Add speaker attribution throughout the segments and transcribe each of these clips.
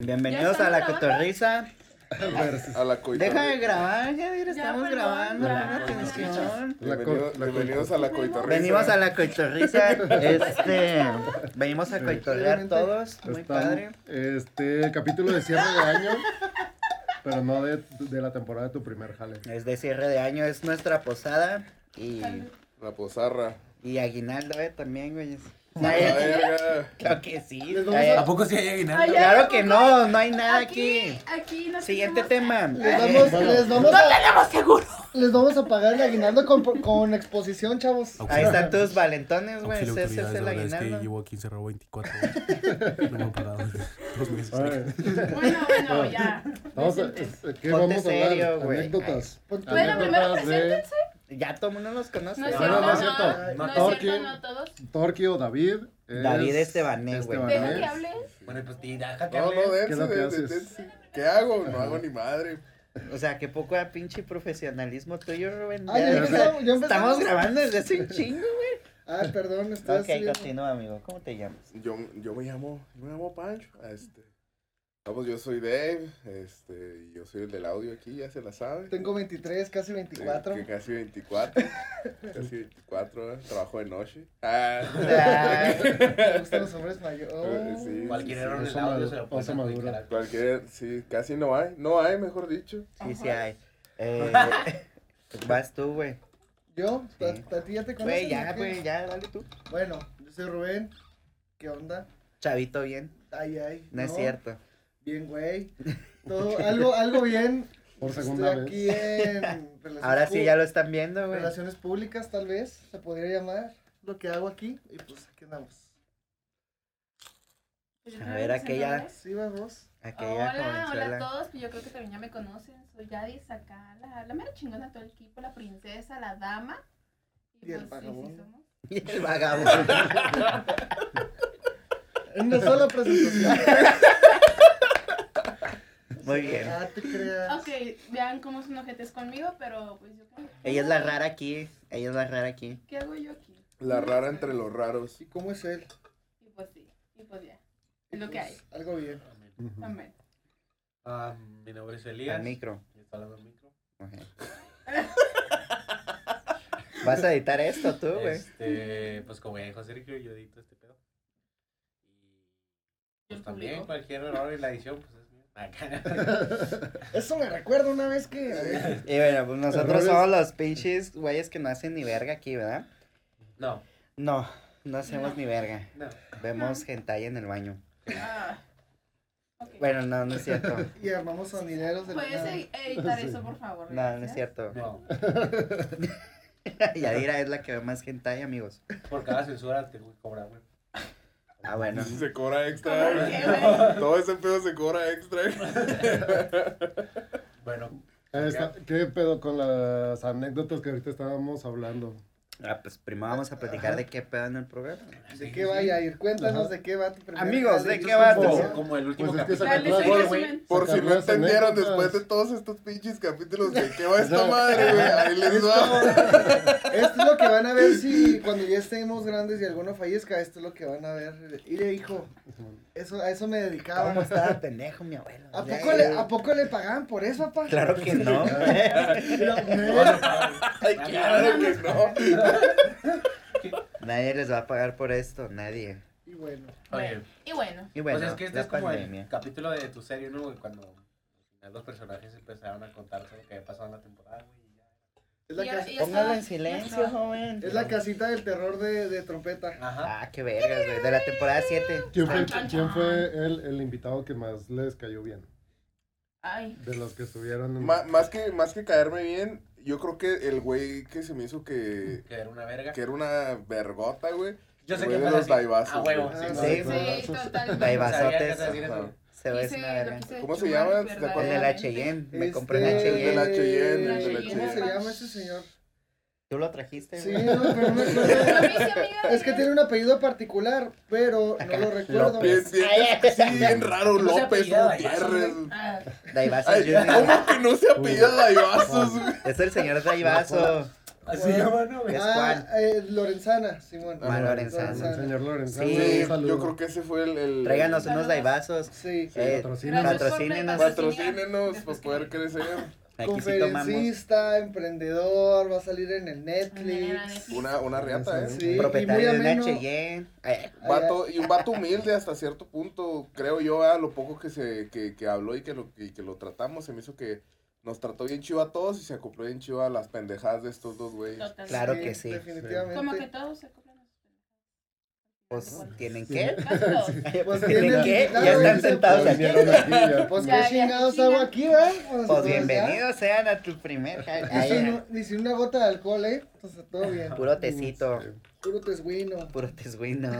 Speaker 1: Bienvenidos a la cotorriza.
Speaker 2: A la coita.
Speaker 1: Deja de grabar, Javier, estamos
Speaker 3: perdón,
Speaker 1: grabando.
Speaker 3: ya.
Speaker 1: pon atención.
Speaker 2: Bienvenido-
Speaker 4: La co- la
Speaker 2: bienvenidos a la coita.
Speaker 1: Venimos a la cotorriza. Este, venimos a cotorrear
Speaker 4: Obviamente,
Speaker 1: todos. Muy
Speaker 4: estamos-
Speaker 1: padre.
Speaker 4: Este capítulo de cierre de año, pero no de, de la temporada de tu primer jale.
Speaker 1: Es de cierre de año, es nuestra posada. Y,
Speaker 2: La pozarra.
Speaker 1: y aguinaldo, eh, también, güey.
Speaker 2: La verga.
Speaker 1: Claro que sí.
Speaker 4: Les vamos
Speaker 1: eh,
Speaker 5: ¿A poco sí hay aguinaldo?
Speaker 3: Ay,
Speaker 1: Claro que no, no hay nada
Speaker 3: Aquí,
Speaker 1: aquí.
Speaker 3: aquí nos
Speaker 1: Siguiente
Speaker 3: tenemos-
Speaker 1: tema.
Speaker 6: Les vamos,
Speaker 4: Bueno.
Speaker 6: les vamos a,
Speaker 3: ¡Tenemos seguro!
Speaker 6: les vamos a pagar el aguinaldo con, con exposición, chavos.
Speaker 1: Ahí están tus valentones, güey.
Speaker 5: Auxilio,
Speaker 1: Ese ese es
Speaker 5: autoridades,
Speaker 1: el
Speaker 5: pues, la verdad es que
Speaker 1: aguinaldo.
Speaker 5: llevo aquí encerrado 24 horas. No me han pagado dos meses.
Speaker 4: Alright.
Speaker 3: Bueno, bueno, ya.
Speaker 4: Vamos a,
Speaker 3: Preséntense.
Speaker 4: eh, ¿Qué vamos a hablar?
Speaker 1: serio, güey.
Speaker 4: Anécdotas.
Speaker 6: Ponte-
Speaker 3: Bueno, primero
Speaker 4: Anécdotas de
Speaker 3: preséntense.
Speaker 1: Ya todo el mundo los conoce.
Speaker 3: No es
Speaker 4: Ah,
Speaker 3: cierto,
Speaker 4: no,
Speaker 3: no. No
Speaker 4: no es
Speaker 3: es
Speaker 4: cierto.
Speaker 3: cierto,
Speaker 4: No,
Speaker 3: no,
Speaker 4: ¿quién?
Speaker 3: todos.
Speaker 4: Torqui o David. es-
Speaker 1: David Estebané, güey.
Speaker 4: Estebané.
Speaker 3: Deja que hables.
Speaker 5: Bueno, pues y déjate
Speaker 2: No, no,
Speaker 4: ¿Qué
Speaker 2: dense,
Speaker 4: es lo que
Speaker 2: dense,
Speaker 4: haces?
Speaker 2: dense. ¿Qué hago? No hago ni madre.
Speaker 1: O sea, que poco a pinche profesionalismo tuyo, Rubén.
Speaker 6: Ah,
Speaker 1: Ya, o
Speaker 6: ya
Speaker 1: sea,
Speaker 6: empezamos, ya
Speaker 1: estamos
Speaker 6: empezamos.
Speaker 1: grabando desde hace un chingo, güey.
Speaker 6: Ay, Ah, perdón, estás.
Speaker 1: Ok, continúa, amigo. ¿Cómo te llamas?
Speaker 2: Yo, yo me llamo, yo me llamo Pancho. Ah, Este. Vamos, yo soy Dave, este, y yo soy el del audio aquí, ya se la sabe.
Speaker 6: Tengo 23, casi 24.
Speaker 2: Que casi 24. casi 24, eh, trabajo de noche. Ah.
Speaker 1: Ah.
Speaker 6: Me gustan los hombres mayores.
Speaker 2: Eh, sí, sí,
Speaker 5: Cualquier
Speaker 2: sí.
Speaker 5: error en el
Speaker 4: Oso
Speaker 5: audio
Speaker 4: maduro,
Speaker 5: se lo
Speaker 4: oso
Speaker 5: puedes
Speaker 4: maduro.
Speaker 5: adjudicar a-
Speaker 2: Cualquier, sí, casi no hay, no hay, mejor dicho.
Speaker 1: Sí, sí hay. Eh, vas tú, güey.
Speaker 6: Yo, ¿A
Speaker 1: Sí.
Speaker 6: ti ya te conozco.
Speaker 1: Güey, ya, güey, ya, dale tú.
Speaker 6: Bueno, yo soy Rubén. ¿Qué onda?
Speaker 1: Chavito bien.
Speaker 6: Ay, ay.
Speaker 1: No, es cierto.
Speaker 6: Bien, güey. Todo, algo, algo bien.
Speaker 4: Por segunda
Speaker 6: Estoy
Speaker 4: vez.
Speaker 6: aquí en relaciones
Speaker 1: Ahora sí
Speaker 6: pú-
Speaker 1: ya lo están viendo, güey.
Speaker 6: Relaciones públicas, tal vez, se podría llamar lo que hago aquí. Y pues aquí andamos.
Speaker 3: Pues
Speaker 1: A ver, aquella-
Speaker 6: Sí, vamos.
Speaker 1: Aquella
Speaker 3: Hola, hola a
Speaker 1: jovenzuela.
Speaker 3: todos, pues yo creo que también ya me conocen. Soy Yadis acá, la, la mera chingona de todo el equipo, la princesa, la dama. pues,
Speaker 6: Y el
Speaker 3: sí, sí
Speaker 6: vagabundo.
Speaker 3: somos.
Speaker 1: Y el vagabundo.
Speaker 6: En una sola presentación.
Speaker 1: Muy bien.
Speaker 6: Ah, te creas.
Speaker 3: Ok, vean cómo son ojetes conmigo, pero pues yo creo que-
Speaker 1: Ella es la rara aquí. Ella es la rara aquí.
Speaker 3: ¿Qué hago yo aquí?
Speaker 2: La rara entre los raros.
Speaker 6: ¿Y cómo es él? Pues,
Speaker 3: Y pues sí, y pues ya. Es lo que hay.
Speaker 6: Algo bien.
Speaker 4: Ujú.
Speaker 3: Amén.
Speaker 5: Ah, mi nombre es Elías.
Speaker 1: Al micro.
Speaker 5: Está hablando al micro.
Speaker 1: Ajá. Vas a editar esto tú, güey.
Speaker 5: Este, pues como ya dijo Sergio, yo edito este pedo. Y pues
Speaker 3: Yo
Speaker 5: también
Speaker 3: publico.
Speaker 5: cualquier error en la edición, pues es mío. Acá.
Speaker 6: Eso me recuerda una vez que.
Speaker 1: Y bueno, pues nosotros
Speaker 4: Errores.
Speaker 1: somos los pinches güeyes que no hacen ni verga aquí, ¿verdad?
Speaker 5: No,
Speaker 1: No, no hacemos ni verga.
Speaker 5: no.
Speaker 1: Vemos hentai en el baño.
Speaker 3: Ah, ok.
Speaker 1: Bueno, no, no es cierto.
Speaker 6: Y armamos sonideros de la
Speaker 3: Puedes
Speaker 6: nada.
Speaker 3: e- editar eso, por favor.
Speaker 1: No, no es
Speaker 3: gracias?
Speaker 1: cierto.
Speaker 5: No,
Speaker 1: Yadira es la que ve más hentai, amigos.
Speaker 5: por cada censura te voy a cobrar, güey.
Speaker 1: Ah, bueno.
Speaker 2: Se cobra
Speaker 3: ¿Por
Speaker 2: extra.
Speaker 3: qué, güey?
Speaker 2: Todo ese pedo se cobra extra. ¿eh?
Speaker 5: Bueno,
Speaker 4: Esta- ¿Qué pedo con las anécdotas que ahorita estábamos hablando?
Speaker 1: Ah, pues primero vamos a platicar de qué pedo en el programa.
Speaker 6: ¿De
Speaker 5: sí,
Speaker 6: qué
Speaker 5: sí.
Speaker 6: va a ir? Cuéntanos
Speaker 4: Ajá.
Speaker 6: de qué va tu primer
Speaker 1: Amigos,
Speaker 6: jale.
Speaker 1: ¿de qué va tu-
Speaker 5: Como, como el último
Speaker 4: Pues es que
Speaker 3: Dale,
Speaker 5: capítulo.
Speaker 4: Por
Speaker 3: soy
Speaker 2: favor,
Speaker 3: resumen.
Speaker 2: Por si no
Speaker 4: Sacarlas
Speaker 2: entendieron
Speaker 4: anécdotas.
Speaker 2: después de todos estos pinches capítulos de qué va esta madre, güey. Ahí les va.
Speaker 6: Esto es lo que van a ver si cuando ya estemos grandes y alguno fallezca. Esto es lo que van a ver. Y le dijo, eso, a eso me dedicaba.
Speaker 1: Ah, ¿Cómo estaba pendejo mi abuelo?
Speaker 6: ¿A poco, le, ¿A poco le pagaban por eso, papá?
Speaker 1: Claro que no.
Speaker 2: Ay, claro que no.
Speaker 1: Nadie les va a pagar por esto, nadie.
Speaker 6: Y bueno,
Speaker 5: Oye,
Speaker 3: Y bueno,
Speaker 1: Y bueno,
Speaker 5: pues es que este
Speaker 1: la
Speaker 5: es como
Speaker 1: pandemia.
Speaker 5: el capítulo de tu serie, ¿no? Güey? Cuando al final los personajes empezaron a contar todo lo que había pasado en la temporada, güey. y ya.
Speaker 6: es la,
Speaker 3: Y-
Speaker 6: cas-
Speaker 3: y-
Speaker 1: Póngalo en silencio, joven.
Speaker 6: es la casita del terror de, de trompeta.
Speaker 5: Ajá.
Speaker 1: Ah, qué vergas, güey. De la temporada 7.
Speaker 4: ¿Quién fue,
Speaker 3: Chan, chan,
Speaker 4: quién
Speaker 3: chan.
Speaker 4: fue el, el invitado que más les cayó bien?
Speaker 3: ay,
Speaker 4: De los que estuvieron en...
Speaker 2: Ma- más, que, más que caerme bien, yo creo que el güey que se me hizo que,
Speaker 5: Que era una verga.
Speaker 2: que era una vergota, güey.
Speaker 5: Yo sé
Speaker 2: Güey
Speaker 5: que
Speaker 2: de
Speaker 5: fue
Speaker 2: los
Speaker 5: así.
Speaker 2: daibazos,
Speaker 5: A huevo,
Speaker 6: güey.
Speaker 5: sí.
Speaker 6: Ah,
Speaker 5: no,
Speaker 1: sí.
Speaker 3: sí,
Speaker 5: no, no, no.
Speaker 3: totalmente.
Speaker 5: Sabía que
Speaker 1: Daivazotes.
Speaker 5: estás haciendo eso.
Speaker 1: Se ve es
Speaker 3: Quise-
Speaker 1: una
Speaker 3: lo
Speaker 1: verga.
Speaker 3: quise
Speaker 2: ¿Cómo se
Speaker 3: chumar,
Speaker 2: llama? ¿Te acuerdas?
Speaker 1: El de la Cheyenne. Me compré una
Speaker 6: Este-
Speaker 1: Cheyenne.
Speaker 2: El de la Cheyenne,
Speaker 3: el de la
Speaker 6: ¿Cómo se
Speaker 3: Cheyenne.
Speaker 6: llama ese señor?
Speaker 1: ¿Tú lo trajiste?
Speaker 6: Sí,
Speaker 1: güey?
Speaker 6: no, pero no me
Speaker 3: Lo
Speaker 6: acuerdo.
Speaker 3: hice, amiga,
Speaker 6: Es que
Speaker 3: mira.
Speaker 6: tiene un apellido particular, pero no lo recuerdo.
Speaker 2: Bien,
Speaker 1: López.
Speaker 2: bien, sí, bien raro,
Speaker 5: No se
Speaker 2: López
Speaker 5: apellida
Speaker 2: Gutiérrez.
Speaker 3: Ah,
Speaker 1: Daibazos
Speaker 2: Ay,
Speaker 1: Jr.
Speaker 2: ¿Cómo que no se apellida Daibazos, güey?
Speaker 1: Es el señor Daivazo.
Speaker 5: Así llama, ¿no? güey?
Speaker 1: Es
Speaker 6: Ah,
Speaker 1: Juan.
Speaker 6: eh, Lorenzana, Simón.
Speaker 1: Ah, Lorenzana.
Speaker 4: El señor Lorenzana.
Speaker 1: Sí,
Speaker 2: Sí,
Speaker 4: un saludo.
Speaker 2: yo creo que ese fue el. el
Speaker 1: Tráiganos unos daibazos.
Speaker 6: Sí.
Speaker 4: Sí,
Speaker 1: Eh,
Speaker 4: patrocínenos.
Speaker 1: patrocínenos.
Speaker 2: Pues, Patrocínenos para poder crecer.
Speaker 1: Aquí sí tomamos.
Speaker 6: Conferencista, emprendedor, va a salir en
Speaker 3: Ah,
Speaker 6: el Netflix.
Speaker 2: Una, una reata, ¿eh?
Speaker 6: Sí,
Speaker 1: Propietario
Speaker 6: y
Speaker 1: de
Speaker 6: muy
Speaker 1: una
Speaker 6: ameno.
Speaker 1: Cheyenne. Eh,
Speaker 2: Vato- y un vato humilde hasta cierto punto, creo yo, a lo poco que se que, que habló y que, lo, y que lo tratamos, se me hizo que nos trató bien chido a todos y se acopló bien chido a las pendejadas de estos dos güeyes.
Speaker 1: Claro que sí.
Speaker 6: Definitivamente.
Speaker 3: Como que todos se compran
Speaker 1: pues tienen que.
Speaker 3: Casi todos.
Speaker 1: Pues tienen
Speaker 6: tienen
Speaker 1: que.
Speaker 6: invitados,
Speaker 1: Ya están
Speaker 6: dice,
Speaker 1: sentados
Speaker 4: Pues
Speaker 1: aquí.
Speaker 4: vinieron aquí, ya.
Speaker 6: Pues
Speaker 3: Ya,
Speaker 6: qué
Speaker 3: ya,
Speaker 6: chingados
Speaker 3: ya.
Speaker 6: hago aquí, ¿verdad? Pues,
Speaker 1: Pues
Speaker 6: ya.
Speaker 1: bienvenidos sean a tu primer.
Speaker 6: Ni
Speaker 1: Ay,
Speaker 6: sin-
Speaker 1: ay,
Speaker 6: Ni sin una gota de alcohol, ¿eh? Entonces todo bien.
Speaker 1: Puro tecito.
Speaker 6: Puro tesguino.
Speaker 1: Puro tesguino.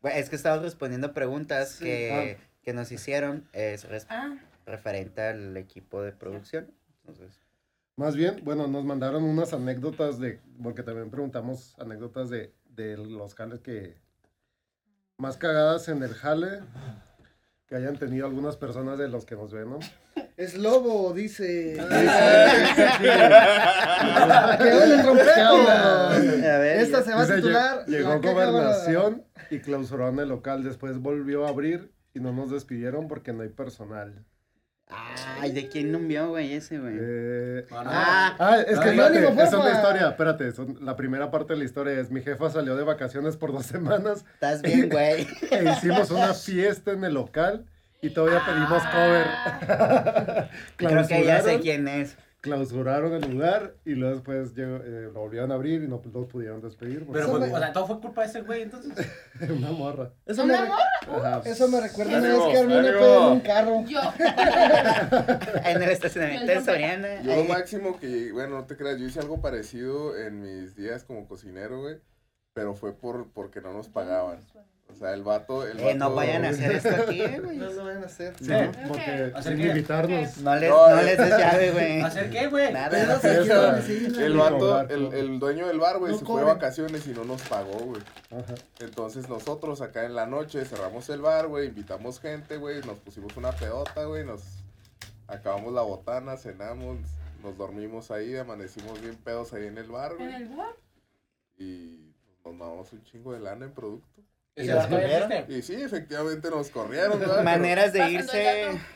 Speaker 1: Bueno, es que estamos respondiendo preguntas
Speaker 6: Sí.
Speaker 1: que, que nos hicieron es res-
Speaker 3: Ah,
Speaker 1: referente al equipo de producción. Entonces,
Speaker 4: Más bien, bueno, nos mandaron unas anécdotas de, porque también preguntamos anécdotas de, de los jales que, más cagadas en el jale, que hayan tenido algunas personas de los que nos ven, ¿no?
Speaker 6: Es lobo, dice.
Speaker 1: Ah.
Speaker 4: Dice-
Speaker 6: ¿Qué onda, el trompeto?
Speaker 4: ¿Qué onda?
Speaker 1: a ver,
Speaker 6: eh, Esta
Speaker 1: ya.
Speaker 6: se va a
Speaker 4: Dice,
Speaker 6: titular.
Speaker 4: "Lle- Llegó
Speaker 6: La queja
Speaker 4: gobernación y clausuraron el local, después volvió a abrir y no nos despidieron porque no hay personal.
Speaker 1: Ay, ¿de quién no envió, güey, ese, güey?
Speaker 4: Eh,
Speaker 5: No, no.
Speaker 1: Ah,
Speaker 4: Ah, es que espérate,
Speaker 6: Anónimo,
Speaker 4: es
Speaker 6: porfa.
Speaker 4: una historia, espérate, son- la primera parte de la historia es mi jefa salió de vacaciones por dos semanas
Speaker 1: estás bien, güey.
Speaker 4: e hicimos una fiesta en el local y todavía pedimos
Speaker 3: ah,
Speaker 4: cover.
Speaker 1: Creo que ya sé
Speaker 4: Clausuraron-
Speaker 1: quién es.
Speaker 4: Clausuraron el lugar y luego después llegó, eh, lo volvieron a abrir y no los pudieron despedir.
Speaker 5: Pero,
Speaker 4: porque-
Speaker 5: pues, o sea, todo fue culpa de ese güey, entonces.
Speaker 4: una morra.
Speaker 6: Eso me,
Speaker 3: ¿Una
Speaker 6: re-
Speaker 4: Ajá.
Speaker 6: eso me recuerda una
Speaker 2: Ánimo,
Speaker 6: vez que armé una
Speaker 2: ánimo.
Speaker 6: peda en un carro.
Speaker 3: yo.
Speaker 1: En el estacionamiento de Soriana. eh,
Speaker 2: Yo lo
Speaker 1: ahí.
Speaker 2: máximo que, bueno, no te creas, yo hice algo parecido en mis días como cocinero, güey, pero fue por porque no nos pagaban. O sea, el vato, el
Speaker 1: Eh, no
Speaker 2: vato-
Speaker 1: vayan a hacer esto aquí, eh, güey.
Speaker 6: No lo van a hacer. Eh,
Speaker 4: Sí,
Speaker 1: ¿No?
Speaker 4: porque
Speaker 5: Ok.
Speaker 4: sin invitarnos.
Speaker 1: No les,
Speaker 2: No,
Speaker 1: no
Speaker 2: eh.
Speaker 1: les des llave, güey.
Speaker 5: ¿Hacer qué, güey?
Speaker 1: Nada.
Speaker 4: sé
Speaker 6: Pero
Speaker 4: qué
Speaker 6: se quiero
Speaker 4: va.
Speaker 6: decir,
Speaker 2: El
Speaker 4: Ni
Speaker 2: vato,
Speaker 4: cobrar,
Speaker 2: el,
Speaker 4: cobrar.
Speaker 2: el dueño del bar, güey,
Speaker 6: No
Speaker 2: se fue
Speaker 6: cobren.
Speaker 2: de vacaciones y no nos pagó, güey.
Speaker 4: Ajá.
Speaker 2: Entonces nosotros acá en la noche cerramos el bar, güey, invitamos gente, güey, nos pusimos una pedota, güey, nos acabamos la botana, cenamos, nos dormimos ahí, amanecimos bien pedos ahí en el bar,
Speaker 3: En
Speaker 2: güey,
Speaker 3: el bar.
Speaker 2: y nos mamamos un chingo de lana en producto.
Speaker 1: ¿Y
Speaker 5: ¿Ese
Speaker 1: los
Speaker 5: vato ya
Speaker 1: corrieron?
Speaker 5: existe?
Speaker 2: Y sí, efectivamente nos corrieron, güey.
Speaker 1: Maneras de
Speaker 3: Pasando
Speaker 1: irse.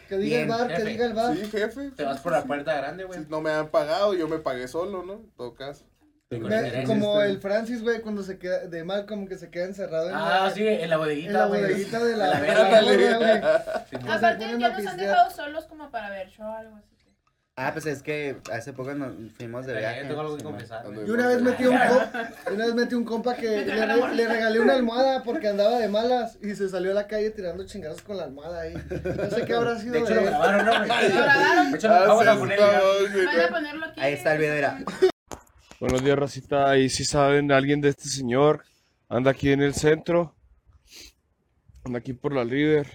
Speaker 6: Que diga el
Speaker 1: Bien,
Speaker 6: bar, que
Speaker 5: jefe.
Speaker 6: diga el
Speaker 2: pero-
Speaker 6: bar.
Speaker 2: Sí, jefe.
Speaker 5: Te vas por la puerta grande, güey.
Speaker 2: Sí, no me han pagado, yo me pagué solo, ¿no? En todo caso.
Speaker 5: Y con
Speaker 6: Ve,
Speaker 5: intereses.
Speaker 6: Como el Francis, güey, cuando se queda, de mal, como que se queda encerrado en,
Speaker 5: Ah,
Speaker 6: la,
Speaker 5: sí, en la
Speaker 6: en la
Speaker 5: bodeguita, güey.
Speaker 6: bodeguita de la,
Speaker 5: La
Speaker 6: de la
Speaker 5: verga,
Speaker 6: gorda,
Speaker 2: güey.
Speaker 6: güey.
Speaker 5: Sí, güey.
Speaker 6: Ah,
Speaker 3: Aparte,
Speaker 6: ponen
Speaker 3: ya
Speaker 6: a
Speaker 3: nos han
Speaker 6: pistear.
Speaker 3: dejado solos como para ver show o algo así. que-
Speaker 1: Ah, pues es que hace poco nos fuimos de
Speaker 5: Eh,
Speaker 1: viaje.
Speaker 5: Tengo algo que
Speaker 1: Sí, man.
Speaker 5: confesar. güey.
Speaker 6: Y una vez metí a un compa, una vez metí un compa que le, re- le regalé una almohada porque andaba de malas y se salió a la calle tirando chingazos con la almohada ahí. No sé qué habrá sido
Speaker 5: De
Speaker 6: de, Ah,
Speaker 5: hecho, lo
Speaker 6: él.
Speaker 5: grabaron, ¿no, güey?
Speaker 3: Lo grabaron.
Speaker 5: De hecho, lo vamos a
Speaker 2: Ah,
Speaker 5: poner.
Speaker 2: sí,
Speaker 5: ya.
Speaker 2: no, güey,
Speaker 3: Van a
Speaker 2: no.
Speaker 3: ponerlo aquí.
Speaker 1: Ahí está el video, era.
Speaker 7: Buenos días, Rosita. Y si saben, alguien de este señor anda aquí en el centro, anda aquí por la líder,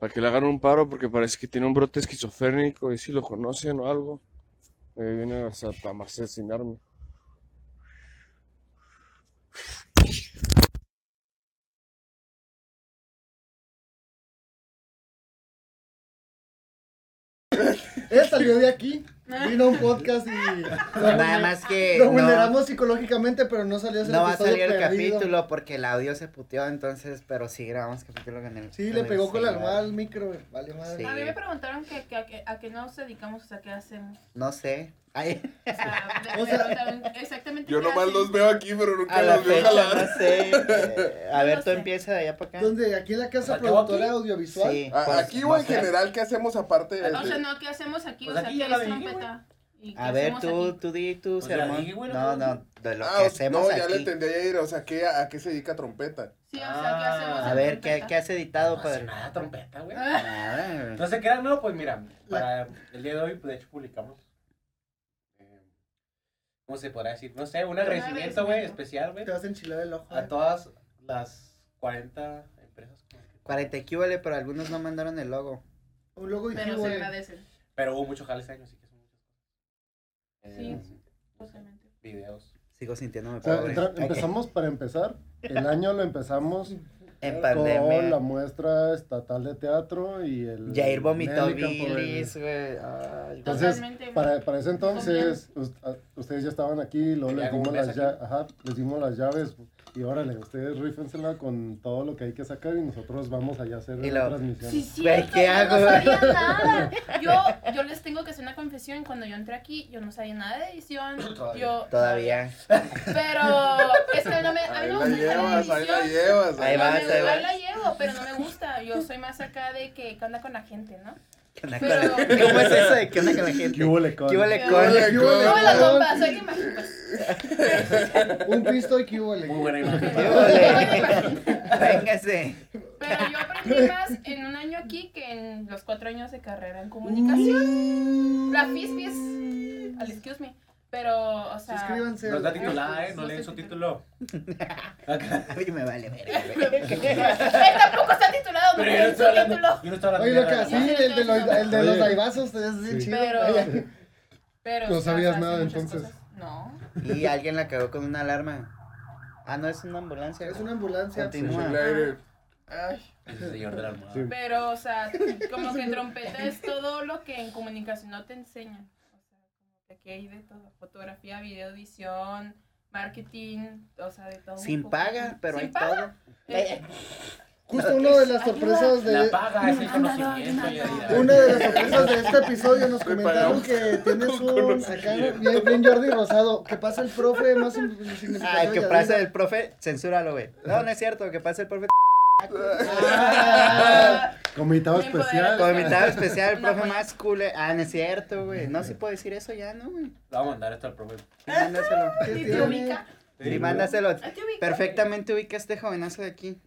Speaker 7: para que le hagan un paro porque parece que tiene un brote esquizofrénico y si lo conocen o algo, eh, viene hasta para asesinarme.
Speaker 6: Él salió de aquí, vino a un podcast y
Speaker 1: Nada más que.
Speaker 6: lo
Speaker 1: No,
Speaker 6: vulneramos psicológicamente, pero no salió ese
Speaker 1: no va a
Speaker 6: episodio
Speaker 1: salir el
Speaker 6: perdido.
Speaker 1: capítulo porque el audio se puteó, entonces. Pero sí grabamos capítulo con él.
Speaker 6: Sí, le pegó con la
Speaker 1: Sí,
Speaker 6: almohada al micro, güey. Vale, madre.
Speaker 1: Sí.
Speaker 3: A mí me preguntaron que, que- a qué- a qué nos dedicamos, o sea, qué hacemos.
Speaker 1: No sé. Ay,
Speaker 3: O sea, me-
Speaker 6: O sea,
Speaker 3: me preguntaron exactamente
Speaker 2: Yo
Speaker 3: qué
Speaker 2: nomás
Speaker 3: hacen.
Speaker 2: los veo aquí, pero nunca
Speaker 1: a la
Speaker 2: los veo
Speaker 1: fecha,
Speaker 2: jalar.
Speaker 1: no sé. Eh, A
Speaker 3: No
Speaker 1: ver,
Speaker 3: lo
Speaker 1: tú
Speaker 3: sé.
Speaker 1: empieza de allá para acá.
Speaker 6: Donde aquí en la casa
Speaker 5: ¿Acabó
Speaker 6: productora
Speaker 5: aquí?
Speaker 6: audiovisual.
Speaker 1: Sí,
Speaker 2: A-
Speaker 1: pues,
Speaker 2: aquí,
Speaker 1: no
Speaker 2: güey, en
Speaker 1: sé.
Speaker 2: general, ¿qué hacemos aparte de,
Speaker 3: O sea,
Speaker 2: de-
Speaker 3: no, ¿qué hacemos aquí?
Speaker 5: Pues
Speaker 3: o sea,
Speaker 5: aquí
Speaker 3: ¿qué
Speaker 5: ya la
Speaker 3: es
Speaker 5: dije,
Speaker 3: trompeta? ¿Y qué
Speaker 1: A ver,
Speaker 3: hacemos
Speaker 1: tú,
Speaker 3: aquí?
Speaker 1: tú di tu
Speaker 5: Pues ya
Speaker 1: sermón.
Speaker 5: dije, güey,
Speaker 1: No,
Speaker 5: no,
Speaker 1: no, de lo
Speaker 2: Ah,
Speaker 1: que
Speaker 2: o-
Speaker 1: hacemos
Speaker 2: no, ya le
Speaker 1: aquí.
Speaker 2: entendí ayer, o sea, ¿qué, ¿a qué se dedica trompeta?
Speaker 3: Sí, o sea, ¿qué hacemos
Speaker 5: Ah,
Speaker 1: A
Speaker 3: en
Speaker 1: ver, ¿qué,
Speaker 3: trompeta?
Speaker 1: qué has editado,
Speaker 5: No,
Speaker 1: padre?
Speaker 5: sin nada, trompeta, güey.
Speaker 3: Ah,
Speaker 1: Nada, güey.
Speaker 5: No se crean, no, pues mira, para el día de hoy, pues, de hecho, publicamos. eh, ¿Cómo se podrá decir? No sé, un agradecimiento, güey,
Speaker 3: agradecimiento.
Speaker 5: especial, güey.
Speaker 6: Te vas a enchilar el ojo. eh.
Speaker 5: A
Speaker 6: güey.
Speaker 5: todas las 40 empresas. como que-
Speaker 1: 40 y qué huele, pero algunos no mandaron el logo.
Speaker 6: Un logo y
Speaker 3: Pero se
Speaker 6: güey.
Speaker 3: agradecen,
Speaker 5: Pero hubo mucho jale ese año, así que son muchas cosas.
Speaker 3: Sí,
Speaker 5: Eh,
Speaker 3: justamente.
Speaker 5: Videos.
Speaker 1: Sigo sintiéndome
Speaker 4: O sea,
Speaker 1: pobre.
Speaker 4: entra-
Speaker 1: Ok.
Speaker 4: empezamos para empezar. El año lo empezamos
Speaker 1: En
Speaker 4: Con la
Speaker 1: pandemia.
Speaker 4: muestra estatal de teatro y el.
Speaker 1: Jair vomitó
Speaker 4: Nelly Campobaby.
Speaker 1: bilis, güey. Ay, güey.
Speaker 4: Entonces,
Speaker 3: Totalmente, güey.
Speaker 4: para, para ese entonces, us- a- ustedes ya estaban aquí, y luego
Speaker 5: Tenía
Speaker 4: les
Speaker 5: como
Speaker 4: dimos,
Speaker 5: un
Speaker 4: las
Speaker 5: mes
Speaker 4: lla- ajá, les dimos las llaves y órale, ustedes rífensela con todo lo que hay que sacar y nosotros vamos allá a hacer
Speaker 1: Y
Speaker 4: la
Speaker 1: luego-
Speaker 4: transmisión.
Speaker 3: Sí,
Speaker 1: Güey,
Speaker 3: cierto,
Speaker 1: ¿qué
Speaker 3: yo
Speaker 1: hago?
Speaker 3: No sabía nada. Yo, yo les tengo que hacer una confesión. Cuando yo entré aquí, yo no sabía nada de edición. Yo,
Speaker 1: Todavía.
Speaker 3: Pero es que no me, a mí
Speaker 2: Ahí
Speaker 3: no
Speaker 2: la
Speaker 3: me gusta la
Speaker 2: llevas, ahí la
Speaker 3: edición.
Speaker 2: llevas.
Speaker 1: Ahí
Speaker 3: No,
Speaker 1: va,
Speaker 3: me-
Speaker 1: ahí va.
Speaker 3: la llevo, pero no me gusta. Yo soy más acá de que qué onda con la gente, ¿no?
Speaker 1: ¿Qué onda con la-
Speaker 3: Pero-
Speaker 1: ¿Cómo es eso de qué onda con la gente?
Speaker 4: ¿Qué huele con?
Speaker 1: ¿Qué huele
Speaker 3: ¿Qué
Speaker 1: con?
Speaker 2: huele
Speaker 3: No,
Speaker 2: Hola,
Speaker 3: la
Speaker 2: hola.
Speaker 3: compa, soy pues. que más.
Speaker 6: Un pisto de cubo,
Speaker 5: Muy buena imagen.
Speaker 1: ¿Qué huele? Véngase.
Speaker 3: Pero yo aprendí más en un año aquí que en los cuatro años de carrera en comunicación. La FISPIS. Al excuse me. Pero, o sea.
Speaker 6: Suscríbanse.
Speaker 5: No
Speaker 6: al-
Speaker 5: está titulada, ¿eh? No leen su título. Acá.
Speaker 1: A mí me vale verga, güey.
Speaker 3: Él tampoco está titulado, no
Speaker 5: Pero yo
Speaker 3: tiene
Speaker 5: no
Speaker 3: su
Speaker 5: estoy hablando.
Speaker 3: título.
Speaker 5: Yo no estoy hablando.
Speaker 6: Oye, lo que así,
Speaker 3: Ya sé
Speaker 6: el de
Speaker 3: que
Speaker 6: los,
Speaker 3: eso.
Speaker 6: el de los
Speaker 4: Oye.
Speaker 6: daivasos, te ves bien
Speaker 4: Sí.
Speaker 6: chido.
Speaker 3: Pero. Pero.
Speaker 4: No
Speaker 3: o sea,
Speaker 4: sabías
Speaker 3: hace
Speaker 4: nada,
Speaker 3: muchas
Speaker 4: entonces.
Speaker 3: cosas. No.
Speaker 1: Y alguien la cagó con una alarma. Ah, no, es una ambulancia.
Speaker 6: Es
Speaker 1: güey.
Speaker 6: una ambulancia.
Speaker 1: Continúa.
Speaker 5: Ese señor de la almohada.
Speaker 4: Sí.
Speaker 3: Pero, o sea, como que trompeta es todo lo que en comunicación no te enseñan. O sea, como que aquí hay de todo. Fotografía, video, edición, marketing, o sea, de todo. un
Speaker 1: Sin
Speaker 3: poco.
Speaker 1: paga, pero
Speaker 3: Sin
Speaker 1: hay
Speaker 3: paga.
Speaker 1: todo.
Speaker 3: Eh,
Speaker 6: Justo una de las sorpresas
Speaker 5: La
Speaker 6: de.
Speaker 5: paga es el conocimiento y
Speaker 6: Una de las sorpresas de este episodio
Speaker 2: Me
Speaker 6: nos comentaron
Speaker 2: pagó.
Speaker 6: que tienes un. Acá,
Speaker 2: conocimiento.
Speaker 6: bien, bien Jordi Rosado. Que pasa el profe más significativo.
Speaker 1: Ay, que pase el profe, censúralo, güey. No, no es cierto, que pase el profe.
Speaker 3: ah,
Speaker 4: Como invitado
Speaker 3: Bien
Speaker 4: especial.
Speaker 1: Como invitado especial, el
Speaker 3: Una
Speaker 1: profe
Speaker 3: buena.
Speaker 1: más cool. eh. Ah, no es cierto, güey. No, sí puedo decir eso ya, ¿no, güey?
Speaker 5: Le voy a mandar esto al profe.
Speaker 1: Sí, Mándaselo.
Speaker 6: ¿Qué
Speaker 3: ¿Te
Speaker 6: tiene?
Speaker 3: ubica?
Speaker 1: Sí, mándaselo.
Speaker 3: ¿Ah, te ubica?
Speaker 1: Perfectamente ubica a este jovenazo de aquí.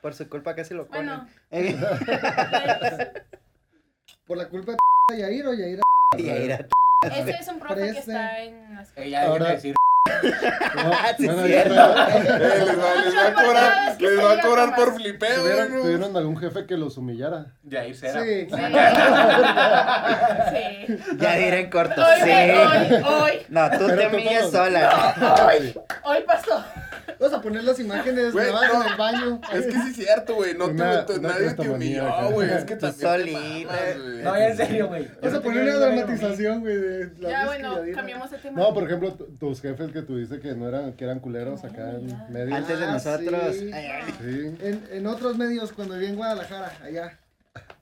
Speaker 1: Por su culpa casi lo ponen.
Speaker 3: Bueno,
Speaker 1: Eh,
Speaker 6: Por la culpa de p- Yair o Yair.
Speaker 1: y ahí era-
Speaker 3: ese es un profe que
Speaker 6: Parece.
Speaker 3: está en las
Speaker 5: Ella deja
Speaker 4: Ahora-
Speaker 5: de decir.
Speaker 4: No,
Speaker 1: Ah, sí,
Speaker 4: bueno,
Speaker 1: es
Speaker 4: ya
Speaker 1: cierto.
Speaker 4: tra-
Speaker 2: les va, les va a cobrar, les va a cobrar por flipeo,
Speaker 4: tuvieron,
Speaker 2: Eh, güey, ¿no?
Speaker 4: tuvieron algún jefe que los humillara.
Speaker 5: De ahí será.
Speaker 6: Sí.
Speaker 3: Sí. sí.
Speaker 1: Ya diré en corto.
Speaker 3: Hoy,
Speaker 1: Sí.
Speaker 3: hoy, hoy,
Speaker 1: No, tú
Speaker 4: Pero
Speaker 1: te
Speaker 4: tú
Speaker 1: humillas
Speaker 4: no.
Speaker 1: sola.
Speaker 3: hoy pasó.
Speaker 6: Vamos a poner las imágenes
Speaker 2: Güey,
Speaker 6: grabadas
Speaker 2: no.
Speaker 6: en el baño.
Speaker 2: Es que sí es cierto, güey. No te-
Speaker 4: Una-
Speaker 2: te-
Speaker 4: una
Speaker 2: nadie te
Speaker 4: cleptomanía,
Speaker 2: humilló,
Speaker 4: acá.
Speaker 2: güey. Es que
Speaker 1: Tú
Speaker 2: también. te
Speaker 1: solita.
Speaker 2: mamas, güey.
Speaker 5: No, ya en serio, güey. Yo
Speaker 6: Vamos
Speaker 5: no
Speaker 6: a poner
Speaker 5: tenía
Speaker 6: una
Speaker 5: ni idea, güey.
Speaker 6: dramatización, güey. de la
Speaker 3: Ya,
Speaker 6: vez que
Speaker 3: bueno,
Speaker 6: Yair-
Speaker 3: cambiamos de tema.
Speaker 4: No, por ejemplo, tu- tus jefes que tú dices que no eran, que eran culeros acá en
Speaker 3: Ay,
Speaker 4: medio.
Speaker 1: Antes de
Speaker 6: Ah,
Speaker 1: nosotros.
Speaker 6: sí.
Speaker 1: Ay, ay.
Speaker 4: Sí.
Speaker 6: En, en otros medios, cuando vivía en Guadalajara, allá.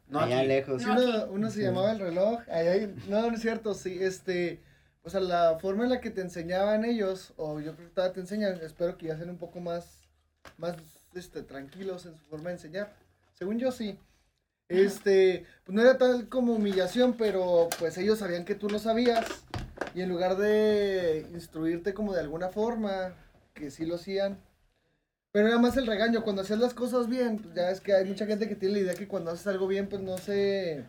Speaker 5: No,
Speaker 1: Allá
Speaker 5: aquí.
Speaker 1: lejos.
Speaker 6: Sí,
Speaker 3: No,
Speaker 6: uno, uno se llamaba el reloj. Ahí hay- no, no es cierto, sí, este, o sea, la forma en la que te enseñaban ellos, o yo creo que todavía te enseñan, espero que ya sean un poco más, más, este, tranquilos en su forma de enseñar. Según yo, sí. Este, pues no era tal como humillación, pero pues ellos sabían que tú lo sabías, y en lugar de instruirte como de alguna forma, que sí lo hacían, pero era más el regaño, cuando hacías las cosas bien, pues ya es que hay mucha gente que tiene la idea que cuando haces algo bien, pues no se,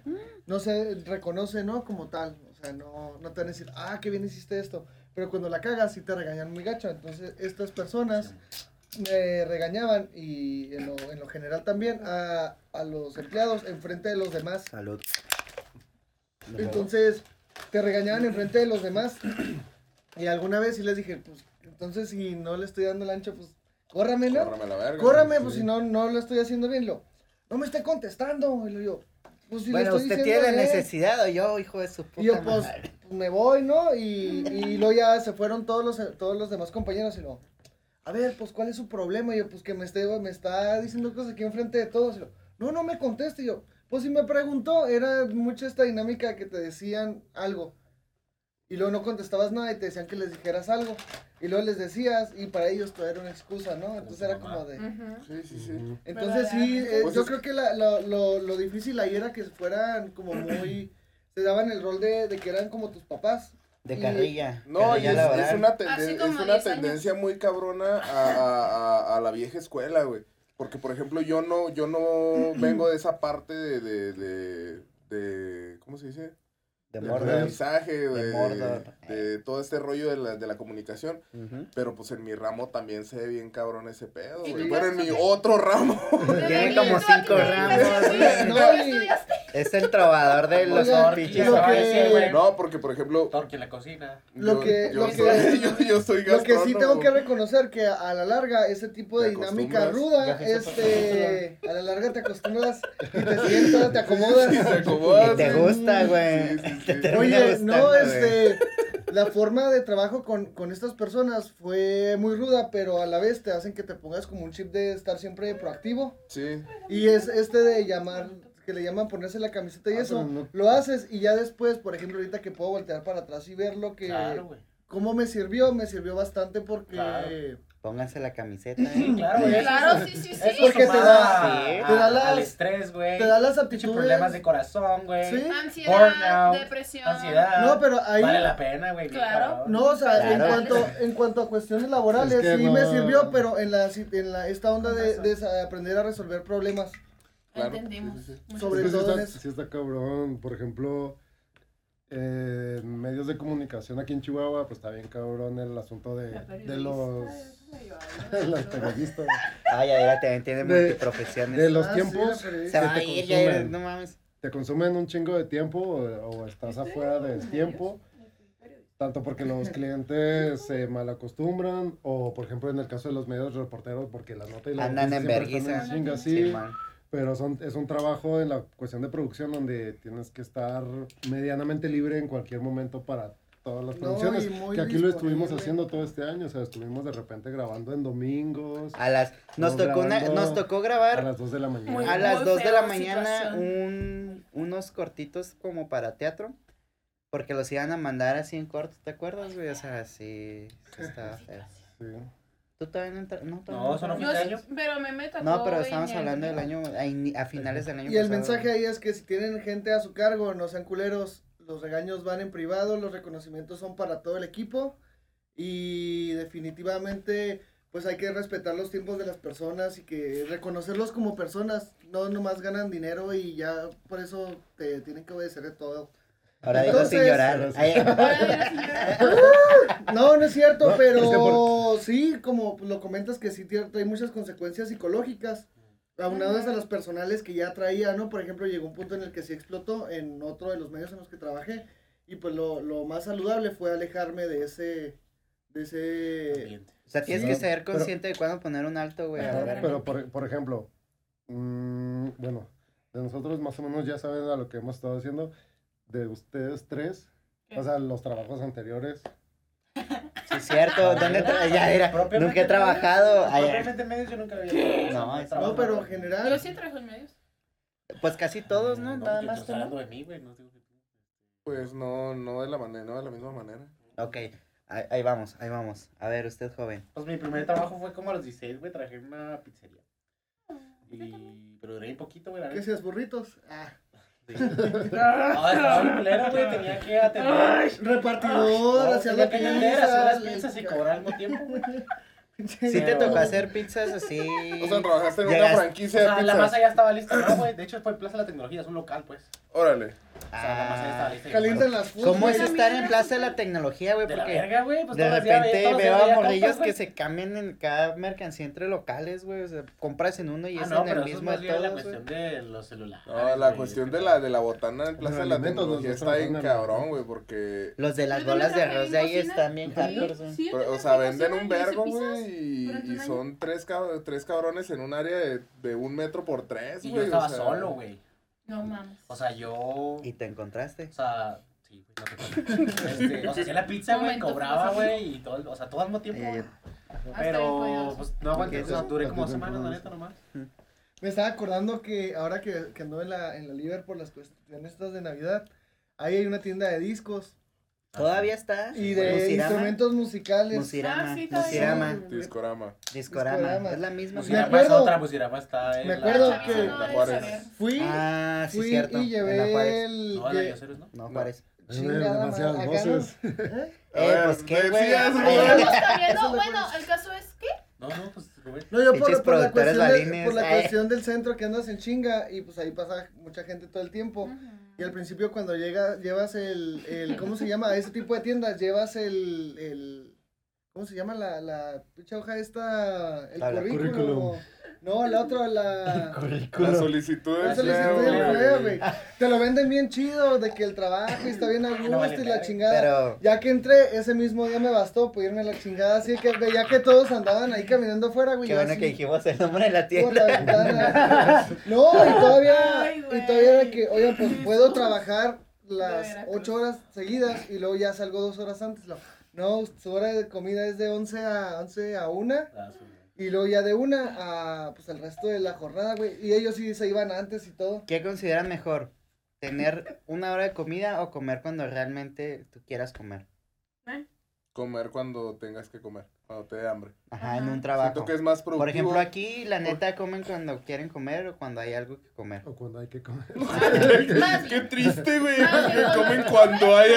Speaker 6: no se reconoce, ¿no? Como tal, o sea, no, no te van a decir, ah, qué bien hiciste esto, pero cuando la cagas sí te regañan muy gacho, entonces estas personas me regañaban y en lo, en lo general también a, a los empleados enfrente de los demás,
Speaker 1: Salud.
Speaker 6: entonces, te regañaban enfrente de los demás. Y alguna vez sí les dije, pues, entonces si no le estoy dando el ancho, pues, córrame, ¿no?
Speaker 2: Córrame la verga.
Speaker 6: Córrame, pues
Speaker 4: Sí.
Speaker 6: si no, no lo estoy haciendo bien. Lo, no me está contestando. Y lo yo, pues si
Speaker 1: Bueno,
Speaker 6: le estoy
Speaker 1: usted tiene
Speaker 6: diciendo
Speaker 1: la
Speaker 6: bien.
Speaker 1: necesidad o yo, hijo de su puta
Speaker 6: Y yo, pues,
Speaker 1: madre.
Speaker 6: pues, me voy, ¿no? Y, y luego ya se fueron todos los, todos los demás compañeros y luego, a ver, pues, ¿cuál es su problema? Y yo, pues, que me, esté, me está diciendo cosas aquí enfrente de todos. Y lo, no, no me conteste. Y yo, pues, si me preguntó, era mucha esta dinámica que te decían algo. Y luego no contestabas nada y te decían que les dijeras algo. Y luego les decías, y para ellos todo era una excusa, ¿no? Entonces era
Speaker 5: mamá.
Speaker 6: como de...
Speaker 3: Ujú.
Speaker 2: Sí, sí, sí.
Speaker 6: Entonces sí,
Speaker 3: Verdaderamente.
Speaker 6: eh,
Speaker 2: Mm, Pues
Speaker 6: yo
Speaker 2: es
Speaker 6: creo que la- lo, lo- lo difícil ahí era que fueran como muy... Se daban el rol de, de que eran como tus papás.
Speaker 1: De
Speaker 6: y-
Speaker 1: carrilla.
Speaker 2: No, y
Speaker 1: carrilla
Speaker 2: es,
Speaker 1: laboral.
Speaker 2: es una, tenden-
Speaker 3: Así como
Speaker 2: es una
Speaker 3: 10 años.
Speaker 2: tendencia muy cabrona a, a- a- a la vieja escuela, güey. Porque, por ejemplo, yo no, yo no vengo de esa parte de, de, de- de- ¿cómo se dice?
Speaker 1: De
Speaker 2: Del
Speaker 1: Mordor.
Speaker 2: aprendizaje, de,
Speaker 1: Mordor.
Speaker 2: de todo este rollo de la, de la comunicación.
Speaker 1: Ujú.
Speaker 2: Pero, pues, en mi ramo también se ve bien cabrón ese pedo,
Speaker 3: ¿Y
Speaker 2: güey.
Speaker 3: tú
Speaker 2: Bueno, en
Speaker 3: crees
Speaker 2: mi
Speaker 3: que-
Speaker 2: otro ramo.
Speaker 3: Desde
Speaker 1: Tiene
Speaker 3: ahí
Speaker 1: como
Speaker 3: tú a ti
Speaker 1: cinco
Speaker 3: te
Speaker 1: ramos,
Speaker 3: dicen,
Speaker 6: güey.
Speaker 3: "Sí,
Speaker 6: No,
Speaker 3: ¿tú
Speaker 6: y-
Speaker 3: estudiaste?"
Speaker 1: Es el trovador de los
Speaker 6: Oigan,
Speaker 1: pinches
Speaker 5: lo
Speaker 1: hombres.
Speaker 5: que- güey.
Speaker 2: No, porque, por ejemplo,
Speaker 5: Torque en la cocina.
Speaker 6: Lo
Speaker 2: yo,
Speaker 6: que-
Speaker 2: yo
Speaker 6: lo que-
Speaker 2: soy, yo, yo soy
Speaker 6: Lo que sí tengo
Speaker 2: gastrónomo.
Speaker 6: que reconocer que a la larga ese tipo de
Speaker 2: Te
Speaker 6: dinámica
Speaker 2: acostumbras.
Speaker 6: ruda,
Speaker 1: Ya se
Speaker 6: este, a la larga te acostumbras y te sientas, te
Speaker 2: Sí, te
Speaker 6: acomodas.
Speaker 2: acomodas,
Speaker 1: Y te
Speaker 2: sí.
Speaker 1: gusta, güey.
Speaker 2: Sí, sí, sí.
Speaker 1: Te termina
Speaker 6: Oye,
Speaker 1: gustando,
Speaker 6: no,
Speaker 1: güey.
Speaker 6: este, la forma de trabajo con, con estas personas fue muy ruda, pero a la vez te hacen que te pongas como un chip de estar siempre proactivo.
Speaker 2: Sí.
Speaker 6: Y es este de llamar, que le llaman ponerse la camiseta y
Speaker 4: Ah,
Speaker 6: eso,
Speaker 4: pero no-
Speaker 6: lo haces y ya después, por ejemplo, ahorita que puedo voltear para atrás y ver lo que,
Speaker 5: Claro, güey.
Speaker 6: cómo me sirvió, me sirvió bastante porque...
Speaker 5: Claro.
Speaker 1: Pónganse la camiseta.
Speaker 5: Sí,
Speaker 1: eh.
Speaker 3: pues,
Speaker 5: claro, güey.
Speaker 3: Claro, sí, sí, sí.
Speaker 6: Es porque te da-
Speaker 5: Sí.
Speaker 6: te da
Speaker 5: A-
Speaker 6: las-
Speaker 5: al estrés, güey.
Speaker 6: Te da las
Speaker 5: Pinche
Speaker 6: aptitudes.
Speaker 5: problemas de corazón, güey.
Speaker 6: Sí.
Speaker 3: Ansiedad,
Speaker 5: Burnout,
Speaker 3: depresión.
Speaker 5: Ansiedad.
Speaker 6: No, pero ahí-
Speaker 5: Vale la pena, güey. bien
Speaker 3: Claro.
Speaker 5: cabrón.
Speaker 6: No, o sea, en,
Speaker 1: Claro.
Speaker 6: cuanto, en cuanto a cuestiones laborales,
Speaker 4: Es que
Speaker 6: sí me
Speaker 4: no.
Speaker 6: sirvió, pero en la, en la esta onda de, de sa- aprender a resolver problemas.
Speaker 2: Claro.
Speaker 3: Entendimos.
Speaker 2: Sí, sí, sí.
Speaker 3: Muchas
Speaker 6: Sobre
Speaker 4: Es que sí
Speaker 6: todo en
Speaker 4: está,
Speaker 6: eso.
Speaker 4: sí está cabrón, por ejemplo, eh, en medios de comunicación aquí en Chihuahua, pues está bien cabrón el asunto de,
Speaker 3: La
Speaker 4: de los
Speaker 3: periodista.
Speaker 4: las periodistas,
Speaker 1: Ay, ahora también tiene
Speaker 4: De-
Speaker 1: multiprofesiones.
Speaker 4: de los
Speaker 6: Ah, sí,
Speaker 4: tiempos
Speaker 6: la periodista.
Speaker 1: Se va
Speaker 4: que
Speaker 1: a
Speaker 4: te
Speaker 1: ir, ya,
Speaker 4: consumen.
Speaker 1: no mames.
Speaker 4: te consumen un chingo de tiempo o, o estás afuera del tiempo, tanto porque los clientes se malacostumbran o, por ejemplo, en el caso de los medios reporteros, porque la nota y la
Speaker 1: Andan en
Speaker 4: noticia siempre
Speaker 1: vergüenza.
Speaker 4: están en chinga, sí.
Speaker 1: Sí, man.
Speaker 4: Pero son, es un trabajo en la cuestión de producción donde tienes que estar medianamente libre en cualquier momento para todas las
Speaker 6: No,
Speaker 4: producciones.
Speaker 6: y muy
Speaker 4: que aquí lo estuvimos
Speaker 6: disponible.
Speaker 4: haciendo todo este año, o sea, estuvimos de repente grabando en domingos
Speaker 1: A las, nos,
Speaker 4: Estamos
Speaker 1: tocó una-
Speaker 4: grabando
Speaker 1: nos tocó
Speaker 4: a
Speaker 1: grabar
Speaker 4: las 2 de la mañana.
Speaker 3: Muy-
Speaker 1: a las 2 de
Speaker 3: feo
Speaker 1: la
Speaker 3: la
Speaker 1: mañana
Speaker 3: situación.
Speaker 1: un, unos cortitos como para teatro. Porque los iban a mandar así en corto, ¿te acuerdas, güey? O sea, sí, sí estaba feo.
Speaker 4: Sí.
Speaker 1: ¿Tú todavía no entraste? No, todavía
Speaker 5: No, eso no
Speaker 3: Yo
Speaker 5: fue
Speaker 3: sí,
Speaker 5: año.
Speaker 3: pero me meto
Speaker 1: No, pero estábamos hablando del año, a, ini- a finales del año
Speaker 6: Y el
Speaker 1: pasado.
Speaker 6: mensaje ahí es que si tienen gente a su cargo, no sean culeros, los regaños van en privado, los reconocimientos son para todo el equipo y definitivamente pues hay que respetar los tiempos de las personas y que reconocerlos como personas, no nomás ganan dinero y ya por eso te tienen que obedecer de todo.
Speaker 1: Ahora digo sin
Speaker 6: Entonces-
Speaker 1: llorar. Ay,
Speaker 6: No, no es cierto,
Speaker 4: No,
Speaker 6: pero
Speaker 4: es que
Speaker 6: sí, como lo comentas que sí tie- trae muchas consecuencias psicológicas, aunadas a las personales que ya traía, ¿no? Por ejemplo, llegó un punto en el que sí explotó en otro de los medios en los que trabajé y pues lo, lo más saludable fue alejarme de ese, de ese...
Speaker 5: Ambiente.
Speaker 1: o sea, tienes
Speaker 4: Sí,
Speaker 1: que
Speaker 4: no,
Speaker 1: ser
Speaker 4: pero-
Speaker 1: consciente de cuándo poner un alto, güey. a la
Speaker 4: Ajá,
Speaker 1: verga.
Speaker 4: Pero, por, por ejemplo, mm, bueno, de nosotros más o menos ya saben a lo que hemos estado haciendo, de ustedes tres,
Speaker 3: ¿Qué?
Speaker 4: o sea, los trabajos anteriores.
Speaker 1: Sí, cierto. ¿Dónde tra- ya era, Nunca he trabajado. Ay,
Speaker 5: Propiamente medios yo nunca había trabajado.
Speaker 1: No, es-
Speaker 5: Trabajado.
Speaker 6: No, pero en
Speaker 3: Yo
Speaker 6: general...
Speaker 3: sí trajo en medios.
Speaker 1: pues casi todos, ¿no? Nada
Speaker 5: yo
Speaker 1: más
Speaker 5: estoy
Speaker 1: tú, ¿no?
Speaker 5: hablando de mí, güey, no digo que tú.
Speaker 2: Pues no, no de la manera, no de la misma manera.
Speaker 1: Ok, ahí, ahí vamos, ahí vamos. A ver, usted joven.
Speaker 5: Pues mi primer trabajo fue como a los 16, güey, trabajé en una pizzería. Y... Pero duré un poquito, güey, la
Speaker 6: Que
Speaker 5: neta.
Speaker 6: seas burritos. Ah,
Speaker 5: Sí. No, estaba bien culero, güey, tenía que atender.
Speaker 6: repartidor,
Speaker 5: No,
Speaker 6: hacia
Speaker 5: tenía
Speaker 6: la
Speaker 5: que atender, hacer las
Speaker 6: pizza,
Speaker 5: pizzas y
Speaker 6: la-
Speaker 5: cobrar al mismo tiempo, güey.
Speaker 1: Sí te
Speaker 5: Pero-
Speaker 1: tocó hacer pizzas así.
Speaker 2: O sea, trabajaste en
Speaker 1: Llegas-
Speaker 2: una
Speaker 5: O
Speaker 2: franquicia de
Speaker 5: sea, la masa
Speaker 2: pizzas.
Speaker 5: ya estaba lista, ¿no, güey? De hecho, fue Plaza de la Tecnología, es un local, pues.
Speaker 2: Órale.
Speaker 5: O sea, la masa ya estaba lista.
Speaker 6: Calientan las foods,
Speaker 1: Ah. ¿Cómo
Speaker 6: güey.
Speaker 1: es estar en Plaza de la Tecnología, güey?
Speaker 5: De la
Speaker 1: Porque
Speaker 5: verga, güey. Pues
Speaker 1: de
Speaker 5: todos los días veía-
Speaker 1: repente
Speaker 5: todos los
Speaker 1: veo
Speaker 5: días veía pues.
Speaker 1: a
Speaker 5: compas,
Speaker 1: morrillos
Speaker 5: güey.
Speaker 1: que se cambian en cada mercancía entre locales, güey. O sea, compras en uno y
Speaker 5: Ah,
Speaker 1: es
Speaker 5: no,
Speaker 1: en el
Speaker 5: pero eso es
Speaker 1: mismo
Speaker 5: más
Speaker 1: de
Speaker 5: bien la
Speaker 1: todos, güey.
Speaker 5: cuestión de los celulares.
Speaker 2: No, la
Speaker 5: güey,
Speaker 2: cuestión
Speaker 5: este,
Speaker 2: de la, de la botana en Plaza de la
Speaker 4: alimentos, los
Speaker 2: Tecnología
Speaker 4: dos
Speaker 2: está bien
Speaker 4: trabajando en la
Speaker 2: cabrón, güey, porque...
Speaker 1: Los de las
Speaker 3: Yo también
Speaker 1: bolas de
Speaker 3: trabajé
Speaker 1: arroz
Speaker 3: en
Speaker 1: de ahí
Speaker 3: cocina.
Speaker 1: están bien
Speaker 3: Sí,
Speaker 1: hardcore, güey.
Speaker 3: sí, yo
Speaker 2: pero, o
Speaker 3: también
Speaker 2: sea,
Speaker 3: fui
Speaker 2: venden un
Speaker 3: cocinera, yo
Speaker 2: vergo,
Speaker 3: hice
Speaker 2: güey,
Speaker 3: pizzas.
Speaker 2: y,
Speaker 3: durante
Speaker 2: y
Speaker 3: un año.
Speaker 2: son tres, cab- tres cabrones en un área de, de un metro por tres,
Speaker 5: Y
Speaker 2: güey.
Speaker 5: yo
Speaker 2: o
Speaker 5: estaba
Speaker 2: sea,
Speaker 5: solo, güey.
Speaker 3: No mames.
Speaker 5: O sea, yo. O
Speaker 1: Y te
Speaker 5: Ah,
Speaker 1: encontraste.
Speaker 5: sea, sí, pues, güey, no te puedo- este, O sea, hacía la pizza, güey,
Speaker 3: Momento
Speaker 5: cobraba,
Speaker 3: filosófico.
Speaker 5: güey, y todo, el- o sea, todo al mismo tiempo.
Speaker 1: Ya, ya.
Speaker 5: güey.
Speaker 3: Hasta bien
Speaker 5: Pero,
Speaker 3: jodidos.
Speaker 5: pues no aguanté,
Speaker 1: Ok,
Speaker 5: o sea, duré como
Speaker 4: entonces,
Speaker 5: dos semanas, la
Speaker 4: entonces,
Speaker 5: neta, nomás.
Speaker 6: Me estaba acordando que ahora que, que ando en la, en la Liber por las cuestiones estas de Navidad, ahí hay una tienda de discos
Speaker 1: Todavía está.
Speaker 6: y de
Speaker 1: Ah, Musirama.
Speaker 6: instrumentos musicales.
Speaker 1: Musirama.
Speaker 3: Ah, sí, todavía.
Speaker 1: Musirama.
Speaker 2: Discorama.
Speaker 1: Discorama.
Speaker 6: Discorama.
Speaker 1: Es la misma.
Speaker 6: Me
Speaker 5: Musirama Pues, es
Speaker 6: acuerdo-
Speaker 5: otra, Musirama está en
Speaker 6: me
Speaker 5: la-
Speaker 6: acuerdo
Speaker 5: la-
Speaker 3: Chaviza
Speaker 6: que-
Speaker 3: no
Speaker 2: La
Speaker 3: debe
Speaker 2: Juárez.
Speaker 3: saber.
Speaker 6: Fui,
Speaker 1: Ah, sí,
Speaker 6: fui
Speaker 1: cierto. En
Speaker 6: y
Speaker 1: la
Speaker 6: llevé
Speaker 1: Juárez.
Speaker 6: el...
Speaker 5: No, la de
Speaker 6: lle-
Speaker 5: Yoseros, ¿no?
Speaker 1: No, Juárez.
Speaker 6: Chingada
Speaker 4: demasiadas
Speaker 6: madre, acá
Speaker 4: voces.
Speaker 6: no- ¿Eh?
Speaker 1: Eh, pues qué, güey.
Speaker 2: Decías,
Speaker 1: Ay,
Speaker 2: güey.
Speaker 3: Pero está bien,
Speaker 6: Eso
Speaker 3: no,
Speaker 6: lo
Speaker 3: bueno,
Speaker 6: pones.
Speaker 3: el caso es que
Speaker 5: No, no, pues, Rubén.
Speaker 6: No, yo
Speaker 1: Pinches
Speaker 6: por, por la,
Speaker 1: productores
Speaker 6: cuestión, de-
Speaker 1: balines,
Speaker 6: por la
Speaker 1: eh.
Speaker 6: cuestión del centro que andas en chinga y pues ahí pasa mucha gente todo el tiempo. Y al principio cuando llega, llevas el, el ¿cómo se llama? A ese tipo de tiendas, llevas el, el ¿cómo se llama? La, la pinche hoja esta, el
Speaker 1: Tabla.
Speaker 6: currículo.
Speaker 4: Currículum.
Speaker 6: No, la otra, la...
Speaker 2: La solicitud de
Speaker 6: La solicitud de
Speaker 2: empleo, güey.
Speaker 6: empleo, güey. Te lo venden bien chido, de que el trabajo y está bien a gusto
Speaker 5: vale
Speaker 6: y la
Speaker 5: madre.
Speaker 6: chingada.
Speaker 1: Pero
Speaker 6: Ya que entré, ese mismo día me bastó para irme a la chingada, así que veía que todos andaban ahí caminando afuera, güey.
Speaker 1: qué
Speaker 6: yo
Speaker 1: bueno
Speaker 6: así,
Speaker 1: que dijimos el nombre de la
Speaker 6: por la
Speaker 1: tienda.
Speaker 6: ventana. No, y todavía,
Speaker 3: Ay, güey.
Speaker 6: y todavía era que, oigan, pues puedo trabajar las
Speaker 3: Veracruz.
Speaker 6: 8 horas seguidas y luego ya salgo dos horas antes. Lo- No, su hora de comida es de 11 a, 11 a 1
Speaker 5: Ah, su madre.
Speaker 6: y luego ya de 1 a, pues al resto de la jornada, güey. Y ellos sí se iban antes y todo.
Speaker 1: ¿Qué consideran mejor? ¿Tener una hora de comida o comer cuando realmente tú quieras comer?
Speaker 2: Comer cuando tengas que comer, cuando te dé hambre.
Speaker 1: Ajá, en
Speaker 3: Ajá.
Speaker 1: un
Speaker 2: Siento
Speaker 1: trabajo.
Speaker 2: que es más productivo.
Speaker 1: Por ejemplo, aquí la neta comen cuando quieren comer o cuando hay algo que comer.
Speaker 4: O cuando hay que comer.
Speaker 3: Más
Speaker 2: Qué
Speaker 3: bien,
Speaker 2: triste, güey.
Speaker 3: más bien,
Speaker 2: Que comen
Speaker 3: Ah, no,
Speaker 2: cuando
Speaker 3: no,
Speaker 2: hay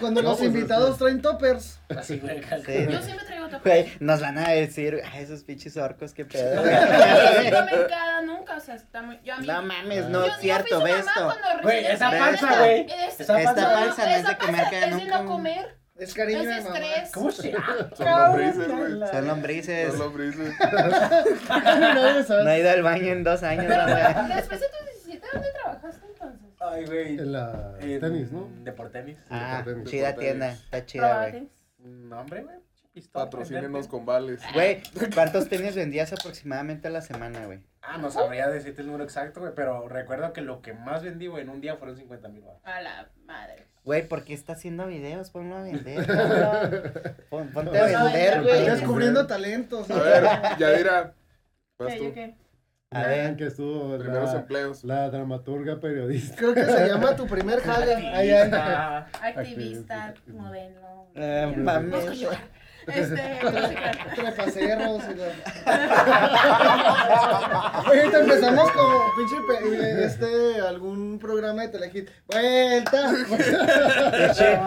Speaker 6: Cuando
Speaker 4: No,
Speaker 6: los
Speaker 4: pues,
Speaker 6: invitados traen toppers.
Speaker 5: Así, güey.
Speaker 1: Sí.
Speaker 3: Yo siempre traigo toppers.
Speaker 1: Güey, nos van a decir, "Ay, esos pinches orcos, qué pedo.
Speaker 3: Yo No me encada nunca, o sea, está muy. Yo a mí.
Speaker 1: no mames, no
Speaker 3: yo-
Speaker 1: es cierto,
Speaker 3: yo fui su
Speaker 1: ve
Speaker 3: mamá
Speaker 1: esto.
Speaker 3: cuando
Speaker 5: Güey,
Speaker 3: recién
Speaker 5: esa
Speaker 3: estaba
Speaker 1: panza,
Speaker 3: neta.
Speaker 5: güey.
Speaker 3: Es-
Speaker 5: Esa
Speaker 1: Esta
Speaker 5: panza-
Speaker 1: panza no es de
Speaker 3: esa
Speaker 1: comer
Speaker 3: panza
Speaker 1: que
Speaker 3: es de
Speaker 1: nunca-
Speaker 3: no comer,
Speaker 6: Es
Speaker 3: es
Speaker 6: cariño
Speaker 3: de
Speaker 6: de mamá.
Speaker 3: estrés.
Speaker 5: ¿Cómo se llama?
Speaker 2: Son lombrices, güey.
Speaker 1: Son
Speaker 2: Son
Speaker 1: lombrices.
Speaker 2: lombrices.
Speaker 6: Nadie sabe.
Speaker 1: No he ido al baño en dos años, la verdad.
Speaker 3: Después de tus 17, ¿dónde trabajaste entonces?
Speaker 5: Ay, güey.
Speaker 4: En la
Speaker 5: En-
Speaker 4: tenis, ¿no?
Speaker 5: Deportenis.
Speaker 1: Ah,
Speaker 4: Deportes.
Speaker 1: chida
Speaker 2: Deportes.
Speaker 1: tienda, está chida, güey.
Speaker 3: Probate.
Speaker 5: No, hombre, güey. Pistola,
Speaker 2: Patrocínenos
Speaker 5: venderte.
Speaker 2: con vales.
Speaker 1: Güey, ¿cuántos tenis vendías aproximadamente a la semana, güey?
Speaker 5: Ah, no sabría decirte el número exacto, güey, pero recuerdo que lo que más vendí, güey, en un día fueron 50 mil baros.
Speaker 3: A la madre.
Speaker 1: Güey, ¿por qué está haciendo videos? Ponlo a vender. cabrón. Pon- ponte a
Speaker 3: Vas Pues, a
Speaker 1: vender,
Speaker 3: vender, güey. Pues,
Speaker 1: güey.
Speaker 6: Descubriendo talentos.
Speaker 2: A
Speaker 6: ¿no?
Speaker 2: ver, Yadira. Vas
Speaker 3: ¿Qué, yo
Speaker 2: tú.
Speaker 3: qué?
Speaker 1: A
Speaker 4: Ya
Speaker 1: ver.
Speaker 4: ven que estuvo
Speaker 2: Primeros
Speaker 1: Ah.
Speaker 4: la,
Speaker 2: empleos.
Speaker 4: la dramaturga periodista.
Speaker 6: Creo que se llama tu primer jala. Ahí, ahí.
Speaker 5: Ah,
Speaker 3: Activista,
Speaker 4: Activista.
Speaker 3: modelo.
Speaker 1: Eh, mames.
Speaker 3: Este, no sé qué.
Speaker 6: Trepacerros y la- Oye, te empezamos como pinche pe- este algún programa de telehit. Vuelta.
Speaker 1: Pinche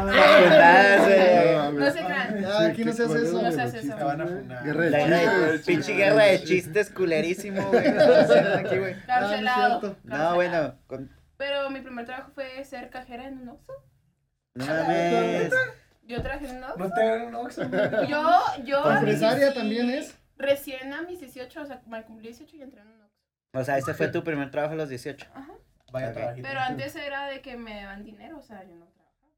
Speaker 1: facultades, güey.
Speaker 4: mames.
Speaker 3: No se crean.
Speaker 6: Ah, aquí no se hace eso.
Speaker 3: No se hace
Speaker 4: Chistes,
Speaker 3: eso.
Speaker 5: Te van a
Speaker 4: güey.
Speaker 5: funar.
Speaker 4: Guerra de
Speaker 1: La guerra de-
Speaker 4: chistes.
Speaker 1: Pinche guerra de chistes culerísimo, güey. que estamos haciendo aquí, güey.
Speaker 3: Cancelado.
Speaker 6: cierto.
Speaker 1: No,
Speaker 3: cancelado.
Speaker 1: bueno, con...
Speaker 3: Pero mi primer trabajo fue ser cajera en un Oxxo.
Speaker 1: no mames.
Speaker 3: Yo trabajé en un Oxxo.
Speaker 5: No te ven un Oxxo, güey.
Speaker 3: Yo, yo. a mis
Speaker 6: Empresaria
Speaker 3: dieci-
Speaker 6: también es.
Speaker 3: Recién a mis 18, o sea, me cumplí 18 y entré en un Oxxo.
Speaker 1: O sea, ese fue tu primer trabajo a los 18.
Speaker 5: Vaya
Speaker 1: Ok.
Speaker 5: trabajito.
Speaker 3: Pero antes era de que me daban dinero, o sea, yo no trabajaba.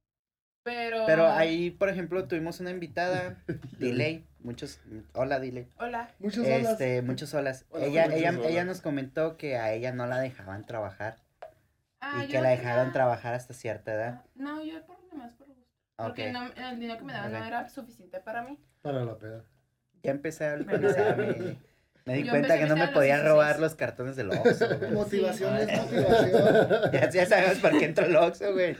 Speaker 3: Pero.
Speaker 1: Pero ahí, por ejemplo, tuvimos una invitada, Delay. Muchos. Hola, Delay.
Speaker 3: Hola.
Speaker 6: Muchos olas.
Speaker 1: Este, muchos olas.
Speaker 2: Hola,
Speaker 1: ella,
Speaker 2: muchas
Speaker 1: ella,
Speaker 2: olas.
Speaker 1: ella nos comentó que a ella no la dejaban trabajar
Speaker 3: Ah,
Speaker 1: y
Speaker 3: yo
Speaker 1: que
Speaker 3: no
Speaker 1: la dejaron
Speaker 3: tenía-
Speaker 1: trabajar hasta cierta edad.
Speaker 3: Ah, No, yo por lo más Ah, por gusto. Porque
Speaker 1: Ok.
Speaker 3: no, el dinero que me daban
Speaker 1: Ok.
Speaker 3: no era suficiente para mí.
Speaker 4: Para la peda.
Speaker 1: Ya empecé a alcoholizarme. Me di
Speaker 3: Yo
Speaker 1: cuenta
Speaker 3: empecé
Speaker 1: que no
Speaker 3: a
Speaker 1: me
Speaker 3: meter a los
Speaker 1: podían
Speaker 3: 16.
Speaker 1: robar los cartones del Oxxo. güey.
Speaker 6: Motivación
Speaker 1: Sí.
Speaker 6: es motivación.
Speaker 1: Ya, ya sabemos por qué entró el Oxxo, güey.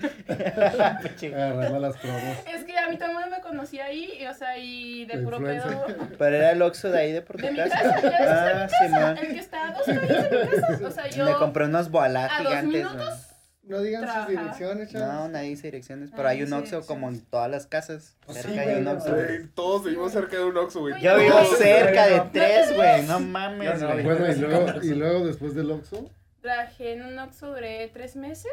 Speaker 1: Pero
Speaker 4: Agarrando las promos.
Speaker 3: Es que a mí también me conocí ahí, y, o sea, y de
Speaker 4: La
Speaker 3: puro pedo.
Speaker 4: influencer.
Speaker 1: era el Oxxo de ahí de por
Speaker 3: De
Speaker 1: tu
Speaker 3: mi
Speaker 1: casa.
Speaker 3: casa, ya ves
Speaker 1: Ah, Simón.
Speaker 3: El que está a dos calles de mi casa. O sea, yo.
Speaker 1: Me compré unos boalá
Speaker 3: a dos
Speaker 1: gigantes, güey.
Speaker 3: minutos
Speaker 6: No digan sus
Speaker 3: Trabajar.
Speaker 6: direcciones,
Speaker 1: No,
Speaker 6: chavos.
Speaker 1: nadie dice direcciones, pero
Speaker 3: Nadie
Speaker 1: hay un
Speaker 3: dice
Speaker 1: Oxxo como en
Speaker 3: direcciones.
Speaker 1: todas las casas.
Speaker 5: Pues sí,
Speaker 1: cerca hay un
Speaker 5: güey,
Speaker 1: Oxxo.
Speaker 2: Güey, todos vivimos cerca de un Oxxo, güey.
Speaker 1: Yo
Speaker 3: Güey,
Speaker 1: vivo
Speaker 3: no,
Speaker 1: cerca de
Speaker 5: güey, no.
Speaker 1: tres, güey. No
Speaker 5: Yo
Speaker 1: mames,
Speaker 5: no,
Speaker 1: güey.
Speaker 5: güey.
Speaker 4: Bueno, y luego, y luego después del Oxxo,
Speaker 3: trabajé en un Oxxo, duré tres meses.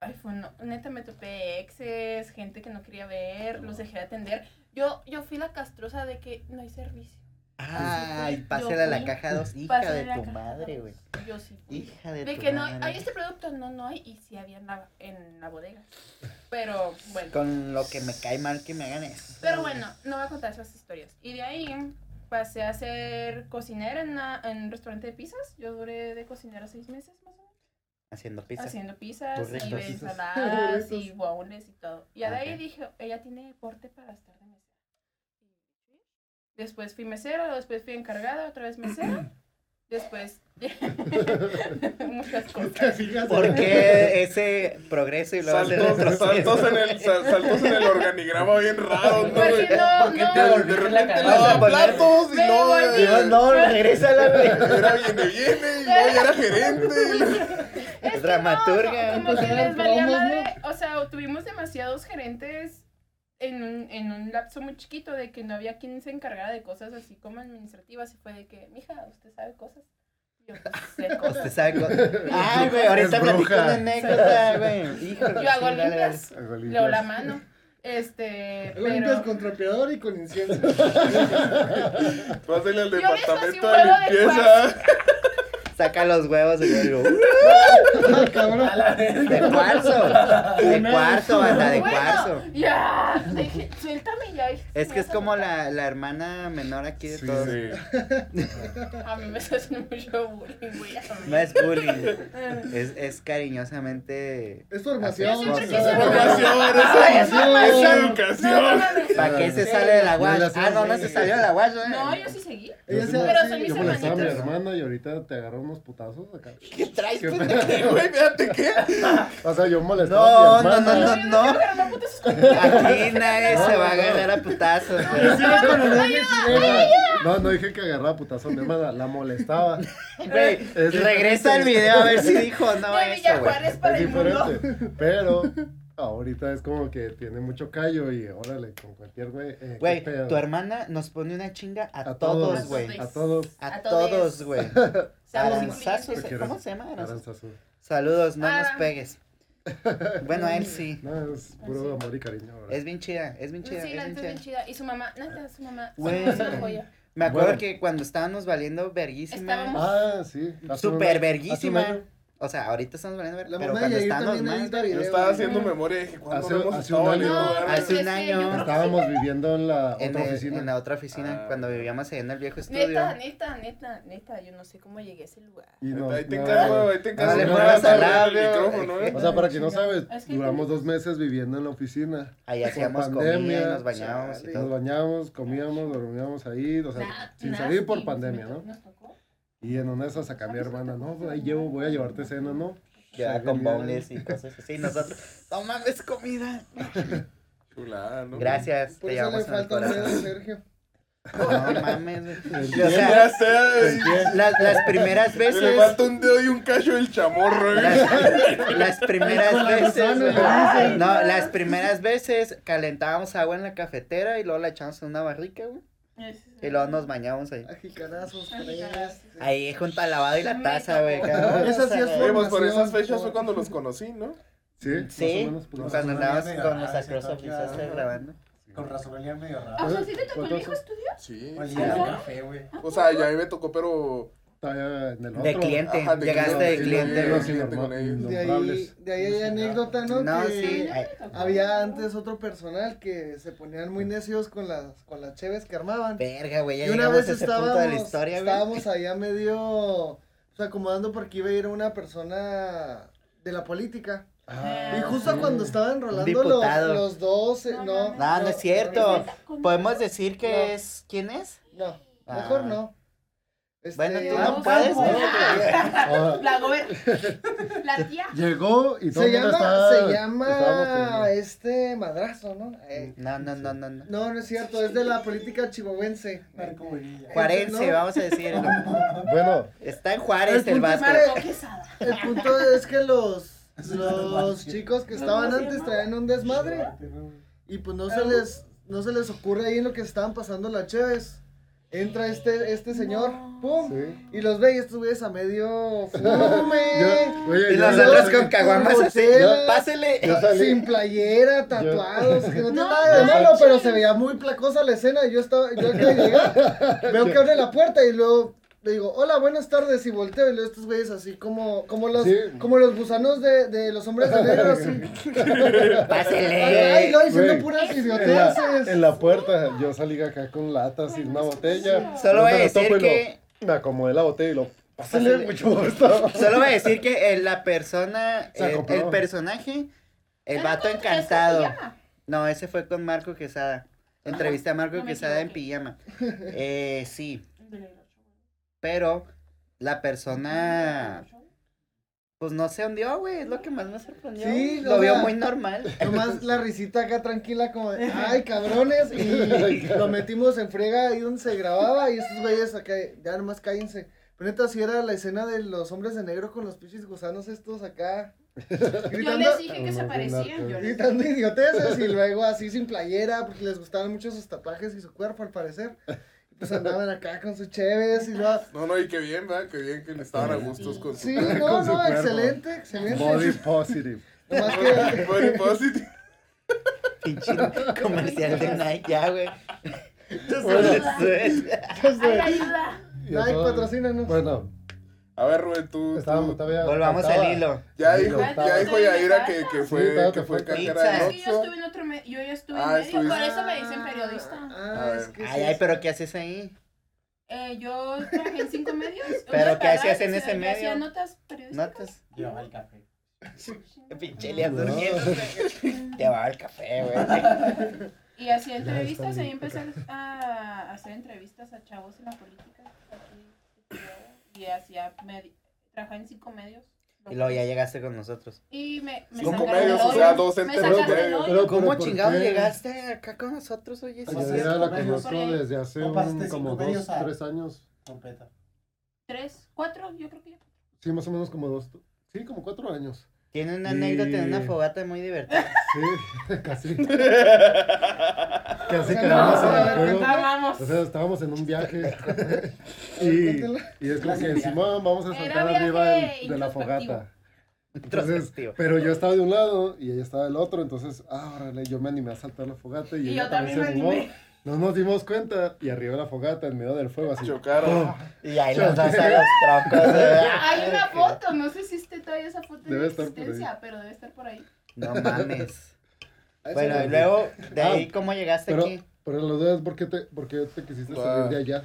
Speaker 3: Ay, fue no, neta, me topé exes, gente que no quería ver, los dejé de atender. Yo, yo fui la castrosa de que no hay servicio.
Speaker 1: Ay,
Speaker 3: Yo
Speaker 1: pásale a la
Speaker 3: fui,
Speaker 1: caja dos. Hija
Speaker 3: Pásale
Speaker 1: de
Speaker 3: la
Speaker 1: tu
Speaker 3: caja.
Speaker 1: madre, güey.
Speaker 3: Yo sí. fui.
Speaker 1: Hija de,
Speaker 3: De
Speaker 1: tu
Speaker 3: que no,
Speaker 1: madre.
Speaker 3: hay este producto, no, no hay, y sí había en la, en la bodega. Pero bueno.
Speaker 1: Con lo que me cae mal que me hagan eso.
Speaker 3: Pero bueno, no voy a contar esas historias. Y de ahí pasé a ser cocinera en, una- en un restaurante de pizzas. Yo duré de cocinera seis meses más o menos.
Speaker 1: Haciendo pizza.
Speaker 3: Haciendo pizzas
Speaker 1: Burritos.
Speaker 3: y
Speaker 1: Pizzas.
Speaker 3: ensaladas y
Speaker 6: Burritos.
Speaker 3: guaunes y todo. Y de ahí
Speaker 1: Ok.
Speaker 3: dije, ella tiene deporte para estar de mesera. Después fui mesera, luego después fui encargada, otra vez mesera. Después, muchas
Speaker 4: te
Speaker 3: cosas.
Speaker 4: fijas.
Speaker 1: ¿Por qué ese progreso y luego se
Speaker 2: Saltos, saltos en el, sal- saltos en el organigrama bien raros, ¿no, güey?
Speaker 3: Porque no,
Speaker 2: Porque te-
Speaker 3: no,
Speaker 2: de
Speaker 5: volviste la
Speaker 2: repente le
Speaker 5: cabeza.
Speaker 2: dan
Speaker 1: No, porque-
Speaker 2: platos y
Speaker 3: Me
Speaker 2: no,
Speaker 3: volví.
Speaker 2: eh,
Speaker 1: no, regresa la güey.
Speaker 2: era viene, viene, y luego ya era gerente. y luego-
Speaker 3: Es que no,
Speaker 1: Dramaturga.
Speaker 3: como que
Speaker 6: Empezaron
Speaker 3: les valía
Speaker 6: promos,
Speaker 3: madre. O sea, tuvimos demasiados gerentes en un, en un lapso muy chiquito de que no había quien se encargara de cosas así como administrativas. Y fue de que, mija, usted sabe cosas. Y Yo pues, sé
Speaker 1: Te
Speaker 3: cosas.
Speaker 1: saco. Ay, güey, ahorita
Speaker 4: Es
Speaker 1: platico
Speaker 4: bruja.
Speaker 1: una anécdota, güey. Híjole,
Speaker 3: Yo hago
Speaker 1: sí, dale, dale.
Speaker 3: limpias,
Speaker 4: Hago
Speaker 3: leo la
Speaker 4: limpias.
Speaker 3: mano. Este,
Speaker 6: Lo limpias
Speaker 3: pero...
Speaker 6: con trapeador y con incienso.
Speaker 2: Pásale al
Speaker 3: Yo les hacía
Speaker 2: departamento
Speaker 3: un
Speaker 2: de
Speaker 3: huevo de
Speaker 2: limpieza.
Speaker 1: Saca los huevos y yo digo, "Uh,
Speaker 6: Ah, cabrón.
Speaker 5: A la verga.
Speaker 1: de cuarzo, de cuarzo, banda, de cuarzo.
Speaker 3: Bueno, ya, dije, suéltame ya. dije,
Speaker 1: Es
Speaker 3: me
Speaker 1: que es
Speaker 3: vas a
Speaker 1: como
Speaker 3: matar.
Speaker 1: la, la hermana menor aquí de
Speaker 2: Sí,
Speaker 1: todos.
Speaker 2: sí.
Speaker 3: A mí me está haciendo mucho bullying, güey. a mí.
Speaker 1: No es bullying, es, es cariñosamente...
Speaker 6: Es
Speaker 3: Yo
Speaker 6: formación.
Speaker 1: Yo
Speaker 3: siempre
Speaker 1: sí,
Speaker 3: quise
Speaker 1: sí,
Speaker 3: ser
Speaker 1: sí.
Speaker 3: abogada.
Speaker 2: Formación, es
Speaker 3: Ay, es
Speaker 2: educación,
Speaker 3: formación.
Speaker 2: es
Speaker 3: No, no,
Speaker 2: educación.
Speaker 3: no, no.
Speaker 1: ¿Para qué se
Speaker 3: Sí.
Speaker 1: sale de la
Speaker 4: No,
Speaker 1: guacha?
Speaker 4: la
Speaker 1: Ah, no, no se salió de la guacha.
Speaker 3: No,
Speaker 1: ¿eh?
Speaker 3: yo sí seguí.
Speaker 6: Ella
Speaker 4: Yo
Speaker 6: se
Speaker 4: me-
Speaker 3: Pero son mis
Speaker 4: Yo molestaba a mi
Speaker 3: hermanitos.
Speaker 4: hermana y ahorita te agarró unos putazos acá.
Speaker 1: ¿Qué traes,
Speaker 4: Qué
Speaker 1: puta?
Speaker 4: pedo.
Speaker 2: Güey, fíjate qué.
Speaker 4: O sea, yo molestaba
Speaker 1: No,
Speaker 4: a mi
Speaker 1: no,
Speaker 4: hermana.
Speaker 1: no,
Speaker 3: Yo
Speaker 1: no.
Speaker 3: no quiero agarrar a putazos con-
Speaker 1: Aquí nadie
Speaker 4: No,
Speaker 1: se va a
Speaker 4: no.
Speaker 1: agarrar a putazos. güey.
Speaker 6: Yo sí iba con el ojo encima.
Speaker 4: No, no dije que agarraba putazo a mi hermana, la molestaba.
Speaker 1: Güey,
Speaker 4: Es
Speaker 1: regresa
Speaker 4: diferente.
Speaker 1: al video a ver si dijo no
Speaker 3: De
Speaker 1: eso,
Speaker 3: Villa
Speaker 1: güey.
Speaker 3: Juárez para
Speaker 4: Es
Speaker 3: el mundo.
Speaker 4: diferente. Pero ahorita es como que tiene mucho callo y órale, con cualquier güey. eh, qué
Speaker 1: Güey,
Speaker 4: pedo.
Speaker 1: tu hermana nos pone una chinga a,
Speaker 4: A
Speaker 1: todos,
Speaker 4: todos,
Speaker 1: güey.
Speaker 4: A todos.
Speaker 1: A,
Speaker 3: A
Speaker 1: todos,
Speaker 3: todes.
Speaker 1: güey.
Speaker 3: Seamos
Speaker 1: Aranzazos.
Speaker 3: incluyentes.
Speaker 4: incluyentes.
Speaker 1: ¿Cómo se llama? Aranzazos.
Speaker 4: Aranzazú.
Speaker 1: Saludos, no nos
Speaker 3: Aran.
Speaker 1: pegues. Bueno, a él Ah, sí.
Speaker 4: No, es puro
Speaker 3: Así.
Speaker 4: amor y cariño. ahora.
Speaker 1: Es bien chida, es bien chida,
Speaker 3: Sí,
Speaker 1: es
Speaker 3: la
Speaker 1: bien
Speaker 3: neta es bien
Speaker 1: chida.
Speaker 3: chida. Y su mamá, neta, su mamá. su
Speaker 1: Güey.
Speaker 3: mamá es una joya.
Speaker 1: Me acuerdo
Speaker 4: Bueno.
Speaker 1: que cuando estábamos valiendo verguísima,
Speaker 3: Estábamos-
Speaker 4: Ah, sí. hace un
Speaker 1: Súper
Speaker 4: año-
Speaker 1: verguísima.
Speaker 4: hace un año-
Speaker 1: o sea, ahorita estamos valiendo verga,
Speaker 6: La
Speaker 1: pero
Speaker 6: mamá
Speaker 1: cuando
Speaker 6: de Yair
Speaker 1: estábamos
Speaker 6: también
Speaker 1: más,
Speaker 6: edita
Speaker 1: güey,
Speaker 2: Yo
Speaker 6: video.
Speaker 2: estaba
Speaker 6: güey.
Speaker 2: haciendo memoria y dije, ¿cuándo
Speaker 4: Hace-
Speaker 2: no hemos
Speaker 4: hace
Speaker 2: estado
Speaker 4: un año.
Speaker 2: valiendo
Speaker 3: No, pues,
Speaker 2: verga?
Speaker 1: hace
Speaker 3: es
Speaker 1: un
Speaker 3: que
Speaker 1: año.
Speaker 3: yo creo que
Speaker 4: Estábamos viviendo en la
Speaker 1: en,
Speaker 4: otra
Speaker 1: el-
Speaker 4: oficina.
Speaker 1: en la otra oficina,
Speaker 2: Ah.
Speaker 1: cuando vivíamos ahí en el viejo estudio.
Speaker 3: Neta, neta, neta, neta, yo no sé cómo llegué a ese lugar.
Speaker 4: Y nos-
Speaker 2: Ahí te
Speaker 4: no,
Speaker 2: encargo, ahí te encargo.
Speaker 4: No le
Speaker 2: No
Speaker 4: muevas
Speaker 2: vas a
Speaker 4: al
Speaker 2: abrir el
Speaker 1: labio.
Speaker 2: micrófono, ¿eh?
Speaker 4: O sea, para que no sabes,
Speaker 3: Es que-
Speaker 4: duramos dos meses viviendo en la oficina.
Speaker 1: Ahí
Speaker 4: Por
Speaker 1: hacíamos comida y
Speaker 4: pandemia,
Speaker 1: nos bañábamos y
Speaker 6: chale.
Speaker 4: Nos
Speaker 1: todo.
Speaker 4: bañábamos, comíamos, dormíamos ahí, o sea,
Speaker 3: Na-
Speaker 4: sin
Speaker 3: nasty,
Speaker 4: salir por
Speaker 3: nos
Speaker 4: pandemia,
Speaker 3: meto-
Speaker 4: ¿no?
Speaker 3: nos tocó.
Speaker 4: Y en una de esas saca a mi hermana, no, pues ahí llevo, voy a llevarte cena, ¿no?
Speaker 1: Ya
Speaker 4: Saca
Speaker 1: con
Speaker 4: bien.
Speaker 1: boneless y cosas así. Nosotros, no mames, comida.
Speaker 2: Chulada, ¿no?
Speaker 1: Gracias,
Speaker 6: Por
Speaker 1: te
Speaker 6: eso le
Speaker 1: llevamos en el
Speaker 6: falta un dedo a
Speaker 1: corazón.
Speaker 6: Sergio.
Speaker 1: No mames, güey. O
Speaker 2: Ya
Speaker 1: sea,
Speaker 2: sé,
Speaker 1: las, las primeras
Speaker 2: y- y Le
Speaker 1: veces.
Speaker 2: falta un dedo y un cacho del chamorro, ¿eh?
Speaker 1: Las, las primeras veces.
Speaker 6: gusano,
Speaker 1: güey.
Speaker 6: le dicen.
Speaker 1: No, las primeras veces calentábamos agua en la cafetera y luego la echábamos en una barrica, güey. Y luego nos bañábamos ahí.
Speaker 6: A jicanazos,
Speaker 3: A jicanazos.
Speaker 6: tres.
Speaker 1: Ahí junto al lavado y la taza, güey.
Speaker 6: Esa sí es
Speaker 2: Oye,
Speaker 1: forma.
Speaker 2: pues por esas fechas
Speaker 6: por-
Speaker 2: fue cuando los conocí, ¿no?
Speaker 4: Sí,
Speaker 1: Sí,
Speaker 6: pues,
Speaker 4: por
Speaker 1: cuando
Speaker 4: eso.
Speaker 1: andábamos
Speaker 5: medio
Speaker 1: con los
Speaker 5: raro, ese
Speaker 1: Across of
Speaker 5: toque,
Speaker 1: Disaster
Speaker 5: ¿no?
Speaker 1: grabando.
Speaker 5: Con razón olía medio
Speaker 3: Ah,
Speaker 5: raro.
Speaker 3: o sea, ¿sí te tocó el viejo estudio?
Speaker 2: Sí.
Speaker 5: Olía a café, güey.
Speaker 2: O sea, ya a mí me tocó, pero
Speaker 4: Estaba en el otro.
Speaker 1: De cliente,
Speaker 2: Ajá, de
Speaker 1: llegaste
Speaker 2: cliente,
Speaker 1: de
Speaker 2: sí,
Speaker 1: cliente,
Speaker 2: sí,
Speaker 1: güey.
Speaker 2: sí.
Speaker 6: De ahí, de ahí hay anécdota, ¿no?
Speaker 1: No,
Speaker 6: Que
Speaker 1: sí. ay,
Speaker 6: Había antes otro personal que se ponían muy necios con las, con las cheves que armaban.
Speaker 1: Verga, güey, ya
Speaker 6: y una
Speaker 1: llegamos
Speaker 6: vez
Speaker 1: a ese punto de la
Speaker 6: estábamos,
Speaker 1: historia, güey.
Speaker 6: estábamos allá medio pues, acomodando porque iba a ir una persona de la política.
Speaker 4: Ah,
Speaker 6: y justo
Speaker 4: sí.
Speaker 6: cuando estaba enrolando
Speaker 1: Diputado.
Speaker 6: los, los dos, eh,
Speaker 3: No,
Speaker 6: no.
Speaker 3: mames.
Speaker 1: No, no es cierto. ¿Podemos decir que
Speaker 6: No.
Speaker 1: es quién es?
Speaker 6: No, mejor
Speaker 1: Ah.
Speaker 6: no. Este, pues,
Speaker 1: Bueno, tú
Speaker 3: no
Speaker 1: no puedes.
Speaker 3: vamos.
Speaker 1: güey.
Speaker 4: Ah,
Speaker 3: La gober. La tía.
Speaker 4: llegó y todo
Speaker 6: se
Speaker 4: el mundo
Speaker 6: llama,
Speaker 4: estaba-
Speaker 6: se
Speaker 4: estábamos
Speaker 6: llama
Speaker 4: teniendo-
Speaker 6: este madrazo, ¿no? Eh,
Speaker 1: No, no, no, no. no.
Speaker 6: no, no es cierto, es de la política chihuahuense.
Speaker 5: Marco Bonilla.
Speaker 1: Juarense,
Speaker 6: no.
Speaker 1: vamos a decirlo.
Speaker 4: Bueno,
Speaker 1: Está en Juárez el
Speaker 6: punto
Speaker 1: vato.
Speaker 6: es
Speaker 3: Tocó quesada.
Speaker 6: El punto es que los,
Speaker 5: Eso está mal,
Speaker 6: los
Speaker 5: sí.
Speaker 6: chicos que estaban
Speaker 3: ¿Cómo se
Speaker 6: antes
Speaker 3: llama?
Speaker 6: traían un desmadre y pues no se les, no se les ocurre ahí en lo que estaban pasando las cheves. Entra este, este señor, pum,
Speaker 4: sí.
Speaker 6: y los ve y estos güeyes a medio fume.
Speaker 4: Yo- oye,
Speaker 1: Y
Speaker 4: yo-
Speaker 1: nosotros
Speaker 4: yo-
Speaker 1: con caguamas así.
Speaker 6: Yo-
Speaker 1: Pásele.
Speaker 4: yo salí-
Speaker 6: Sin playera, tatuados, que no tiene
Speaker 3: No
Speaker 6: nada de
Speaker 3: manches.
Speaker 6: malo, pero se veía muy placosa la escena. y Yo estaba, yo acabo de llegar, veo que abre la puerta y luego le digo, hola, buenas tardes, y volteo, y luego estos güeyes así como, como los,
Speaker 4: Sí.
Speaker 6: como los gusanos de, de los hombres de negro, así. Ay,
Speaker 1: Pásele.
Speaker 6: no, diciendo
Speaker 4: Eh, Güey.
Speaker 6: puras
Speaker 4: En la,
Speaker 6: idioteces.
Speaker 4: en la puerta, yo salí acá con latas y una botella.
Speaker 1: Solo voy a
Speaker 4: Me la
Speaker 1: decir
Speaker 4: topo y lo-
Speaker 1: que-
Speaker 4: Me acomodé la botella y lo. Pásale mucho gusto.
Speaker 1: Solo voy a decir que el- la persona,
Speaker 4: Se
Speaker 1: el,
Speaker 4: acopló.
Speaker 1: el personaje, el
Speaker 3: Ah,
Speaker 1: vato
Speaker 3: ¿cómo te
Speaker 1: encantado.
Speaker 3: llamas? ¿Cómo te llamas?
Speaker 1: No, ese fue con Marco Quesada. Entrevisté a Marco
Speaker 3: no me
Speaker 1: Quesada en
Speaker 3: equivoqué.
Speaker 1: pijama. Eh, sí, pero la persona, pues no se hundió, güey, es lo que más me sorprendió.
Speaker 6: Sí,
Speaker 1: lo
Speaker 6: o
Speaker 1: vio
Speaker 6: sea-
Speaker 1: muy normal.
Speaker 6: Nomás la risita acá tranquila, como de, ay, cabrones. Y lo metimos en frega ahí donde se grababa. Y estos güeyes acá, ya nomás cállense. Pero neta, si era la escena de los hombres de negro con los pinches gusanos estos acá.
Speaker 3: Yo
Speaker 6: Gritando,
Speaker 3: les dije que se parecían. Yo les
Speaker 6: gritando idioteces y luego así sin playera, porque les gustaban mucho sus tatuajes y su cuerpo al parecer. Y pues andaban acá con sus cheves y lo.
Speaker 2: No, no, y qué bien, ¿verdad? Qué bien que le estaban a gustos con su...
Speaker 6: Sí,
Speaker 4: Con
Speaker 6: no,
Speaker 4: su
Speaker 6: no,
Speaker 4: cuerpo.
Speaker 6: excelente, excelente.
Speaker 4: Body positive.
Speaker 2: pues,
Speaker 6: Nomás que.
Speaker 2: Body positive.
Speaker 1: Pinche comercial de Nike, ya, güey. Entonces,
Speaker 3: ¡Ay, ayuda!
Speaker 4: Y a
Speaker 6: Nike,
Speaker 4: todo-
Speaker 6: patrocínanos.
Speaker 4: Bueno,
Speaker 2: A ver, Rubén, tú.
Speaker 4: estábamos
Speaker 2: tú-
Speaker 4: todavía.
Speaker 1: volvamos
Speaker 4: faltaba-
Speaker 1: al hilo.
Speaker 2: Ya
Speaker 4: Sí,
Speaker 2: dijo,
Speaker 4: lo
Speaker 2: ya
Speaker 4: estaba.
Speaker 2: dijo Yaira que, que
Speaker 4: Sí,
Speaker 2: fue,
Speaker 4: estaba,
Speaker 2: que
Speaker 4: que
Speaker 2: fue
Speaker 4: fue
Speaker 2: cajera
Speaker 3: Es que
Speaker 2: de
Speaker 3: yo estuve
Speaker 2: Oxxo.
Speaker 3: en otro medio, yo ya estuve
Speaker 2: Ah,
Speaker 3: en medio,
Speaker 2: estuviste.
Speaker 3: por eso me dicen periodista.
Speaker 2: A
Speaker 6: Ah,
Speaker 2: ver.
Speaker 6: es que
Speaker 1: Ay,
Speaker 6: sí,
Speaker 1: ay,
Speaker 6: sí.
Speaker 1: pero ¿qué haces ahí?
Speaker 3: Eh, yo trabajé en cinco medios.
Speaker 1: Pero,
Speaker 3: Una
Speaker 1: ¿qué hacías
Speaker 3: parada,
Speaker 1: en
Speaker 3: yo
Speaker 1: ese
Speaker 3: hacía- yo Hacía
Speaker 1: medio?
Speaker 3: notas periodísticas.
Speaker 1: ¿Notas?
Speaker 5: Llevaba el café.
Speaker 1: pues, Pinche Elias durmiendo. Te va el café, güey.
Speaker 3: Y hacía entrevistas, ahí empecé a hacer entrevistas a chavos en la política. aquí, Y hacía, medi- trabajaba en cinco medios.
Speaker 1: Y luego ya llegaste con nosotros.
Speaker 3: Y me, me
Speaker 2: Cinco
Speaker 3: sacaron
Speaker 2: medios,
Speaker 3: del
Speaker 2: o sea,
Speaker 3: hoyo,
Speaker 2: dos
Speaker 3: me
Speaker 2: enteros
Speaker 3: sacaron del
Speaker 2: medios.
Speaker 3: hoyo.
Speaker 1: ¿Cómo
Speaker 4: pero ¿por
Speaker 1: chingados
Speaker 4: qué?
Speaker 1: llegaste acá con nosotros, oye? Sí, es
Speaker 4: Yo
Speaker 5: Allá
Speaker 4: era
Speaker 1: cierto.
Speaker 4: la
Speaker 5: Porque-
Speaker 4: conozco desde hace
Speaker 5: No
Speaker 4: un-
Speaker 5: pasaste cinco
Speaker 4: como dos,
Speaker 5: medios a-
Speaker 4: tres años.
Speaker 5: Completa.
Speaker 3: Tres, cuatro, yo creo que ya.
Speaker 4: Sí, más o menos como dos. Sí, como cuatro años.
Speaker 1: Tiene una anécdota en una
Speaker 4: Y-
Speaker 1: fogata muy divertida.
Speaker 4: Sí, casi. casi quedamos en el juego.
Speaker 3: Ah, vamos.
Speaker 4: O sea, estábamos en un viaje. y,
Speaker 6: Cuéntala.
Speaker 4: y es como que Simón, vamos a
Speaker 3: Era
Speaker 4: saltar
Speaker 3: viaje
Speaker 4: arriba del- de la
Speaker 3: introspectivo.
Speaker 4: fogata. Entonces,
Speaker 1: Introspectivo.
Speaker 4: pero yo estaba de un lado y ella estaba del otro, entonces, ah, órale, yo me animé a saltar la fogata y,
Speaker 3: Y
Speaker 4: ella
Speaker 3: yo también me
Speaker 4: se animó.
Speaker 3: animé.
Speaker 4: No nos dimos cuenta y arriba de la fogata, en medio del fuego, así.
Speaker 2: Chocaron.
Speaker 4: ¡pum!
Speaker 1: Y ahí los dos a los troncos. ¿eh? güey.
Speaker 3: Hay una foto, no sé si esté todavía esa foto
Speaker 4: Debe
Speaker 3: en
Speaker 4: estar por
Speaker 3: existencia, pero debe estar por ahí.
Speaker 1: No mames.
Speaker 4: Ahí se
Speaker 1: Bueno,
Speaker 4: me
Speaker 1: y luego, de
Speaker 4: Ah,
Speaker 1: ahí, ¿cómo llegaste
Speaker 4: Pero,
Speaker 1: aquí?
Speaker 4: pero la duda es por qué te, por qué te quisiste
Speaker 2: Wow.
Speaker 4: salir de allá.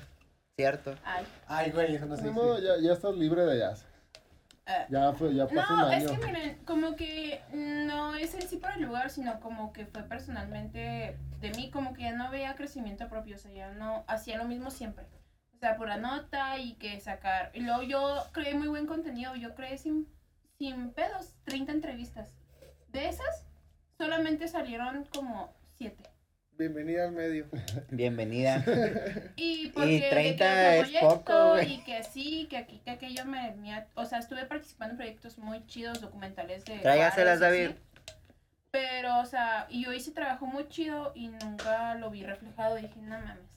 Speaker 1: Cierto.
Speaker 3: Ay.
Speaker 5: Ay, güey,
Speaker 6: Ah,
Speaker 5: eso no se
Speaker 4: Ni modo,
Speaker 5: dice.
Speaker 4: ya, ya estás libre de allá.
Speaker 3: Ah.
Speaker 4: Ya, fue, ya pasó un
Speaker 3: No, es
Speaker 4: año.
Speaker 3: que miren, como que no es en sí por el lugar, sino como que fue personalmente de mí, como que ya no veía crecimiento propio, o sea, ya no hacía lo mismo siempre. O sea, pura nota y que sacar. Y luego yo creé muy buen contenido, yo creé sin, sin pedos 30 entrevistas. De esas, solamente salieron como 7.
Speaker 6: Bienvenida al medio.
Speaker 1: Bienvenida.
Speaker 3: Y porque de que
Speaker 1: 30
Speaker 3: otro
Speaker 1: es poco, güey.
Speaker 3: y que sí, que aquí, que aquello me, me- O sea, estuve participando en proyectos muy chidos, documentales de.
Speaker 1: Tráigaselas,
Speaker 3: bares y
Speaker 1: David.
Speaker 3: así. Pero, o sea, y yo hice trabajo muy chido y nunca lo vi reflejado. Dije, no mames.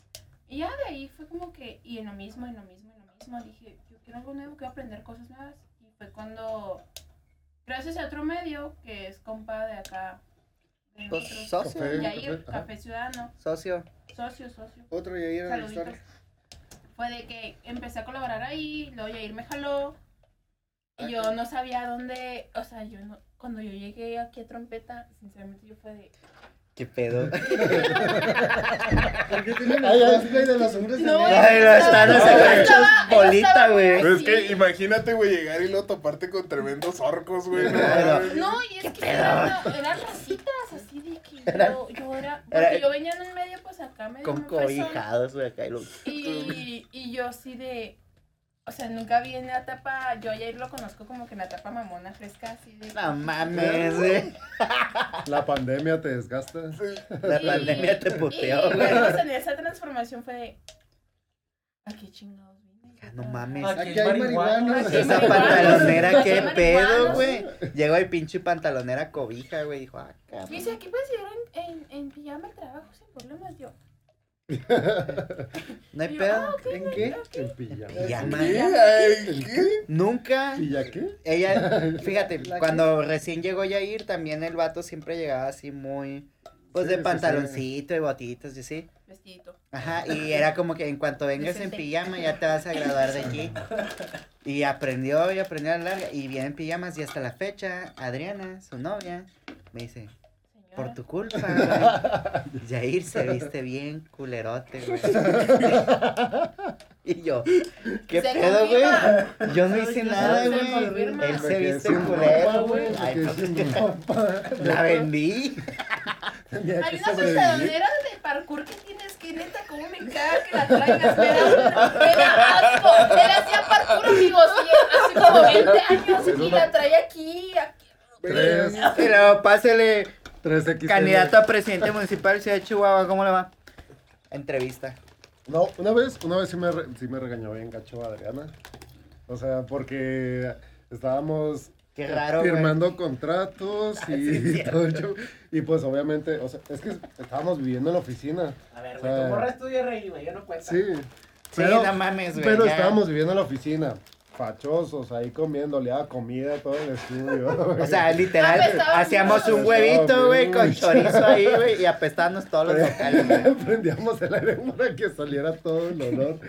Speaker 3: Y ya de ahí fue como que, y en lo mismo, en lo mismo, en lo mismo. Dije, yo quiero algo nuevo, quiero aprender cosas nuevas. Y fue cuando, gracias a otro medio, que es compa de acá, de
Speaker 1: Pues,
Speaker 3: nosotros,
Speaker 1: socio,
Speaker 4: Café,
Speaker 3: Yair,
Speaker 4: café, ajá.
Speaker 3: Café Ciudadano,
Speaker 1: socio.
Speaker 3: socio, socio
Speaker 6: Otro ya era la
Speaker 3: saluditos.
Speaker 6: historia.
Speaker 3: Fue de que empecé a colaborar ahí, luego Yair me jaló.
Speaker 6: Ah,
Speaker 3: Y yo
Speaker 6: claro.
Speaker 3: no sabía dónde, o sea, yo no, cuando yo llegué aquí a Trompeta, sinceramente yo fue de,
Speaker 1: ¿Qué pedo?
Speaker 6: ¿Por qué tienen
Speaker 4: Ay,
Speaker 6: el
Speaker 4: ay.
Speaker 6: cosplay de los hombres
Speaker 3: No,
Speaker 6: en
Speaker 1: Ay, lo están
Speaker 3: no,
Speaker 1: haciendo
Speaker 3: estaba-
Speaker 1: hechos bolita, güey.
Speaker 2: Pero es que imagínate, güey, llegar y luego toparte con tremendos orcos, güey. No,
Speaker 1: Pero-
Speaker 2: mames.
Speaker 3: no, y es que eran, eran racitas, así de que yo, yo era, porque
Speaker 1: era-
Speaker 3: yo venía en un medio, pues acá medio
Speaker 1: Con
Speaker 3: una persona.
Speaker 1: cobijados, güey, acá. y lo-
Speaker 3: Y, y yo así de. O sea, nunca vi en la tapa. Yo a Yair lo conozco como que en la tapa mamona fresca, así de.
Speaker 1: No mames, güey.
Speaker 4: La pandemia te desgasta.
Speaker 1: La
Speaker 3: Y-
Speaker 1: pandemia te puteó,
Speaker 3: Y
Speaker 1: güey.
Speaker 3: bueno, pues, en esa transformación fue de. ¿A qué chingados vine?
Speaker 1: Ah, No mames.
Speaker 5: Aquí
Speaker 6: Aquí hay marihuana.
Speaker 3: Aquí hay
Speaker 1: Esa
Speaker 3: marihuana.
Speaker 1: pantalonera, qué
Speaker 3: Marihuana.
Speaker 1: pedo, güey. Llegó el pinche pantalonera cobija, güey. Dijo, ah, cabrón.
Speaker 3: Me dice, aquí puedes llegar en, en, en pijama al trabajo sin problemas. Yo,
Speaker 1: No hay
Speaker 3: yo,
Speaker 1: pedo.
Speaker 3: ah, ok,
Speaker 6: ¿En
Speaker 3: güey,
Speaker 6: qué?
Speaker 3: ok.
Speaker 4: En pijama.
Speaker 1: Pijama.
Speaker 2: ¿Qué? Ay, ¿qué?
Speaker 1: Nunca.
Speaker 4: ¿Y ya qué?
Speaker 1: Ella, fíjate,
Speaker 6: La que-
Speaker 1: cuando recién llegó Yair, también el vato siempre llegaba así muy, pues
Speaker 4: Sí,
Speaker 1: de
Speaker 4: sí, sí.
Speaker 1: pantaloncito y botitas y así.
Speaker 3: Vestidito.
Speaker 1: Ajá, y era como que en cuanto vengas en
Speaker 3: Decente.
Speaker 1: pijama ya te vas a graduar de aquí. Y aprendió y aprendió a la larga. Y viene en pijamas y hasta la fecha, Adriana, su novia, me dice,
Speaker 3: Señora.
Speaker 1: por tu culpa, güey, Yair se viste bien culerote, güey. Y yo, ¿qué
Speaker 3: Se
Speaker 1: pedo,
Speaker 3: confirma.
Speaker 1: güey? Yo no hice
Speaker 3: Se
Speaker 1: nada, güey.
Speaker 3: confirma.
Speaker 1: Él
Speaker 4: Me
Speaker 1: se
Speaker 4: quedé
Speaker 1: viste
Speaker 4: sin ropa,
Speaker 1: culero, güey.
Speaker 4: güey, me
Speaker 1: Ay,
Speaker 4: quedé
Speaker 1: pues,
Speaker 4: sin ropa.
Speaker 1: La vendí.
Speaker 4: Tenía que
Speaker 3: Hay unas
Speaker 4: sobrevivir.
Speaker 3: pantalonera de parkour que tienes que neta, cómo me caga que la traigas, me da, me da asco, él hacía parkour, amigos, y hace como 20 años,
Speaker 6: Pues
Speaker 3: y la trae aquí, aquí.
Speaker 4: Tres,
Speaker 1: Y luego pásele,
Speaker 4: tres XL.
Speaker 1: candidato a presidente municipal Ciudad de Chihuahua, ¿cómo le va? Entrevista.
Speaker 4: No, una vez, una vez sí me, re- sí me regañó bien gacho Adriana. O sea, porque estábamos
Speaker 1: Qué raro, güey. Ah,
Speaker 4: firmando contratos
Speaker 1: Sí,
Speaker 4: y
Speaker 1: es
Speaker 4: todo el show. Y pues obviamente, o sea, es que estábamos viviendo en la oficina.
Speaker 5: A ver, güey, tu
Speaker 4: Ah.
Speaker 5: morra estudia reír, güey, yo no cuento.
Speaker 4: Sí.
Speaker 1: Sí,
Speaker 4: Pero,
Speaker 1: no mames, güey.
Speaker 4: pero
Speaker 1: ya.
Speaker 4: estábamos viviendo en la oficina. fachosos ahí comiéndole a comida a todo el estudio.
Speaker 1: O sea, literal,
Speaker 3: Apestaba
Speaker 1: hacíamos un
Speaker 4: mucho.
Speaker 1: huevito, güey, con
Speaker 4: Apestaba
Speaker 1: chorizo ahí, güey, y apestarnos todos los locales, güey.
Speaker 4: prendíamos el aire para que saliera todo el olor.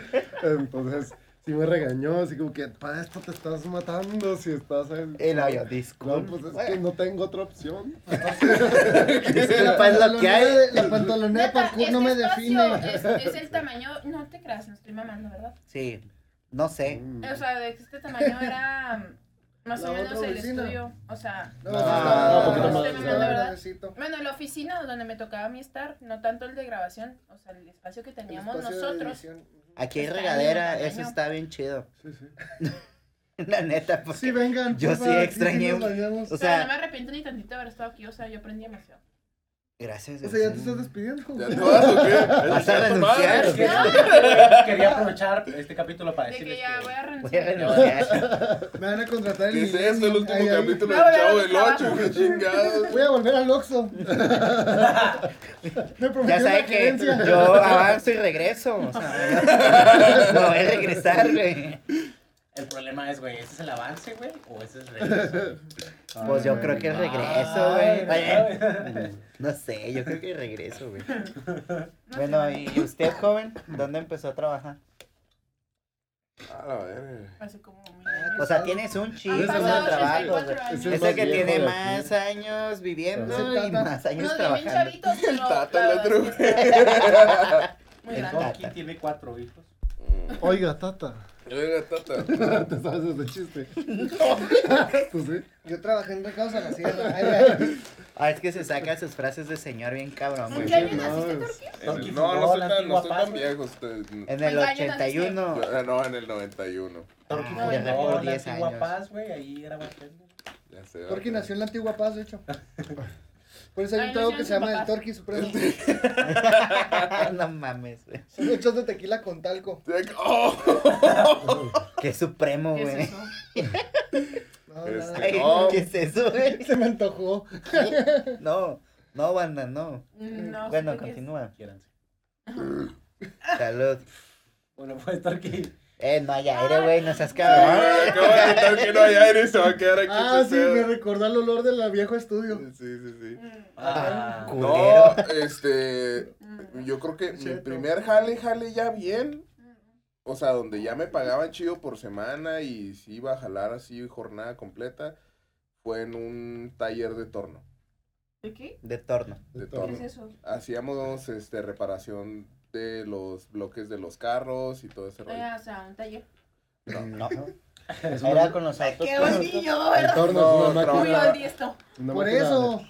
Speaker 4: Entonces, sí me regañó, así como que, para esto te estás matando si estás... en-
Speaker 1: Y no, yo,
Speaker 4: No,
Speaker 1: disculpa.
Speaker 4: pues es que no tengo otra opción.
Speaker 1: disculpa, es lo que hay.
Speaker 6: La pantalonera de
Speaker 3: Neta,
Speaker 6: parkour no me
Speaker 3: este espacio
Speaker 6: define.
Speaker 3: Es, es el tamaño, no te creas, no estoy mamando, ¿verdad?
Speaker 1: Sí, no sé.
Speaker 4: Mm.
Speaker 3: O sea, de este tamaño era mm, más
Speaker 6: La
Speaker 3: o menos
Speaker 6: otra
Speaker 3: el
Speaker 6: vecina.
Speaker 3: estudio. O sea,
Speaker 6: No,
Speaker 4: No,
Speaker 6: está-
Speaker 4: no, poquito
Speaker 6: está
Speaker 4: más,
Speaker 6: bien,
Speaker 4: no.
Speaker 6: la verdad, besito.
Speaker 3: bueno, la oficina donde me tocaba a mí estar, no tanto el de grabación, o sea, el espacio que
Speaker 6: El
Speaker 3: teníamos
Speaker 6: espacio de
Speaker 3: nosotros.
Speaker 6: división.
Speaker 1: Aquí hay
Speaker 3: Está
Speaker 1: regadera,
Speaker 3: bien,
Speaker 1: eso
Speaker 3: tamaño.
Speaker 1: está bien chido.
Speaker 4: Sí, sí.
Speaker 1: La neta, porque
Speaker 6: Sí, vengan.
Speaker 1: Yo
Speaker 6: porfa,
Speaker 1: sí
Speaker 6: aquí
Speaker 1: extrañé un-
Speaker 6: nos bañamos.
Speaker 1: o
Speaker 3: O
Speaker 1: sea-
Speaker 3: sea, no me arrepiento ni tantito de haber estado aquí, o sea, yo aprendí demasiado.
Speaker 1: Gracias.
Speaker 6: O sea, ya te
Speaker 1: García.
Speaker 6: estás despidiendo.
Speaker 2: ¿Ya
Speaker 6: güey.
Speaker 2: te vas o qué?
Speaker 1: ¿Vas a
Speaker 5: Es
Speaker 1: renunciar?
Speaker 5: que- quería- Quería aprovechar este capítulo para
Speaker 3: De que
Speaker 5: decirles
Speaker 3: ya
Speaker 5: que-
Speaker 3: voy a
Speaker 1: Voy a
Speaker 3: renunciar.
Speaker 1: renunciar.
Speaker 6: Me van a contratar el
Speaker 2: ¿Qué es
Speaker 6: Millennium.
Speaker 2: esto? El último
Speaker 6: Ay, ay.
Speaker 2: capítulo
Speaker 3: No,
Speaker 2: del Chavo
Speaker 3: ya,
Speaker 2: del
Speaker 3: ya,
Speaker 2: 8, qué chingados.
Speaker 6: Voy a volver al Oxxo. Me
Speaker 1: Ya
Speaker 6: prometieron
Speaker 1: sabes
Speaker 6: la
Speaker 1: que
Speaker 6: gerencia.
Speaker 1: yo avanzo y regreso. O sea, no voy a regresar, güey.
Speaker 5: El problema es, güey, ¿ese es el avance, güey? ¿O ese es el regreso? Ah,
Speaker 1: Pues yo creo que el regreso, güey. Oye, No sé, yo creo que el regreso, güey. Bueno, ¿y usted, joven? ¿Dónde empezó a trabajar?
Speaker 2: A la verga.
Speaker 3: Hace como mil
Speaker 1: Ah, O
Speaker 3: años.
Speaker 1: sea, tienes un chingo de
Speaker 3: Han pasado
Speaker 1: trabajos.
Speaker 3: 84 años.
Speaker 4: Es
Speaker 1: Es el que
Speaker 4: viejo
Speaker 1: tiene
Speaker 4: de
Speaker 1: más
Speaker 4: aquí.
Speaker 1: años viviendo
Speaker 6: Ese
Speaker 1: y
Speaker 6: tata.
Speaker 1: más años
Speaker 3: Unos de bien
Speaker 1: trabajando.
Speaker 3: chavitos, pero la
Speaker 2: Tata, el
Speaker 3: verdad
Speaker 2: otro,
Speaker 3: es que está muy
Speaker 5: El
Speaker 3: grande.
Speaker 5: Donkey tiene cuatro hijos.
Speaker 4: Oiga, tata.
Speaker 2: Oiga, eh. tata.
Speaker 4: ¿Te sabes ese chiste? Tú sí.
Speaker 6: Yo trabajé en recados a la sierra. Ay, ay.
Speaker 1: Ah, es que se saca sus frases de señor bien cabrón,
Speaker 3: ¿En
Speaker 1: güey.
Speaker 3: qué año
Speaker 4: no,
Speaker 3: naciste,
Speaker 1: pues,
Speaker 4: es-
Speaker 3: Turquía?
Speaker 2: En
Speaker 5: Donkey
Speaker 2: el- No, no
Speaker 5: Fútbol,
Speaker 2: soy tan, no
Speaker 5: Antigua
Speaker 2: soy
Speaker 5: Paz,
Speaker 2: tan
Speaker 5: güey.
Speaker 2: viejo. usted-
Speaker 1: En el
Speaker 3: ¿En qué año
Speaker 1: 81.
Speaker 2: Ah, No, en el 91.
Speaker 5: Donkey
Speaker 1: Ah, ya
Speaker 5: Kong,
Speaker 1: tengo
Speaker 5: la
Speaker 1: 10
Speaker 5: Antigua
Speaker 1: años.
Speaker 5: Paz, güey, ahí era bastante.
Speaker 2: Ya sé.
Speaker 6: Torqui
Speaker 2: ¿verdad?
Speaker 6: nació en la antigua paz, de hecho. Por eso hay
Speaker 3: Ay,
Speaker 6: un trago
Speaker 3: nació
Speaker 6: que
Speaker 3: en
Speaker 6: se llama
Speaker 3: Papás.
Speaker 6: el Torqui Supremo.
Speaker 1: no mames, güey.
Speaker 6: Son hechos de tequila con talco.
Speaker 2: ¡Oh!
Speaker 1: Qué supremo,
Speaker 3: ¿Qué es
Speaker 1: güey.
Speaker 3: eso?
Speaker 6: No,
Speaker 2: Este,
Speaker 6: nada.
Speaker 1: Ay,
Speaker 2: No.
Speaker 1: ¿Qué es eso, güey?
Speaker 6: Se me antojó.
Speaker 1: No, no, banda, no.
Speaker 3: Mm, No,
Speaker 1: bueno,
Speaker 3: sé qué es.
Speaker 1: continúa.
Speaker 5: Quiéranse.
Speaker 1: Salud.
Speaker 5: Bueno, pues Donkey.
Speaker 1: Eh, no hay aire, güey, no seas cabrón.
Speaker 2: Ah, Acabo de notar que no hay aire y se va a quedar aquí.
Speaker 6: Ah,
Speaker 2: ese
Speaker 6: sí,
Speaker 2: pedo.
Speaker 6: me recordó el olor del viejo estudio.
Speaker 2: Sí, sí, sí.
Speaker 3: Mm,
Speaker 5: Ah,
Speaker 2: No,
Speaker 1: Culero.
Speaker 2: este.
Speaker 3: mm,
Speaker 2: Yo creo que mi
Speaker 6: Cheto.
Speaker 2: primer jale, jale ya bien.
Speaker 3: mm.
Speaker 2: O sea, donde ya me pagaban chido por semana y si iba a jalar así jornada completa, fue en un taller de torno.
Speaker 3: ¿De qué?
Speaker 1: De torno.
Speaker 2: De
Speaker 3: ¿Qué
Speaker 2: torno.
Speaker 3: es eso?
Speaker 2: Hacíamos este reparación de los bloques de los carros y todo ese rollo.
Speaker 3: Ah, o sea, un taller.
Speaker 1: No.
Speaker 4: Es
Speaker 1: Era
Speaker 4: una-
Speaker 1: con los autos.
Speaker 3: Qué bonillo,
Speaker 4: El
Speaker 3: ¿verdad?
Speaker 4: torno es
Speaker 2: No,
Speaker 4: una
Speaker 2: trabaja-
Speaker 3: Muy
Speaker 4: máquina.
Speaker 3: oldie esto.
Speaker 4: una
Speaker 6: Por
Speaker 4: máquina de-
Speaker 6: eso.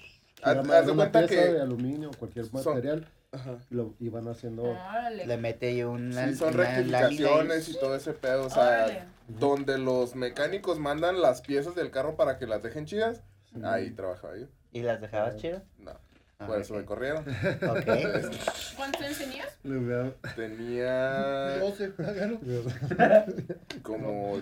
Speaker 2: Haz-
Speaker 4: Una,
Speaker 2: haz de
Speaker 4: una
Speaker 2: cuenta
Speaker 4: pieza
Speaker 2: que-
Speaker 4: de aluminio, cualquier
Speaker 2: Son-
Speaker 4: material,
Speaker 2: Ajá.
Speaker 4: lo iban haciendo.
Speaker 3: Ah.
Speaker 1: Le
Speaker 3: Órale.
Speaker 1: mete ahí una.
Speaker 2: Sí, son
Speaker 1: una lámina ahí.
Speaker 2: rectificaciones y todo ese pedo. O sea,
Speaker 3: Órale.
Speaker 2: donde los mecánicos mandan las piezas del carro para que las dejen chidas, ahí trabajaba yo.
Speaker 1: ¿Y las dejabas chido?
Speaker 2: No,
Speaker 1: Ah,
Speaker 2: por eso me
Speaker 1: ok.
Speaker 2: corrieron.
Speaker 1: Ok.
Speaker 3: ¿Cuánto enseñas?
Speaker 4: le hubiera-
Speaker 2: Tenía
Speaker 6: 12. hágalo.
Speaker 2: como
Speaker 1: Güey.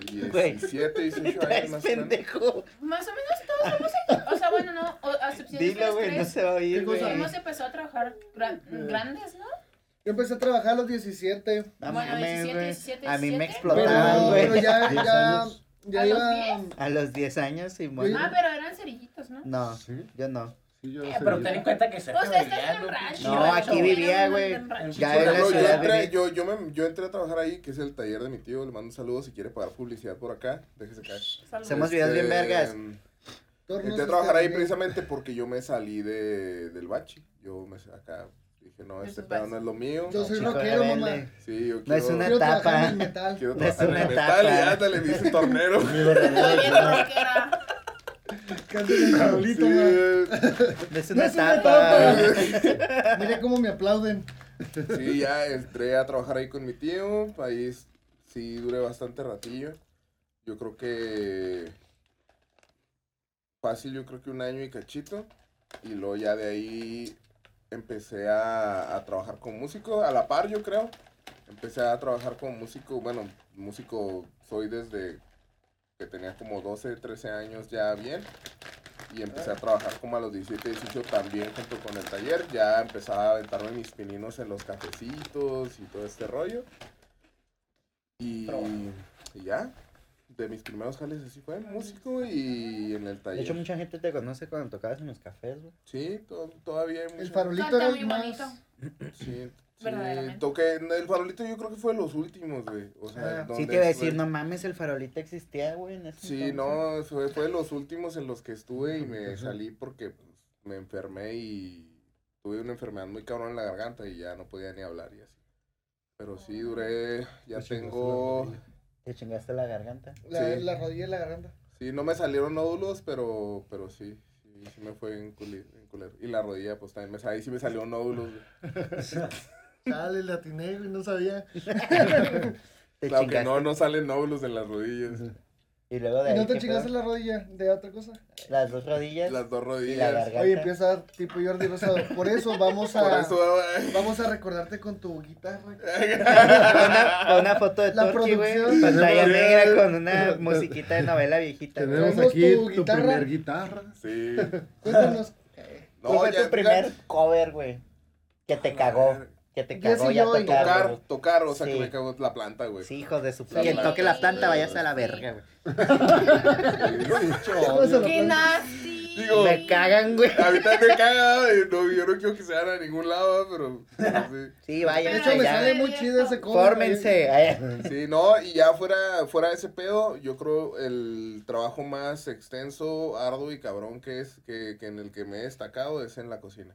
Speaker 2: 17, 18 años
Speaker 1: Traes
Speaker 2: más o menos.
Speaker 1: pendejo.
Speaker 3: Más o menos todos somos aquí. O sea, bueno, no, o- a excepción de
Speaker 1: Dilo,
Speaker 3: ustedes
Speaker 1: güey, no
Speaker 3: tres.
Speaker 1: se va a oír,
Speaker 6: ¿Qué
Speaker 1: güey.
Speaker 6: cosa?
Speaker 3: Hemos empezado a trabajar gran- grandes, ¿no?
Speaker 6: Yo empecé a trabajar a los 17.
Speaker 1: No
Speaker 3: Bueno,
Speaker 1: mames,
Speaker 3: 17,
Speaker 1: güey.
Speaker 3: 17,
Speaker 1: A mí me
Speaker 3: 17.
Speaker 6: Pero,
Speaker 2: Ah,
Speaker 1: explotaban, güey.
Speaker 6: pero ya,
Speaker 4: 10
Speaker 6: ya,
Speaker 4: años.
Speaker 6: ya
Speaker 3: ¿A los
Speaker 6: iba.
Speaker 1: A los 10 años, Simón.
Speaker 6: Güey.
Speaker 3: Ah, pero eran cerillitos, ¿no?
Speaker 6: Ah,
Speaker 1: No,
Speaker 4: Sí,
Speaker 1: yo no.
Speaker 4: sí, yo
Speaker 5: Eh,
Speaker 4: sé.
Speaker 5: pero ten en cuenta que se
Speaker 3: O sea, estás en Pues, este un rancho.
Speaker 1: No,
Speaker 5: rancho,
Speaker 1: aquí
Speaker 5: güey.
Speaker 1: vivía, güey. Ya
Speaker 2: Por
Speaker 1: en la
Speaker 2: ejemplo, yo,
Speaker 1: ciudad
Speaker 2: entré,
Speaker 1: viví-
Speaker 2: yo, yo, me, yo entré a trabajar ahí, que es el taller de mi tío. Le mando un saludo si quiere pagar publicidad por acá. Déjese caer. Em,
Speaker 1: Hacemos videos bien vergas.
Speaker 6: tornos
Speaker 2: Entré a trabajar ahí
Speaker 6: este,
Speaker 2: precisamente porque yo me salí de, del bachi. Yo me acá dije, no,
Speaker 3: De
Speaker 2: este
Speaker 3: sus
Speaker 2: pedo
Speaker 3: baches.
Speaker 2: no es lo mío.
Speaker 6: Yo soy
Speaker 1: Chico
Speaker 6: rockero,
Speaker 1: rebelde.
Speaker 6: mamá.
Speaker 2: Sí, yo
Speaker 1: No
Speaker 2: quiero,
Speaker 1: es una
Speaker 6: Quiero trabajar
Speaker 1: etapa.
Speaker 6: en el metal.
Speaker 2: quiero
Speaker 1: no es
Speaker 2: trabajar en el
Speaker 1: una
Speaker 2: metal.
Speaker 1: etapa.
Speaker 2: Y ándale, me hice tornero.
Speaker 6: Cántale el charolito,
Speaker 2: Sí,
Speaker 6: ma.
Speaker 1: No es
Speaker 6: No
Speaker 1: una
Speaker 6: es una
Speaker 1: etapa.
Speaker 6: etapa. Mira cómo me aplauden.
Speaker 2: Sí, ya entré a trabajar ahí con mi tío. Ahí s- sí duré bastante ratillo. Yo creo que. Fácil, yo creo que un año y cachito. Y luego ya de ahí empecé a, a trabajar con músico, a la par, yo creo. Empecé a trabajar con músico, bueno, músico soy desde que tenía como 12, 13 años ya bien. Y empecé a trabajar como a los 17, 18 también junto con el taller. Ya empezaba a aventarme mis pininos en los cafecitos y todo este rollo. Y,
Speaker 5: Trabajo.
Speaker 2: y ya. de mis primeros jales así fue músico y en el
Speaker 1: De hecho,
Speaker 2: taller.
Speaker 1: mucha gente te conoce cuando tocabas en los cafés, güey.
Speaker 2: Sí, to- todavía hay
Speaker 6: El
Speaker 2: mucha-
Speaker 6: farolito
Speaker 3: Canta
Speaker 6: era
Speaker 3: muy
Speaker 6: el más.
Speaker 3: bonito.
Speaker 2: Sí, sí,
Speaker 3: Verdaderamente.
Speaker 2: toqué en el farolito yo creo que fue de los últimos, güey. O sea,
Speaker 6: Ah.
Speaker 1: Sí
Speaker 2: donde
Speaker 1: te iba a decir,
Speaker 2: estuve-
Speaker 1: no mames, el farolito existía, güey, en ese
Speaker 2: Sí,
Speaker 1: entonces.
Speaker 2: no, fue, fue de los últimos en los que estuve y me
Speaker 4: Ujú.
Speaker 2: salí porque pues, me enfermé y tuve una enfermedad muy cabrón en la garganta y ya no podía ni hablar y así. Pero sí duré, ya
Speaker 4: Me chingaste la
Speaker 2: tengo...
Speaker 4: rodilla.
Speaker 1: Te chingaste la garganta.
Speaker 6: La,
Speaker 2: Sí.
Speaker 6: la rodilla y la garganta.
Speaker 2: Sí, no me salieron nódulos, pero, pero sí, sí, sí me fue en culi- en culero. Y la rodilla, pues también, me, ahí sí me salieron nódulos. güey.
Speaker 6: Dale, le atiné, güey, no sabía.
Speaker 1: Te
Speaker 2: Claro que
Speaker 1: chingaste.
Speaker 2: no, no salen nódulos en las rodillas.
Speaker 1: Y luego de
Speaker 6: ¿Y
Speaker 1: ahí,
Speaker 6: no te
Speaker 1: ¿qué
Speaker 6: chingaste
Speaker 1: pedo?
Speaker 6: la rodilla de otra cosa?
Speaker 1: las dos rodillas
Speaker 2: Las dos
Speaker 1: y la
Speaker 2: rodillas.
Speaker 1: garganta.
Speaker 6: Oye, empieza tipo Jordi Rosado. Por eso vamos
Speaker 2: Por
Speaker 6: a.
Speaker 2: eso...
Speaker 6: Vamos a recordarte con tu guitarra.
Speaker 1: Pon una, pon una foto de
Speaker 6: La
Speaker 1: Turki, güey.
Speaker 6: producción.
Speaker 1: Pantalla
Speaker 4: Tenemos-
Speaker 1: negra con una musiquita de novela viejita. güey.
Speaker 4: Tenemos
Speaker 6: ¿Tenemos
Speaker 4: aquí
Speaker 6: tu
Speaker 4: tu,
Speaker 6: guitarra?
Speaker 4: primer guitarra.
Speaker 2: Sí.
Speaker 6: Cuéntanos.
Speaker 1: ¿Cuál fue
Speaker 2: ya-
Speaker 1: tu primer cover, güey? Que te cagó. Que te
Speaker 6: Yo
Speaker 1: cagó
Speaker 6: sí
Speaker 1: ya
Speaker 6: voy.
Speaker 1: tocar.
Speaker 2: Tocar,
Speaker 1: güey.
Speaker 2: tocar, o sea, que
Speaker 1: Sí.
Speaker 2: me cagó la planta, güey.
Speaker 1: Sí, hijos de su
Speaker 2: La
Speaker 1: Quien
Speaker 2: planta.
Speaker 1: toque la planta,
Speaker 3: Sí.
Speaker 1: vayas a la verga, güey.
Speaker 6: Vamos a la
Speaker 3: ¡Qué
Speaker 6: planta.
Speaker 3: nasty!
Speaker 2: Digo-
Speaker 1: Me cagan, güey.
Speaker 2: Ahorita te caga, y no, yo no quiero que se hagan a ningún lado, pero, pero
Speaker 1: Sí, vayan.
Speaker 6: De hecho, me
Speaker 3: Ya.
Speaker 6: sale muy chido ese cover.
Speaker 1: Fórmense. ay,
Speaker 2: sí. Sí, no, y ya fuera, fuera de ese pedo, yo creo el trabajo más extenso, arduo y cabrón que es, que, que en el que me he destacado es en la cocina.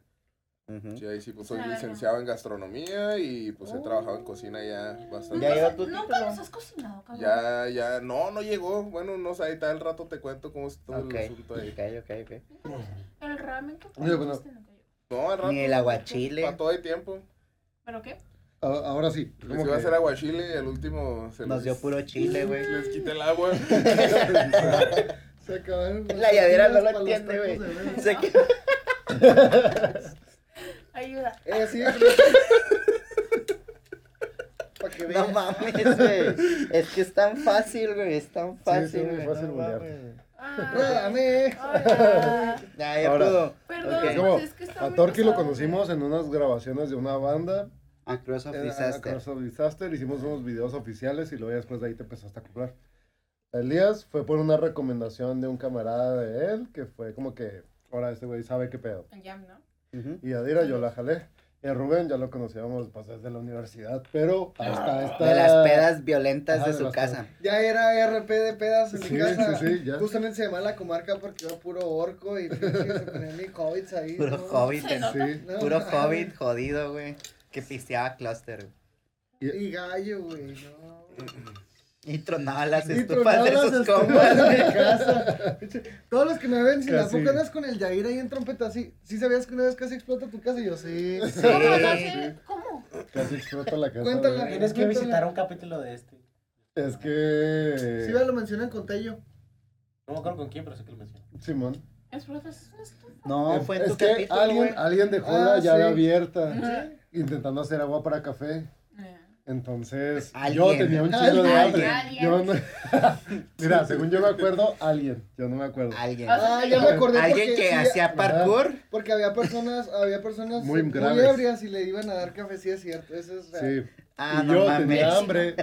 Speaker 1: ujú.
Speaker 2: Sí, ahí sí, pues soy
Speaker 3: Ah,
Speaker 2: licenciado en gastronomía y pues he
Speaker 6: Oh.
Speaker 2: trabajado en cocina ya bastante.
Speaker 1: Ya lleva
Speaker 3: Nunca,
Speaker 1: tu
Speaker 3: nunca
Speaker 1: título.
Speaker 3: nos has cocinado, cabrón.
Speaker 2: Ya, ya, no, no llegó. Bueno, no sé, ahí está el rato te cuento cómo estuvo
Speaker 1: Ok,
Speaker 2: el asunto ahí.
Speaker 1: ok, ok, ok.
Speaker 3: El ramen que
Speaker 4: Oye, bueno.
Speaker 3: comiste nunca llegó.
Speaker 2: No, al rato.
Speaker 1: Ni el aguachile.
Speaker 2: Para todo el tiempo.
Speaker 3: ¿Pero qué?
Speaker 4: A- Ah, Ahora sí.
Speaker 2: Les
Speaker 4: como
Speaker 2: iba Pues a
Speaker 4: que-
Speaker 2: hacer aguachile y al último se
Speaker 1: Nos
Speaker 2: les-
Speaker 1: dio puro chile, güey.
Speaker 2: Les quité el agua.
Speaker 6: Se acabaron las
Speaker 1: La lladera no
Speaker 6: tortillas
Speaker 1: lo
Speaker 6: para los
Speaker 1: entiende, güey.
Speaker 6: tacos de verga.
Speaker 1: Se que-
Speaker 3: Ayuda.
Speaker 6: Eh, sí, Para que
Speaker 1: No
Speaker 6: veas.
Speaker 1: mames, güey. Es que es tan fácil, güey. Es tan fácil,
Speaker 4: sí, es muy
Speaker 1: güey,
Speaker 4: fácil
Speaker 1: no
Speaker 4: googlear.
Speaker 1: mames, güey.
Speaker 3: Ah,
Speaker 6: Rame.
Speaker 3: hola.
Speaker 1: Ya, ya
Speaker 4: Ahora.
Speaker 1: pudo.
Speaker 3: Perdón,
Speaker 1: Ok.
Speaker 3: pues
Speaker 4: Es como,
Speaker 3: es que está
Speaker 4: a
Speaker 3: muy
Speaker 4: Torqui lo
Speaker 3: pesado.
Speaker 4: conocimos en unas grabaciones de una banda.
Speaker 1: A Cross of
Speaker 4: eh,
Speaker 1: Disaster.
Speaker 4: Across the Disaster. Hicimos unos videos oficiales y luego ya después de ahí te empezaste a comprar. Elías fue por una recomendación de un camarada de él que fue como que, ahora este güey sabe qué pedo.
Speaker 3: El Jam, ¿no?
Speaker 1: Ujú.
Speaker 4: Y Adira yo la jalé. Y a Rubén ya lo conocíamos pues, desde la universidad, pero hasta esta...
Speaker 1: Ah, De las pedas violentas
Speaker 4: Ajá,
Speaker 1: de
Speaker 4: de
Speaker 1: su
Speaker 4: las
Speaker 1: casa.
Speaker 6: Ya era RP de pedas en
Speaker 4: Sí,
Speaker 6: mi casa.
Speaker 4: sí, sí, ya.
Speaker 6: Justamente se llamaba la comarca porque iba puro orco y pinche, se ponían mi hobbits ahí.
Speaker 1: Puro
Speaker 6: ¿no?
Speaker 1: hobbit, en-
Speaker 4: Sí.
Speaker 6: No,
Speaker 1: puro
Speaker 6: mames.
Speaker 1: hobbit jodido, güey. Que pisteaba cluster, güey.
Speaker 6: Y gallo, güey. No.
Speaker 1: Y tronaba las
Speaker 6: Y
Speaker 1: estufas de
Speaker 6: tronaba
Speaker 1: sus
Speaker 6: las
Speaker 1: compas,
Speaker 6: estufas
Speaker 1: güey.
Speaker 6: de casa. Pinche, Todos los que me ven, si la
Speaker 4: Casi.
Speaker 6: poco andas con el Yair ahí en trompeta, sí, sí sabías que una vez casi explota tu casa, y yo sí.
Speaker 3: ¿Cómo?
Speaker 1: Sí.
Speaker 3: No sé, ¿Cómo?
Speaker 4: Casi explota la casa.
Speaker 6: Cuéntala.
Speaker 4: güey.
Speaker 5: Tienes que visitar un capítulo de este.
Speaker 4: Es que...
Speaker 6: Sí, lo mencionan con Tello.
Speaker 5: No me acuerdo con quién, pero sé que lo mencioné.
Speaker 4: Simón.
Speaker 3: Es frutas, es una estufa.
Speaker 1: No, fue en
Speaker 4: es
Speaker 1: tu
Speaker 4: que
Speaker 1: capítulo,
Speaker 4: alguien,
Speaker 1: güey.
Speaker 4: alguien dejó la
Speaker 6: Ah,
Speaker 4: llave
Speaker 6: sí.
Speaker 4: abierta intentando hacer agua para café.
Speaker 3: Eh.
Speaker 4: Entonces, yo
Speaker 1: Alguien.
Speaker 4: tenía un chingo de
Speaker 1: Alguien.
Speaker 4: hambre. Yo no- Mira, según yo me acuerdo, alguien. Yo no me acuerdo.
Speaker 1: Alguien.
Speaker 3: Ah,
Speaker 6: Ah, ya me acordé
Speaker 1: Alguien
Speaker 6: porque
Speaker 1: que
Speaker 6: sí,
Speaker 4: Ah.
Speaker 1: hacía parkour.
Speaker 6: Porque había personas, había personas
Speaker 4: Muy
Speaker 6: muy
Speaker 4: graves.
Speaker 6: ebrias y le iban a dar café, sí es cierto, eso es real.
Speaker 4: Sí.
Speaker 1: Ah,
Speaker 4: y
Speaker 1: no
Speaker 4: yo
Speaker 1: mames.
Speaker 4: tenía hambre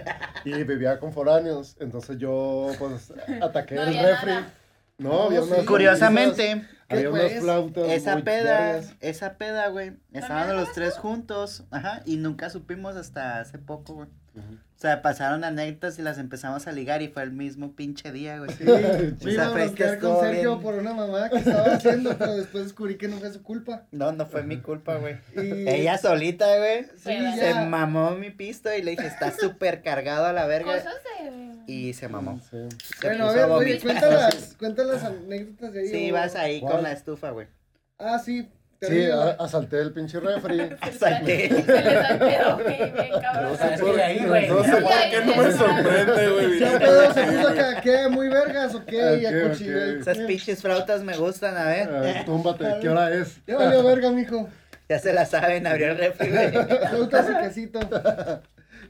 Speaker 4: y vivía con foráneos. Entonces yo, pues, ataqué
Speaker 3: No
Speaker 4: el
Speaker 3: había
Speaker 4: refri.
Speaker 3: nada.
Speaker 4: No, había
Speaker 6: Sí.
Speaker 4: unas.
Speaker 1: Curiosamente,
Speaker 4: Había
Speaker 6: ¿Qué
Speaker 4: unas
Speaker 6: pues?
Speaker 4: flautas.
Speaker 1: esa
Speaker 4: muy
Speaker 1: peda,
Speaker 4: largas.
Speaker 1: esa peda, güey. Estaban los tres juntos, ajá, y nunca supimos hasta hace poco, güey. O sea, pasaron anécdotas y las empezamos a ligar y fue el mismo pinche día, güey.
Speaker 6: Sí,
Speaker 1: Esa
Speaker 6: me iba
Speaker 1: fresca
Speaker 6: a bronquear
Speaker 1: estuvo
Speaker 6: con Sergio
Speaker 1: bien.
Speaker 6: por una mamada que estaba haciendo, pero después descubrí que no fue su culpa.
Speaker 1: No, no fue mi culpa, güey.
Speaker 6: Y
Speaker 1: Ella solita, güey.
Speaker 6: sí,
Speaker 3: Peda.
Speaker 1: Se
Speaker 6: ya.
Speaker 1: mamó mi pisto y le dije, está súper cargado a la verga.
Speaker 3: Cosas de...
Speaker 1: Y se mamó.
Speaker 4: Sí.
Speaker 1: Se
Speaker 6: Bueno, a
Speaker 1: puso
Speaker 6: ver,
Speaker 1: a
Speaker 6: oye,
Speaker 1: vomitar.
Speaker 6: cuéntalas, cuéntalas anécdotas de ahí.
Speaker 1: Sí,
Speaker 6: o-
Speaker 1: vas ahí
Speaker 4: ¿Cuál?
Speaker 1: con la estufa, güey.
Speaker 6: Ah, sí.
Speaker 4: Sí, ah,
Speaker 6: terrible.
Speaker 4: a- asalté el pinche refri.
Speaker 1: Salté.
Speaker 3: Se les alteró, güey, bien cabrón.
Speaker 5: No sé
Speaker 3: Es
Speaker 5: por
Speaker 3: que
Speaker 5: ahí, güey.
Speaker 2: No sé
Speaker 3: Ya,
Speaker 2: por
Speaker 3: ya,
Speaker 2: qué
Speaker 3: ya,
Speaker 2: no me
Speaker 3: ya.
Speaker 2: sorprende, güey.
Speaker 6: ¿Qué pedo? ¿Se puso acá? ¿Qué? ¿Muy vergas o qué? Y
Speaker 4: ah, Ok,
Speaker 6: a cuchillo.
Speaker 4: ok.
Speaker 1: Esas pinches flautas me gustan, a
Speaker 4: A
Speaker 1: ver.
Speaker 4: ver, túmbate, ¿qué hora es?
Speaker 6: Ya valió verga, mijo.
Speaker 1: Ya se la saben, abrió el refri, güey.
Speaker 6: Flautas y quesito.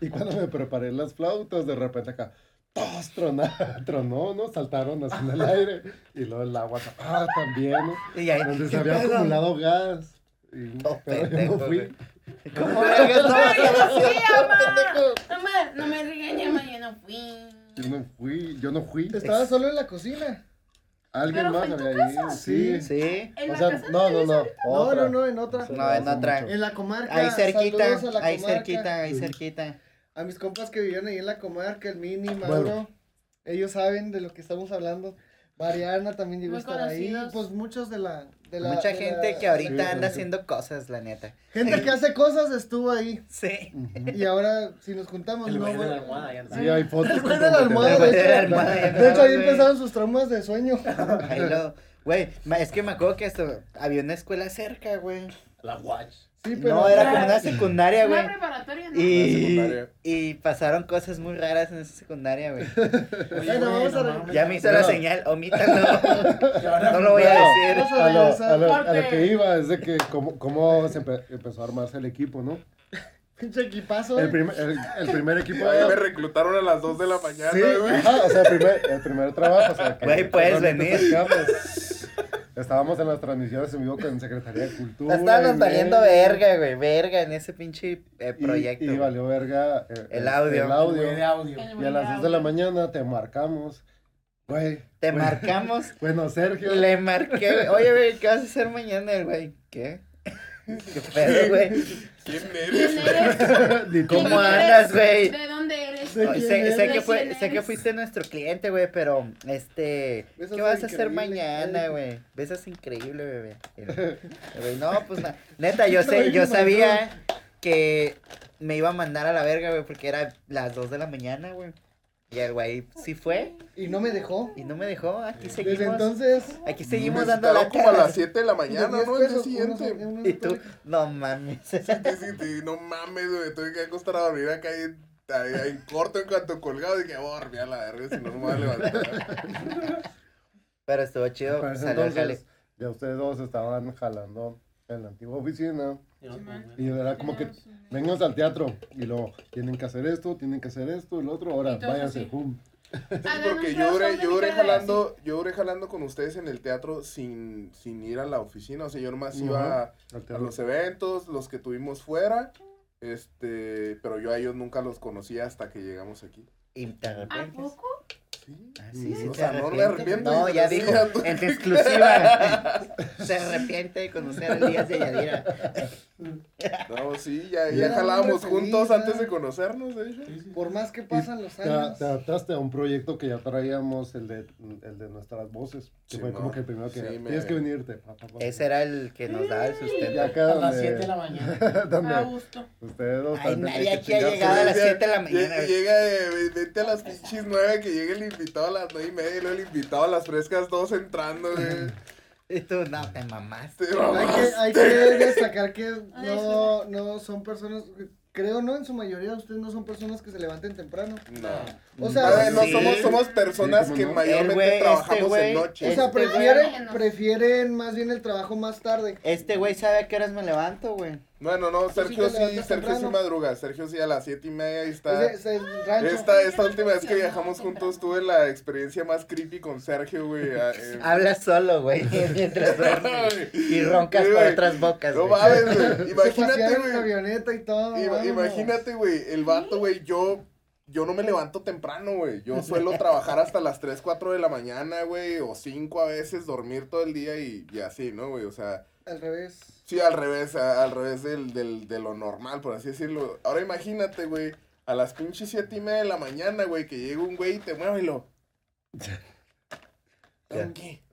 Speaker 4: Y cuando me preparé las flautas, de repente acá, tos, trona- tronó, ¿no? Saltaron así en el aire. Y luego el agua, ah, también, ¿no?
Speaker 1: Y ahí,
Speaker 4: Donde se
Speaker 1: ¿qué
Speaker 4: había
Speaker 1: pedo?
Speaker 4: acumulado gas. Y
Speaker 1: Oh,
Speaker 4: pero yo
Speaker 1: pendejo,
Speaker 4: no fui.
Speaker 1: güey. ¿Cómo vergas no vas a
Speaker 3: Ay,
Speaker 1: la
Speaker 3: sí,
Speaker 1: fiesta,
Speaker 3: ama.
Speaker 1: pendejo?
Speaker 3: Mamá, no me regañes, mamá, yo no fui.
Speaker 4: yo no fui, yo no fui.
Speaker 6: Estaba solo en la cocina.
Speaker 4: Alguien
Speaker 3: Pero
Speaker 4: más
Speaker 3: fue en tu
Speaker 4: había ido.
Speaker 3: casa.
Speaker 4: Sí.
Speaker 1: Sí.
Speaker 3: En
Speaker 4: O
Speaker 3: la
Speaker 4: sea,
Speaker 3: casa
Speaker 4: no,
Speaker 3: de
Speaker 4: no,
Speaker 3: Luis
Speaker 4: no.
Speaker 6: No,
Speaker 4: otra.
Speaker 6: no, no, en otra.
Speaker 4: Eso
Speaker 1: No, en
Speaker 4: hace
Speaker 1: otra.
Speaker 4: mucho.
Speaker 6: En la comarca.
Speaker 1: Ahí cerquita,
Speaker 6: saludos a la
Speaker 1: ahí
Speaker 6: comarca.
Speaker 1: cerquita, ahí
Speaker 4: Sí.
Speaker 1: cerquita.
Speaker 6: A mis compas que vivían ahí en la comarca, el Mini, Mauro. Ellos saben de lo que estamos hablando. Mariana también llegó
Speaker 3: Muy
Speaker 6: a estar ahí.
Speaker 3: conocidos.
Speaker 6: Pues muchos de la. de la-
Speaker 1: Mucha
Speaker 6: de
Speaker 1: gente
Speaker 6: la-
Speaker 1: que ahorita
Speaker 4: Ah, eh, sí,
Speaker 1: anda
Speaker 4: sí.
Speaker 1: haciendo cosas, la neta.
Speaker 6: Gente que hace cosas estuvo ahí.
Speaker 1: Sí.
Speaker 4: Ujú.
Speaker 6: Y ahora, si nos juntamos,
Speaker 5: El
Speaker 6: Pues no.
Speaker 5: güey de
Speaker 6: güey.
Speaker 5: la almohada ahí anda.
Speaker 4: Sí, hay fotos.
Speaker 6: Después
Speaker 4: con
Speaker 6: de la almohada,
Speaker 1: Después de la
Speaker 6: de hecho.
Speaker 1: almohada, ya
Speaker 6: De hecho, ahí
Speaker 1: no, güey.
Speaker 6: empezaron sus traumas de sueño.
Speaker 1: Ahí lo- Güey, ma- es que me acuerdo que esto, había una escuela cerca, güey.
Speaker 5: La watch.
Speaker 6: Sí, pero.
Speaker 1: No, era como una secundaria,
Speaker 3: Una
Speaker 1: güey.
Speaker 3: preparatoria, ¿no?
Speaker 1: Y,
Speaker 2: Una secundaria.
Speaker 1: y pasaron cosas muy raras en esa secundaria, güey.
Speaker 6: Bueno, vamos a re-
Speaker 1: Ya me hizo la
Speaker 4: Bueno.
Speaker 1: señal, omítalo. No
Speaker 5: No
Speaker 1: lo voy a
Speaker 4: Bueno.
Speaker 1: decir.
Speaker 6: Vamos
Speaker 4: A lo, a, lo, a lo
Speaker 3: Porque-
Speaker 4: que iba es de que cómo, cómo se empe- empezó a armarse el equipo, ¿no?
Speaker 6: Pinche equipazo.
Speaker 4: El
Speaker 6: eh.
Speaker 4: primer, el, el primer equipo.
Speaker 2: Ahí me reclutaron a las 2 de la mañana,
Speaker 4: Sí,
Speaker 2: güey.
Speaker 4: ajá, o sea, el primer, el primer trabajo. O sea, que
Speaker 1: Güey, puedes
Speaker 4: realmente
Speaker 1: venir.
Speaker 4: saca, pues, estábamos en las transmisiones en vivo con Secretaría de Cultura.
Speaker 1: Estábamos
Speaker 4: y-
Speaker 1: valiendo verga, güey. Verga en ese pinche eh,
Speaker 4: y-
Speaker 1: proyecto.
Speaker 4: Y,
Speaker 1: güey.
Speaker 4: valió verga eh,
Speaker 1: El audio.
Speaker 4: El
Speaker 5: El güey
Speaker 4: audio.
Speaker 5: de audio.
Speaker 3: El
Speaker 4: Y a
Speaker 3: buen
Speaker 4: las 2 de la
Speaker 3: Raúl.
Speaker 4: mañana te marcamos. Güey.
Speaker 1: Te
Speaker 4: bueno,
Speaker 1: marcamos.
Speaker 4: Bueno, Sergio.
Speaker 1: Le marqué, güey. Oye, güey, ¿qué vas a hacer mañana, el güey? ¿Qué? ¿Qué pedo, güey?
Speaker 2: ¿Quién
Speaker 3: ¿Quién
Speaker 2: eres?
Speaker 3: eres? ¿Quién
Speaker 4: Ni
Speaker 1: ¿Cómo
Speaker 4: cómo-
Speaker 3: eres?
Speaker 1: andas, güey?
Speaker 3: ¿De dónde eres?
Speaker 6: Sí.
Speaker 1: Ay,
Speaker 6: quién
Speaker 1: Sé,
Speaker 6: eres?
Speaker 1: sé que fue-
Speaker 3: ¿Quién
Speaker 1: sé que
Speaker 3: eres?
Speaker 1: fuiste nuestro cliente, güey, pero, este,
Speaker 6: Besas
Speaker 1: ¿qué vas a hacer
Speaker 6: increíble,
Speaker 1: mañana,
Speaker 6: eh.
Speaker 1: güey? Besas increíble, bebé. El güey, no, pues, na- neta, yo sé, yo sabía que me iba a mandar a la verga, güey, porque era las 2 de la mañana, güey. Y el güey sí fue
Speaker 6: Y no me dejó.
Speaker 1: y no me dejó, aquí
Speaker 6: Desde
Speaker 1: seguimos,
Speaker 6: entonces.
Speaker 1: aquí
Speaker 2: Me
Speaker 1: seguimos dando
Speaker 2: citaron
Speaker 1: la
Speaker 2: como a las
Speaker 1: cara.
Speaker 2: 7 de la mañana,
Speaker 6: diez
Speaker 2: ¿no? El día
Speaker 6: pesos,
Speaker 2: siguiente.
Speaker 6: unos- unos-
Speaker 1: Y tú, no mames.
Speaker 2: Que sí, sí, no mames, güey. Tuve que acostar a dormir acá en, ahí en corto en cuanto colgado. Dije, voy a dormir a la verga, si no, no me voy a levantar.
Speaker 1: Pero estuvo chido,
Speaker 4: Para ese
Speaker 1: salió el jale.
Speaker 4: entonces, ya ustedes dos estaban jalando en la antigua oficina. Y era como que, vengan al teatro. Y luego, tienen que hacer esto, tienen que hacer esto, el otro. Ahora,
Speaker 3: Y todos
Speaker 4: váyanse,
Speaker 3: así.
Speaker 4: pum.
Speaker 3: Ah, dame
Speaker 2: Porque
Speaker 3: un
Speaker 2: yo duré,
Speaker 3: corazón
Speaker 2: yo duré
Speaker 3: dedicado a-
Speaker 2: jalando, yo duré jalando con ustedes en el teatro sin, sin ir a la oficina. O sea, yo nomás iba a,
Speaker 4: Al
Speaker 2: a
Speaker 4: teatro.
Speaker 2: los eventos, los que tuvimos fuera. Este, pero yo a ellos nunca los conocí hasta que llegamos aquí.
Speaker 1: ¿Y pues, te
Speaker 3: ¿A
Speaker 1: arrepientes?
Speaker 3: poco?
Speaker 2: Sí.
Speaker 1: Ah, sí, sí,
Speaker 2: o
Speaker 1: te
Speaker 2: sea, no me
Speaker 1: arrepientes.
Speaker 2: arrepiento.
Speaker 1: No,
Speaker 2: pero
Speaker 1: ya
Speaker 2: sí,
Speaker 1: dijo,
Speaker 2: ya tú-
Speaker 1: en tu exclusiva. se arrepiente de conocer a Elías de Yadira.
Speaker 2: No, sí, ya,
Speaker 4: Yo
Speaker 2: ya
Speaker 6: era
Speaker 2: jalábamos
Speaker 6: hombre feliz,
Speaker 2: juntos
Speaker 6: ¿no?
Speaker 2: antes de conocernos, de hecho.
Speaker 6: Por más que pasan los
Speaker 4: Te,
Speaker 6: años.
Speaker 4: te adaptaste a un proyecto que ya traíamos, el de, el de nuestras voces. Que
Speaker 2: Sí,
Speaker 4: fue como
Speaker 2: no.
Speaker 4: que el primero que.
Speaker 2: Sí, me-
Speaker 4: Tienes que venirte. pa, pa, pa.
Speaker 1: Ese era el que nos daba el
Speaker 4: Y
Speaker 1: sustento.
Speaker 4: acá
Speaker 5: pues, A
Speaker 4: donde,
Speaker 5: las 7 de la mañana.
Speaker 4: donde
Speaker 3: A gusto.
Speaker 4: ustedes dos
Speaker 1: Ay,
Speaker 4: también
Speaker 1: nadie
Speaker 4: tienen que
Speaker 1: aquí ha
Speaker 4: chingarse.
Speaker 1: llegado a las
Speaker 2: Decía,
Speaker 1: 7 de la mañana.
Speaker 2: "Lle-
Speaker 1: güey.
Speaker 2: Llega, de, ve- vete a las pinches 9 que llegue el invitado a las 9 y media y luego el invitado a las frescas 2 entrando, güey. Este,
Speaker 1: Y tú, no, te mamaste.
Speaker 2: Te
Speaker 6: Hay
Speaker 2: mamás.
Speaker 6: que, hay que destacar que
Speaker 3: Ay,
Speaker 6: no, no son personas, creo no, en su mayoría ustedes no son personas que se levanten temprano.
Speaker 2: No.
Speaker 6: O
Speaker 2: A
Speaker 6: sea,
Speaker 2: ver, no
Speaker 1: Sí.
Speaker 2: somos, somos personas
Speaker 4: Sí, cómo
Speaker 2: que
Speaker 4: no.
Speaker 1: El
Speaker 2: mayormente
Speaker 1: güey, este
Speaker 2: trabajamos
Speaker 1: güey,
Speaker 2: en noche.
Speaker 6: o sea,
Speaker 1: este
Speaker 6: prefieren,
Speaker 3: güey-
Speaker 6: prefieren más bien el trabajo más tarde.
Speaker 1: Este güey sabe a qué horas me levanto, güey.
Speaker 2: bueno, no, Sergio
Speaker 6: te
Speaker 2: sí,
Speaker 6: levantas
Speaker 2: Sergio sí
Speaker 6: temprano.
Speaker 2: madruga. Sergio sí a las 7 y media ahí está.
Speaker 6: Ese- ese es el rancho.
Speaker 2: Esta, esta última vez que viajamos juntos tuve la experiencia más creepy con Sergio, güey. a- en-
Speaker 1: Hablas solo, güey, mientras duermes. Y roncas
Speaker 2: Sí,
Speaker 1: por
Speaker 2: güey.
Speaker 1: otras bocas,
Speaker 2: No
Speaker 1: güey.
Speaker 2: mames, güey.
Speaker 6: Se pasearon
Speaker 2: Imagínate,
Speaker 6: en
Speaker 2: güey.
Speaker 6: camioneta y todo.
Speaker 2: Ima-
Speaker 6: vámonos.
Speaker 2: imagínate, güey, el vato, güey, yo, yo no me levanto temprano, güey. Yo suelo trabajar hasta las 3, 4 de la mañana, güey, o 5 a veces, dormir todo el día y, y así, ¿no, güey? O sea,
Speaker 6: Al revés.
Speaker 2: sí, al revés, a- al revés del, del- de lo normal, por así decirlo. Ahora imagínate, güey, a las pinches 7 y media de la mañana, güey, que llega un güey y te mueve y lo...
Speaker 1: Ya.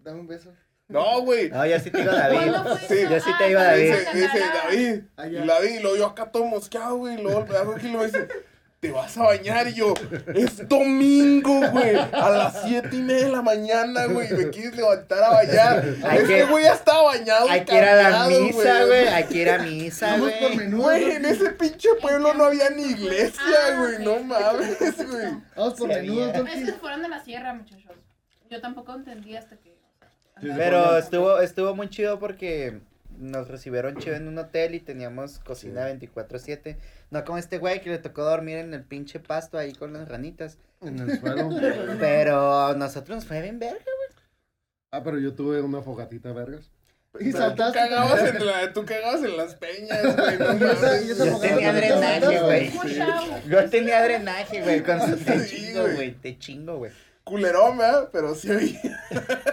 Speaker 6: Dame un beso.
Speaker 2: No, güey.
Speaker 1: No, yo sí te iba a David.
Speaker 3: ¿Cuándo fue
Speaker 2: Sí,
Speaker 3: eso?
Speaker 1: yo sí te
Speaker 3: Ah,
Speaker 1: iba a
Speaker 3: fue
Speaker 1: David.
Speaker 2: Dice,
Speaker 3: en
Speaker 2: dice,
Speaker 3: Canadá.
Speaker 2: David, y
Speaker 6: Allá.
Speaker 2: la vi, y luego yo acá todo mosqueado, ah, güey, y luego el pedazo aquí lo dice, te vas a bañar, y yo, es domingo, güey, a las siete y media de la mañana, güey, y me quieres levantar a bañar,
Speaker 1: Hay
Speaker 2: este
Speaker 1: que-
Speaker 2: güey ya estaba bañado,
Speaker 1: Hay que ir a la
Speaker 2: cambiado,
Speaker 1: misa, güey. Hay que ir a misa,
Speaker 6: Vamos por
Speaker 1: güey.
Speaker 6: menudo.
Speaker 2: Güey, en ese pinche pueblo no había ni
Speaker 3: Ah,
Speaker 2: iglesia, güey, no mames, güey.
Speaker 6: Vamos por
Speaker 1: Sí,
Speaker 6: menudo.
Speaker 1: había.
Speaker 6: Tonti.
Speaker 3: Es que fueron de la sierra, muchachos. Yo tampoco entendí hasta que.
Speaker 1: Pero estuvo, estuvo muy chido porque nos recibieron chido en un hotel y teníamos cocina 24-7. No como este güey que le tocó dormir en el pinche pasto ahí con las ranitas.
Speaker 4: En el suelo.
Speaker 1: Pero a nosotros nos fue bien verga.
Speaker 4: Ah, pero yo tuve una fogatita, vergas.
Speaker 6: Y saltaste.
Speaker 2: Cagabas en la, tú cagabas en las peñas, güey. No
Speaker 6: Y esa-
Speaker 2: mames.
Speaker 6: y esa
Speaker 1: Yo
Speaker 6: mojada
Speaker 1: tenía
Speaker 6: también te
Speaker 1: drenaje,
Speaker 6: saltaste.
Speaker 1: güey.
Speaker 3: Mucha agua.
Speaker 1: Yo tenía drenaje, güey, con su te
Speaker 2: Sí,
Speaker 1: chingo,
Speaker 2: güey.
Speaker 1: güey, te chingo, güey.
Speaker 2: Culerón, ¿verdad? Pero sí había.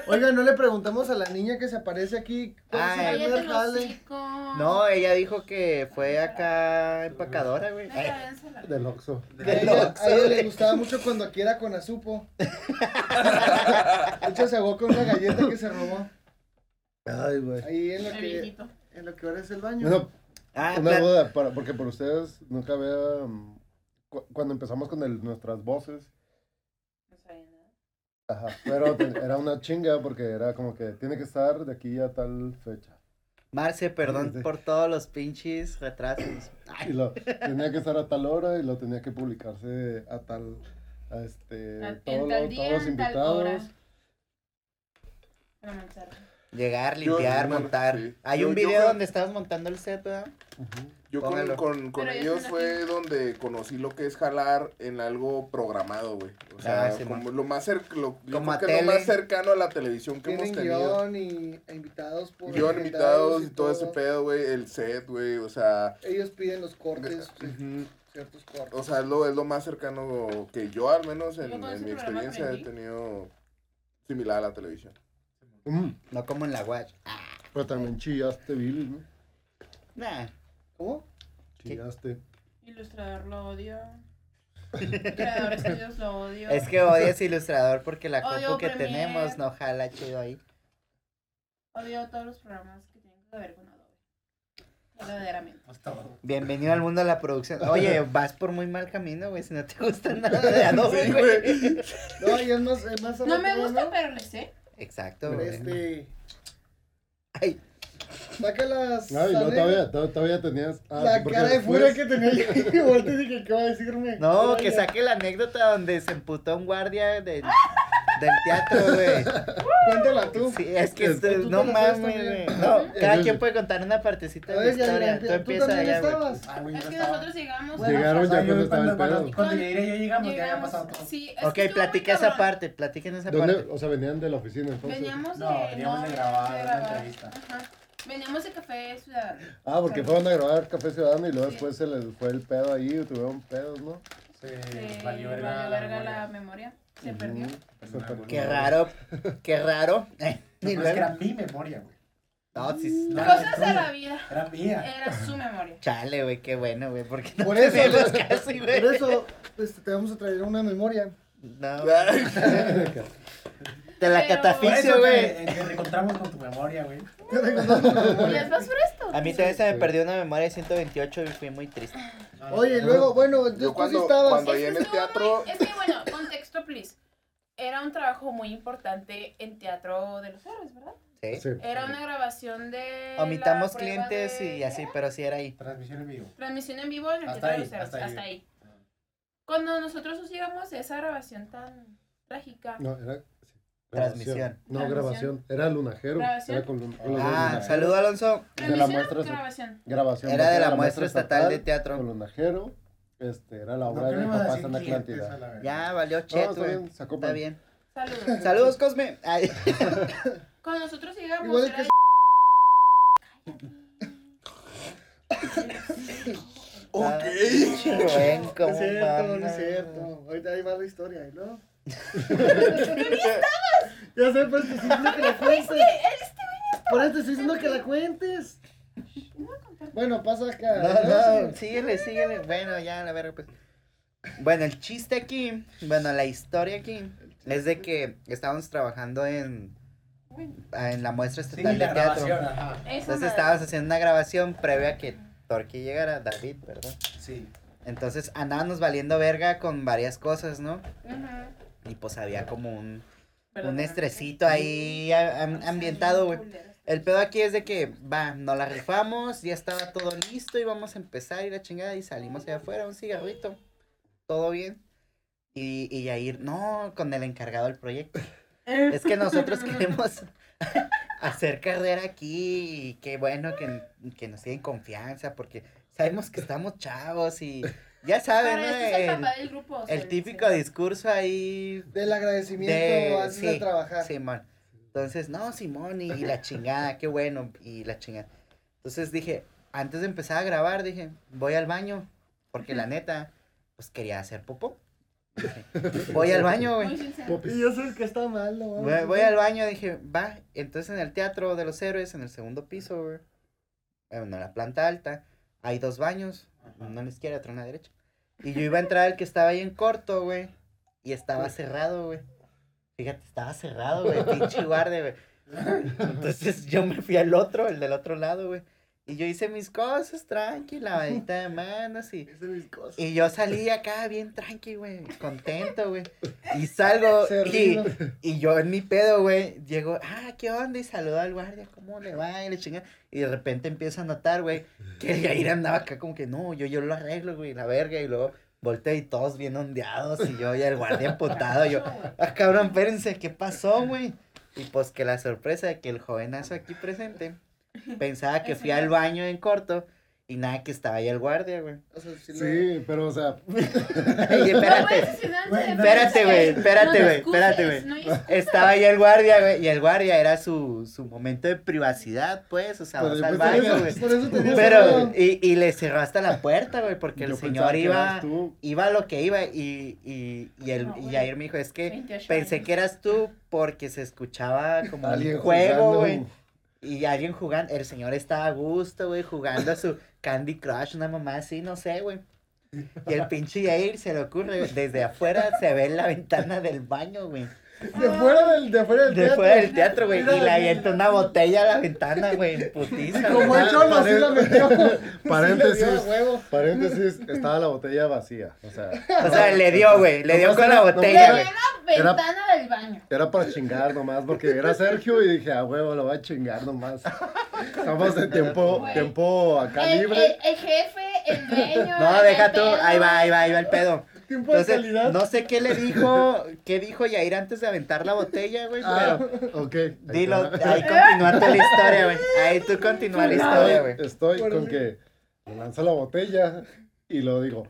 Speaker 6: Oiga, no le preguntamos a la niña que se aparece aquí. ¿cuál es su
Speaker 1: Ay.
Speaker 6: primer
Speaker 3: Cállate el
Speaker 6: jale?
Speaker 3: hocico.
Speaker 1: No, ella dijo que fue acá empacadora, güey.
Speaker 3: Vete
Speaker 1: Ay,
Speaker 3: a encerrar.
Speaker 4: Del Oxxo.
Speaker 6: A
Speaker 1: Del
Speaker 6: ella,
Speaker 1: Oxxo,
Speaker 6: a ella le
Speaker 1: güey.
Speaker 6: gustaba mucho cuando aquí era con azupo. De hecho, se ahogó con una galleta que se robó.
Speaker 4: Ay, güey.
Speaker 6: Ahí en lo
Speaker 3: El
Speaker 6: que,
Speaker 3: viejito.
Speaker 6: en lo que ahora es el baño.
Speaker 4: Bueno,
Speaker 1: Ah,
Speaker 4: una
Speaker 1: pla-
Speaker 4: duda, para- porque por ustedes nunca había... mm, cu- cuando empezamos con el- nuestras voces,
Speaker 3: No sabía nada.
Speaker 4: ajá, pero te- era una chinga porque era como que tiene que estar de aquí a tal fecha.
Speaker 1: Marce,
Speaker 4: Sí.
Speaker 1: perdón por todos los pinches retrasos.
Speaker 4: Y lo tenía que estar a tal hora y lo tenía que publicarse a tal, a este,
Speaker 3: En
Speaker 4: todo-
Speaker 3: tal día,
Speaker 4: todos los
Speaker 3: en tal hora.
Speaker 4: invitados.
Speaker 3: Una manzana.
Speaker 1: Llegar,
Speaker 2: Yo-
Speaker 1: limpiar,
Speaker 2: yo-
Speaker 1: montar.
Speaker 2: sí.
Speaker 1: Hay
Speaker 2: Yo-
Speaker 1: un
Speaker 2: yo
Speaker 1: video
Speaker 2: creo-
Speaker 1: donde estabas montando el set, ¿verdad?
Speaker 4: Ujú.
Speaker 2: Yo con,
Speaker 1: Póngalo.
Speaker 2: con, con
Speaker 3: Pero ya
Speaker 2: ellos
Speaker 3: están
Speaker 2: fue donde conocí lo que es jalar en algo programado, güey. O sea,
Speaker 1: Ah, sí,
Speaker 2: como lo más, cer- lo, yo
Speaker 1: Como
Speaker 2: creo
Speaker 1: a
Speaker 2: que lo
Speaker 1: tele.
Speaker 2: más cercano a la televisión que
Speaker 6: Tienen
Speaker 2: hemos tenido.
Speaker 6: guión y e invitados por
Speaker 2: Guión, invitados y todo ese
Speaker 6: pedo.
Speaker 2: pedo, güey. El set, güey. O sea,
Speaker 6: Ellos piden los cortes,
Speaker 2: ujú,
Speaker 6: ciertos cortes.
Speaker 2: o sea es, lo, es lo más cercano que yo, al menos en,
Speaker 3: Yo con
Speaker 2: en
Speaker 3: ese
Speaker 2: mi
Speaker 3: programa
Speaker 2: experiencia, he
Speaker 3: aprendí.
Speaker 2: tenido similar a la televisión.
Speaker 4: Mm,
Speaker 1: No como en la watch.
Speaker 4: Pero también chillaste, Billy, ¿no?
Speaker 1: Nah.
Speaker 6: ¿Cómo?
Speaker 4: Chillaste.
Speaker 3: Ilustrador lo odio. Creador estudios lo odio.
Speaker 1: Es que odias Ilustrador porque la
Speaker 3: Odio
Speaker 1: compu que
Speaker 3: Premiere.
Speaker 1: tenemos no jala chido ahí.
Speaker 3: Odio todos los programas que tienen que ver con Adobe. Verdaderamente.
Speaker 5: Pues todo.
Speaker 1: Bienvenido al mundo de la producción. Oye, vas por muy mal camino, güey, si no te gusta nada de Adobe, güey.
Speaker 6: No, y es más, es más
Speaker 3: No me
Speaker 6: abajo,
Speaker 3: gusta,
Speaker 6: ¿no?
Speaker 3: pero le sé.
Speaker 1: Exacto,
Speaker 6: Pero
Speaker 1: güey.
Speaker 6: Este,
Speaker 1: Ay,
Speaker 6: saca las.
Speaker 4: Ay, no,
Speaker 6: sale
Speaker 4: todavía, to- todavía tenías... ah,
Speaker 6: La
Speaker 4: porque
Speaker 6: cara de
Speaker 4: después-
Speaker 6: furia que tenía yo. Y volteé y dije, ¿qué va a decirme?
Speaker 1: no,
Speaker 6: Oye,
Speaker 1: que saque la anécdota donde se emputó un guardia del, del teatro, güey.
Speaker 6: Cuéntala tú.
Speaker 1: Sí, es que
Speaker 4: Tú
Speaker 1: esto-
Speaker 6: te
Speaker 1: no
Speaker 6: la
Speaker 1: mames,
Speaker 6: sabes
Speaker 1: güey.
Speaker 6: también.
Speaker 1: No, cada
Speaker 4: Yo-
Speaker 1: quien puede contar una partecita
Speaker 6: A
Speaker 1: de la
Speaker 6: ver, ya,
Speaker 1: historia.
Speaker 6: tú
Speaker 1: Tú empieza
Speaker 6: también
Speaker 1: ya, güey.
Speaker 6: estabas.
Speaker 5: Ah, güey,
Speaker 3: Es
Speaker 5: yo
Speaker 3: que
Speaker 5: estaba-
Speaker 3: nosotros llegamos.
Speaker 6: Bueno,
Speaker 4: Llegaron
Speaker 5: Ah,
Speaker 4: ya
Speaker 5: yo
Speaker 4: cuando estaba el
Speaker 5: cuando-
Speaker 4: pedo.
Speaker 5: cuando- Cuando llegué, ya llegamos, ya había
Speaker 3: llegamos.
Speaker 5: pasado todo.
Speaker 3: Sí, es que
Speaker 1: Ok,
Speaker 3: estuvo muy
Speaker 1: platica esa
Speaker 3: cabrón.
Speaker 1: parte, platiquen esa
Speaker 4: ¿Dónde?
Speaker 1: parte.
Speaker 4: O sea, venían de la oficina entonces.
Speaker 3: Veníamos de.
Speaker 5: No, veníamos de grabar una entrevista.
Speaker 3: Ajá. Veníamos de Café Ciudadano.
Speaker 4: Ah, porque fueron a grabar Café Ciudadano y luego después se les fue el pedo ahí, tuvieron pedos, ¿no?
Speaker 5: Se
Speaker 3: Se
Speaker 5: valió
Speaker 3: valió
Speaker 5: verga
Speaker 3: verga la
Speaker 5: la
Speaker 3: memoria. Se perdió.
Speaker 5: memoria.
Speaker 1: Qué raro, qué raro.
Speaker 5: No,
Speaker 1: Ni
Speaker 5: pero es que
Speaker 1: luego.
Speaker 5: era mi memoria, güey.
Speaker 1: No, sí,
Speaker 5: No,
Speaker 3: Cosas
Speaker 5: era
Speaker 3: de la
Speaker 5: tuya,
Speaker 3: vida.
Speaker 5: Era mía.
Speaker 3: Era su memoria.
Speaker 1: Chale, güey, qué bueno, güey, porque no
Speaker 6: Por
Speaker 1: te
Speaker 6: eso,
Speaker 1: vemos
Speaker 6: güey.
Speaker 1: casi,
Speaker 6: Por
Speaker 1: güey.
Speaker 6: eso este, te vamos a traer una memoria.
Speaker 1: No,
Speaker 6: Ah.
Speaker 2: Ay,
Speaker 1: te la
Speaker 3: Pero-
Speaker 5: Por
Speaker 1: cataficio,
Speaker 5: eso
Speaker 1: güey.
Speaker 5: te, te reencontramos con tu memoria, güey.
Speaker 3: ¿Les vas por esto?
Speaker 1: A mí todavía se me perdió una memoria de 128 y fui muy triste.
Speaker 5: No,
Speaker 6: Oye,
Speaker 5: no,
Speaker 6: luego, bueno,
Speaker 2: Yo
Speaker 6: yo tú sí
Speaker 2: cuando-
Speaker 6: estabas.
Speaker 2: cuando- ahí en el
Speaker 3: estuvo
Speaker 2: teatro-
Speaker 3: muy- es que bueno, contexto, please. Era un trabajo muy importante en Teatro de los Héroes, ¿verdad?
Speaker 1: ¿Sí?
Speaker 4: Sí.
Speaker 3: Era una grabación de.
Speaker 1: Omitamos
Speaker 3: la prueba
Speaker 1: clientes
Speaker 3: de-
Speaker 1: y así, pero sí era ahí.
Speaker 5: Transmisión en vivo.
Speaker 3: Transmisión en vivo en el
Speaker 5: Hasta
Speaker 3: Teatro de
Speaker 5: ahí,
Speaker 3: los Héroes.
Speaker 5: hasta ahí.
Speaker 3: Hasta, ahí. Cuando nosotros nos llegamos de esa grabación tan trágica.
Speaker 4: No, era... sí,
Speaker 1: Transmisión.
Speaker 4: No,
Speaker 3: Transmisión.
Speaker 4: grabación. Era lunajero.
Speaker 3: Grabación.
Speaker 4: Era con, lun- con los
Speaker 1: Ah,
Speaker 4: lunajeros.
Speaker 1: saludo Alonso.
Speaker 4: de la
Speaker 3: ¿Transmisión
Speaker 4: muestra
Speaker 3: o
Speaker 4: se-
Speaker 3: grabación?
Speaker 4: Grabación.
Speaker 1: Era de la
Speaker 4: Era
Speaker 1: muestal de teatro.
Speaker 4: Con lunajero. Este, era la obra
Speaker 5: ¿qué
Speaker 4: de
Speaker 5: le
Speaker 4: mi
Speaker 5: ibas a
Speaker 4: papá
Speaker 5: decir
Speaker 4: en la
Speaker 5: clientes
Speaker 4: Atlántida.
Speaker 5: a la verga?
Speaker 1: Ya, valió
Speaker 4: No,
Speaker 1: chet,
Speaker 4: está
Speaker 1: güey.
Speaker 4: bien, sacó
Speaker 1: Está
Speaker 4: pan.
Speaker 1: bien.
Speaker 3: Saludos.
Speaker 1: Saludos, Cosme. Ay,
Speaker 3: Cuando nosotros llegamos.
Speaker 6: Igual es
Speaker 3: era
Speaker 6: que
Speaker 3: de-
Speaker 2: ok.
Speaker 1: Rubén,
Speaker 6: No
Speaker 1: cómo
Speaker 6: es cierto, no
Speaker 1: mames.
Speaker 6: es cierto. Ahorita ahí va la historia, ¿y luego? Ya sé, pues te estoy diciendo que la cuentes. Por eso te estoy diciendo que la cuentes. Bueno, pasa acá.
Speaker 1: No, no, síguele, síguele. Bueno, ya, la verga, pues. Bueno, el chiste aquí, bueno, la historia aquí, es de que estábamos trabajando en, en la muestra
Speaker 5: Sí,
Speaker 1: estatal
Speaker 5: la
Speaker 1: de teatro.
Speaker 5: grabación, ajá.
Speaker 3: Esa
Speaker 1: Entonces
Speaker 3: madre.
Speaker 1: estábamos haciendo una grabación previa a que Torqui llegara, David, perdón.
Speaker 5: Sí.
Speaker 1: Entonces andábamos valiendo verga con varias cosas, ¿no?
Speaker 3: Ujú.
Speaker 1: Y pues había como un, un
Speaker 3: Perdóname.
Speaker 1: estresito ahí a- am- ambientado, güey. El pedo aquí es de que, va, nos la rifamos, ya estaba todo listo, íbamos a empezar y la chingada y salimos allá afuera, un cigarrito, todo bien. Y, y Yair, no, con el encargado del proyecto. Es que nosotros queremos hacer carrera aquí y qué bueno que, que nos tienen confianza porque sabemos que estamos chavos y ya saben,
Speaker 3: Pero
Speaker 1: ¿no?
Speaker 3: este es el
Speaker 1: El,
Speaker 3: papá del grupo. o sea,
Speaker 1: el típico
Speaker 3: sí.
Speaker 1: discurso ahí
Speaker 6: Del agradecimiento antes de
Speaker 1: sí,
Speaker 6: trabajar.
Speaker 1: Simón. Entonces, no, Simón, y, y la chingada, qué bueno, y la chingada. Entonces dije, antes de empezar a grabar, dije, voy al baño, porque la neta, pues quería hacer popó. Dije, voy al baño,
Speaker 3: Muy
Speaker 1: güey.
Speaker 3: sincero.
Speaker 6: Y yo sé que está mal, no
Speaker 1: Voy, voy al baño, dije, va. Entonces en el Teatro de los Héroes, en el segundo piso, güey, bueno, en la planta alta, hay dos baños, uno a la izquierda, otro a la derecha. Y yo iba a entrar al que estaba ahí en corto, güey, y estaba cerrado, güey. Fíjate, estaba cerrado, güey, pinche guardia, güey. Entonces yo me fui al otro, el del otro lado, güey. Y yo hice mis cosas, tranqui, lavadita de manos y...
Speaker 6: Hice mis cosas.
Speaker 1: Y yo salí acá bien tranqui, güey, contento, güey. Y salgo
Speaker 6: Se
Speaker 1: y,
Speaker 6: ríe.
Speaker 1: y yo en mi pedo, güey, llego, ah, ¿qué onda? Y saludo al guardia, ¿cómo le va? Y le chinga. Y de repente empiezo a notar, güey, que el Yair andaba acá como que, no, yo, yo lo arreglo, güey, la verga. Y luego volteo y todos bien ondeados y yo y el guardia emputado. Yo, ah, cabrón, espérense, ¿qué pasó, güey? Y pues que la sorpresa de que el jovenazo aquí presente pensaba que fui al baño en corto y nada, que estaba ahí el guardia, güey.
Speaker 6: O sea, sí, lo-
Speaker 4: Sí, pero o sea,
Speaker 1: Ey,
Speaker 3: No
Speaker 1: espérate.
Speaker 3: puedes suicidarse,
Speaker 6: Güey,
Speaker 3: pero
Speaker 1: espérate,
Speaker 3: es
Speaker 1: güey,
Speaker 3: que
Speaker 1: espérate,
Speaker 3: no
Speaker 1: güey,
Speaker 3: discutes,
Speaker 1: espérate, güey.
Speaker 3: no discutes.
Speaker 1: Estaba ahí el guardia, güey. Y el guardia era su, su momento de privacidad, pues. O sea,
Speaker 4: Pero
Speaker 1: vas al
Speaker 4: después
Speaker 6: Por
Speaker 1: baño,
Speaker 6: eso-
Speaker 1: güey.
Speaker 6: por eso te digo,
Speaker 1: Pero,
Speaker 6: cabrón.
Speaker 1: y, y le cerró hasta la puerta, güey, porque el
Speaker 4: pues, yo pensaba
Speaker 1: señor
Speaker 4: que
Speaker 1: iba,
Speaker 4: eras tú.
Speaker 1: iba a lo que iba. Y, y, y, el,
Speaker 3: No,
Speaker 1: y
Speaker 3: güey.
Speaker 1: Jair me dijo: Es que Eh,
Speaker 3: 28
Speaker 1: pensé
Speaker 3: años.
Speaker 1: que eras tú porque se escuchaba como
Speaker 4: Alguien
Speaker 1: un juego,
Speaker 4: jugando.
Speaker 1: güey. Y alguien jugando, el señor estaba a gusto, güey, jugando a su Candy Crush, una mamá así, no sé, güey. Y el pinche Jair se le ocurre, güey, desde afuera se ve en la ventana del baño, güey.
Speaker 4: De fuera del, de fuera del
Speaker 1: De
Speaker 4: teatro.
Speaker 1: fuera del teatro, güey. Y le avienta una botella a la ventana, güey, en putiza.
Speaker 6: Como
Speaker 1: güey.
Speaker 6: el cholo,
Speaker 4: Ah,
Speaker 6: así
Speaker 4: Pare-
Speaker 6: la metió.
Speaker 4: Paréntesis.
Speaker 6: Sí la dio a huevo.
Speaker 4: Paréntesis, estaba la botella vacía. O sea,
Speaker 1: O sea, le dio, güey, le dio
Speaker 4: Nomás
Speaker 1: con
Speaker 4: era-
Speaker 1: la
Speaker 4: nomás
Speaker 1: botella,
Speaker 4: era-
Speaker 1: güey.
Speaker 4: Era-
Speaker 3: Ventana del baño.
Speaker 4: era para chingar nomás, porque era Sergio y dije, ah, huevo, lo va a chingar nomás. Estamos en tiempo,
Speaker 3: Güey. Eh,
Speaker 4: tiempo acá
Speaker 3: El,
Speaker 4: libre.
Speaker 3: el- el jefe, el dueño.
Speaker 1: No,
Speaker 3: el
Speaker 1: deja tú,
Speaker 3: pedo.
Speaker 1: ahí va, ahí va, ahí va el pedo.
Speaker 6: Tiempo de
Speaker 1: Entonces,
Speaker 6: calidad.
Speaker 1: no sé qué le dijo, qué dijo Yair antes de aventar la botella, güey,
Speaker 4: Ah,
Speaker 1: pero...
Speaker 4: ok. ahí
Speaker 1: Dilo,
Speaker 4: está.
Speaker 1: ahí continúa toda la historia, güey. Ahí tú continúa la historia, güey.
Speaker 4: Estoy
Speaker 6: Bueno,
Speaker 4: con
Speaker 6: sí.
Speaker 4: que le lanza la botella y lo digo,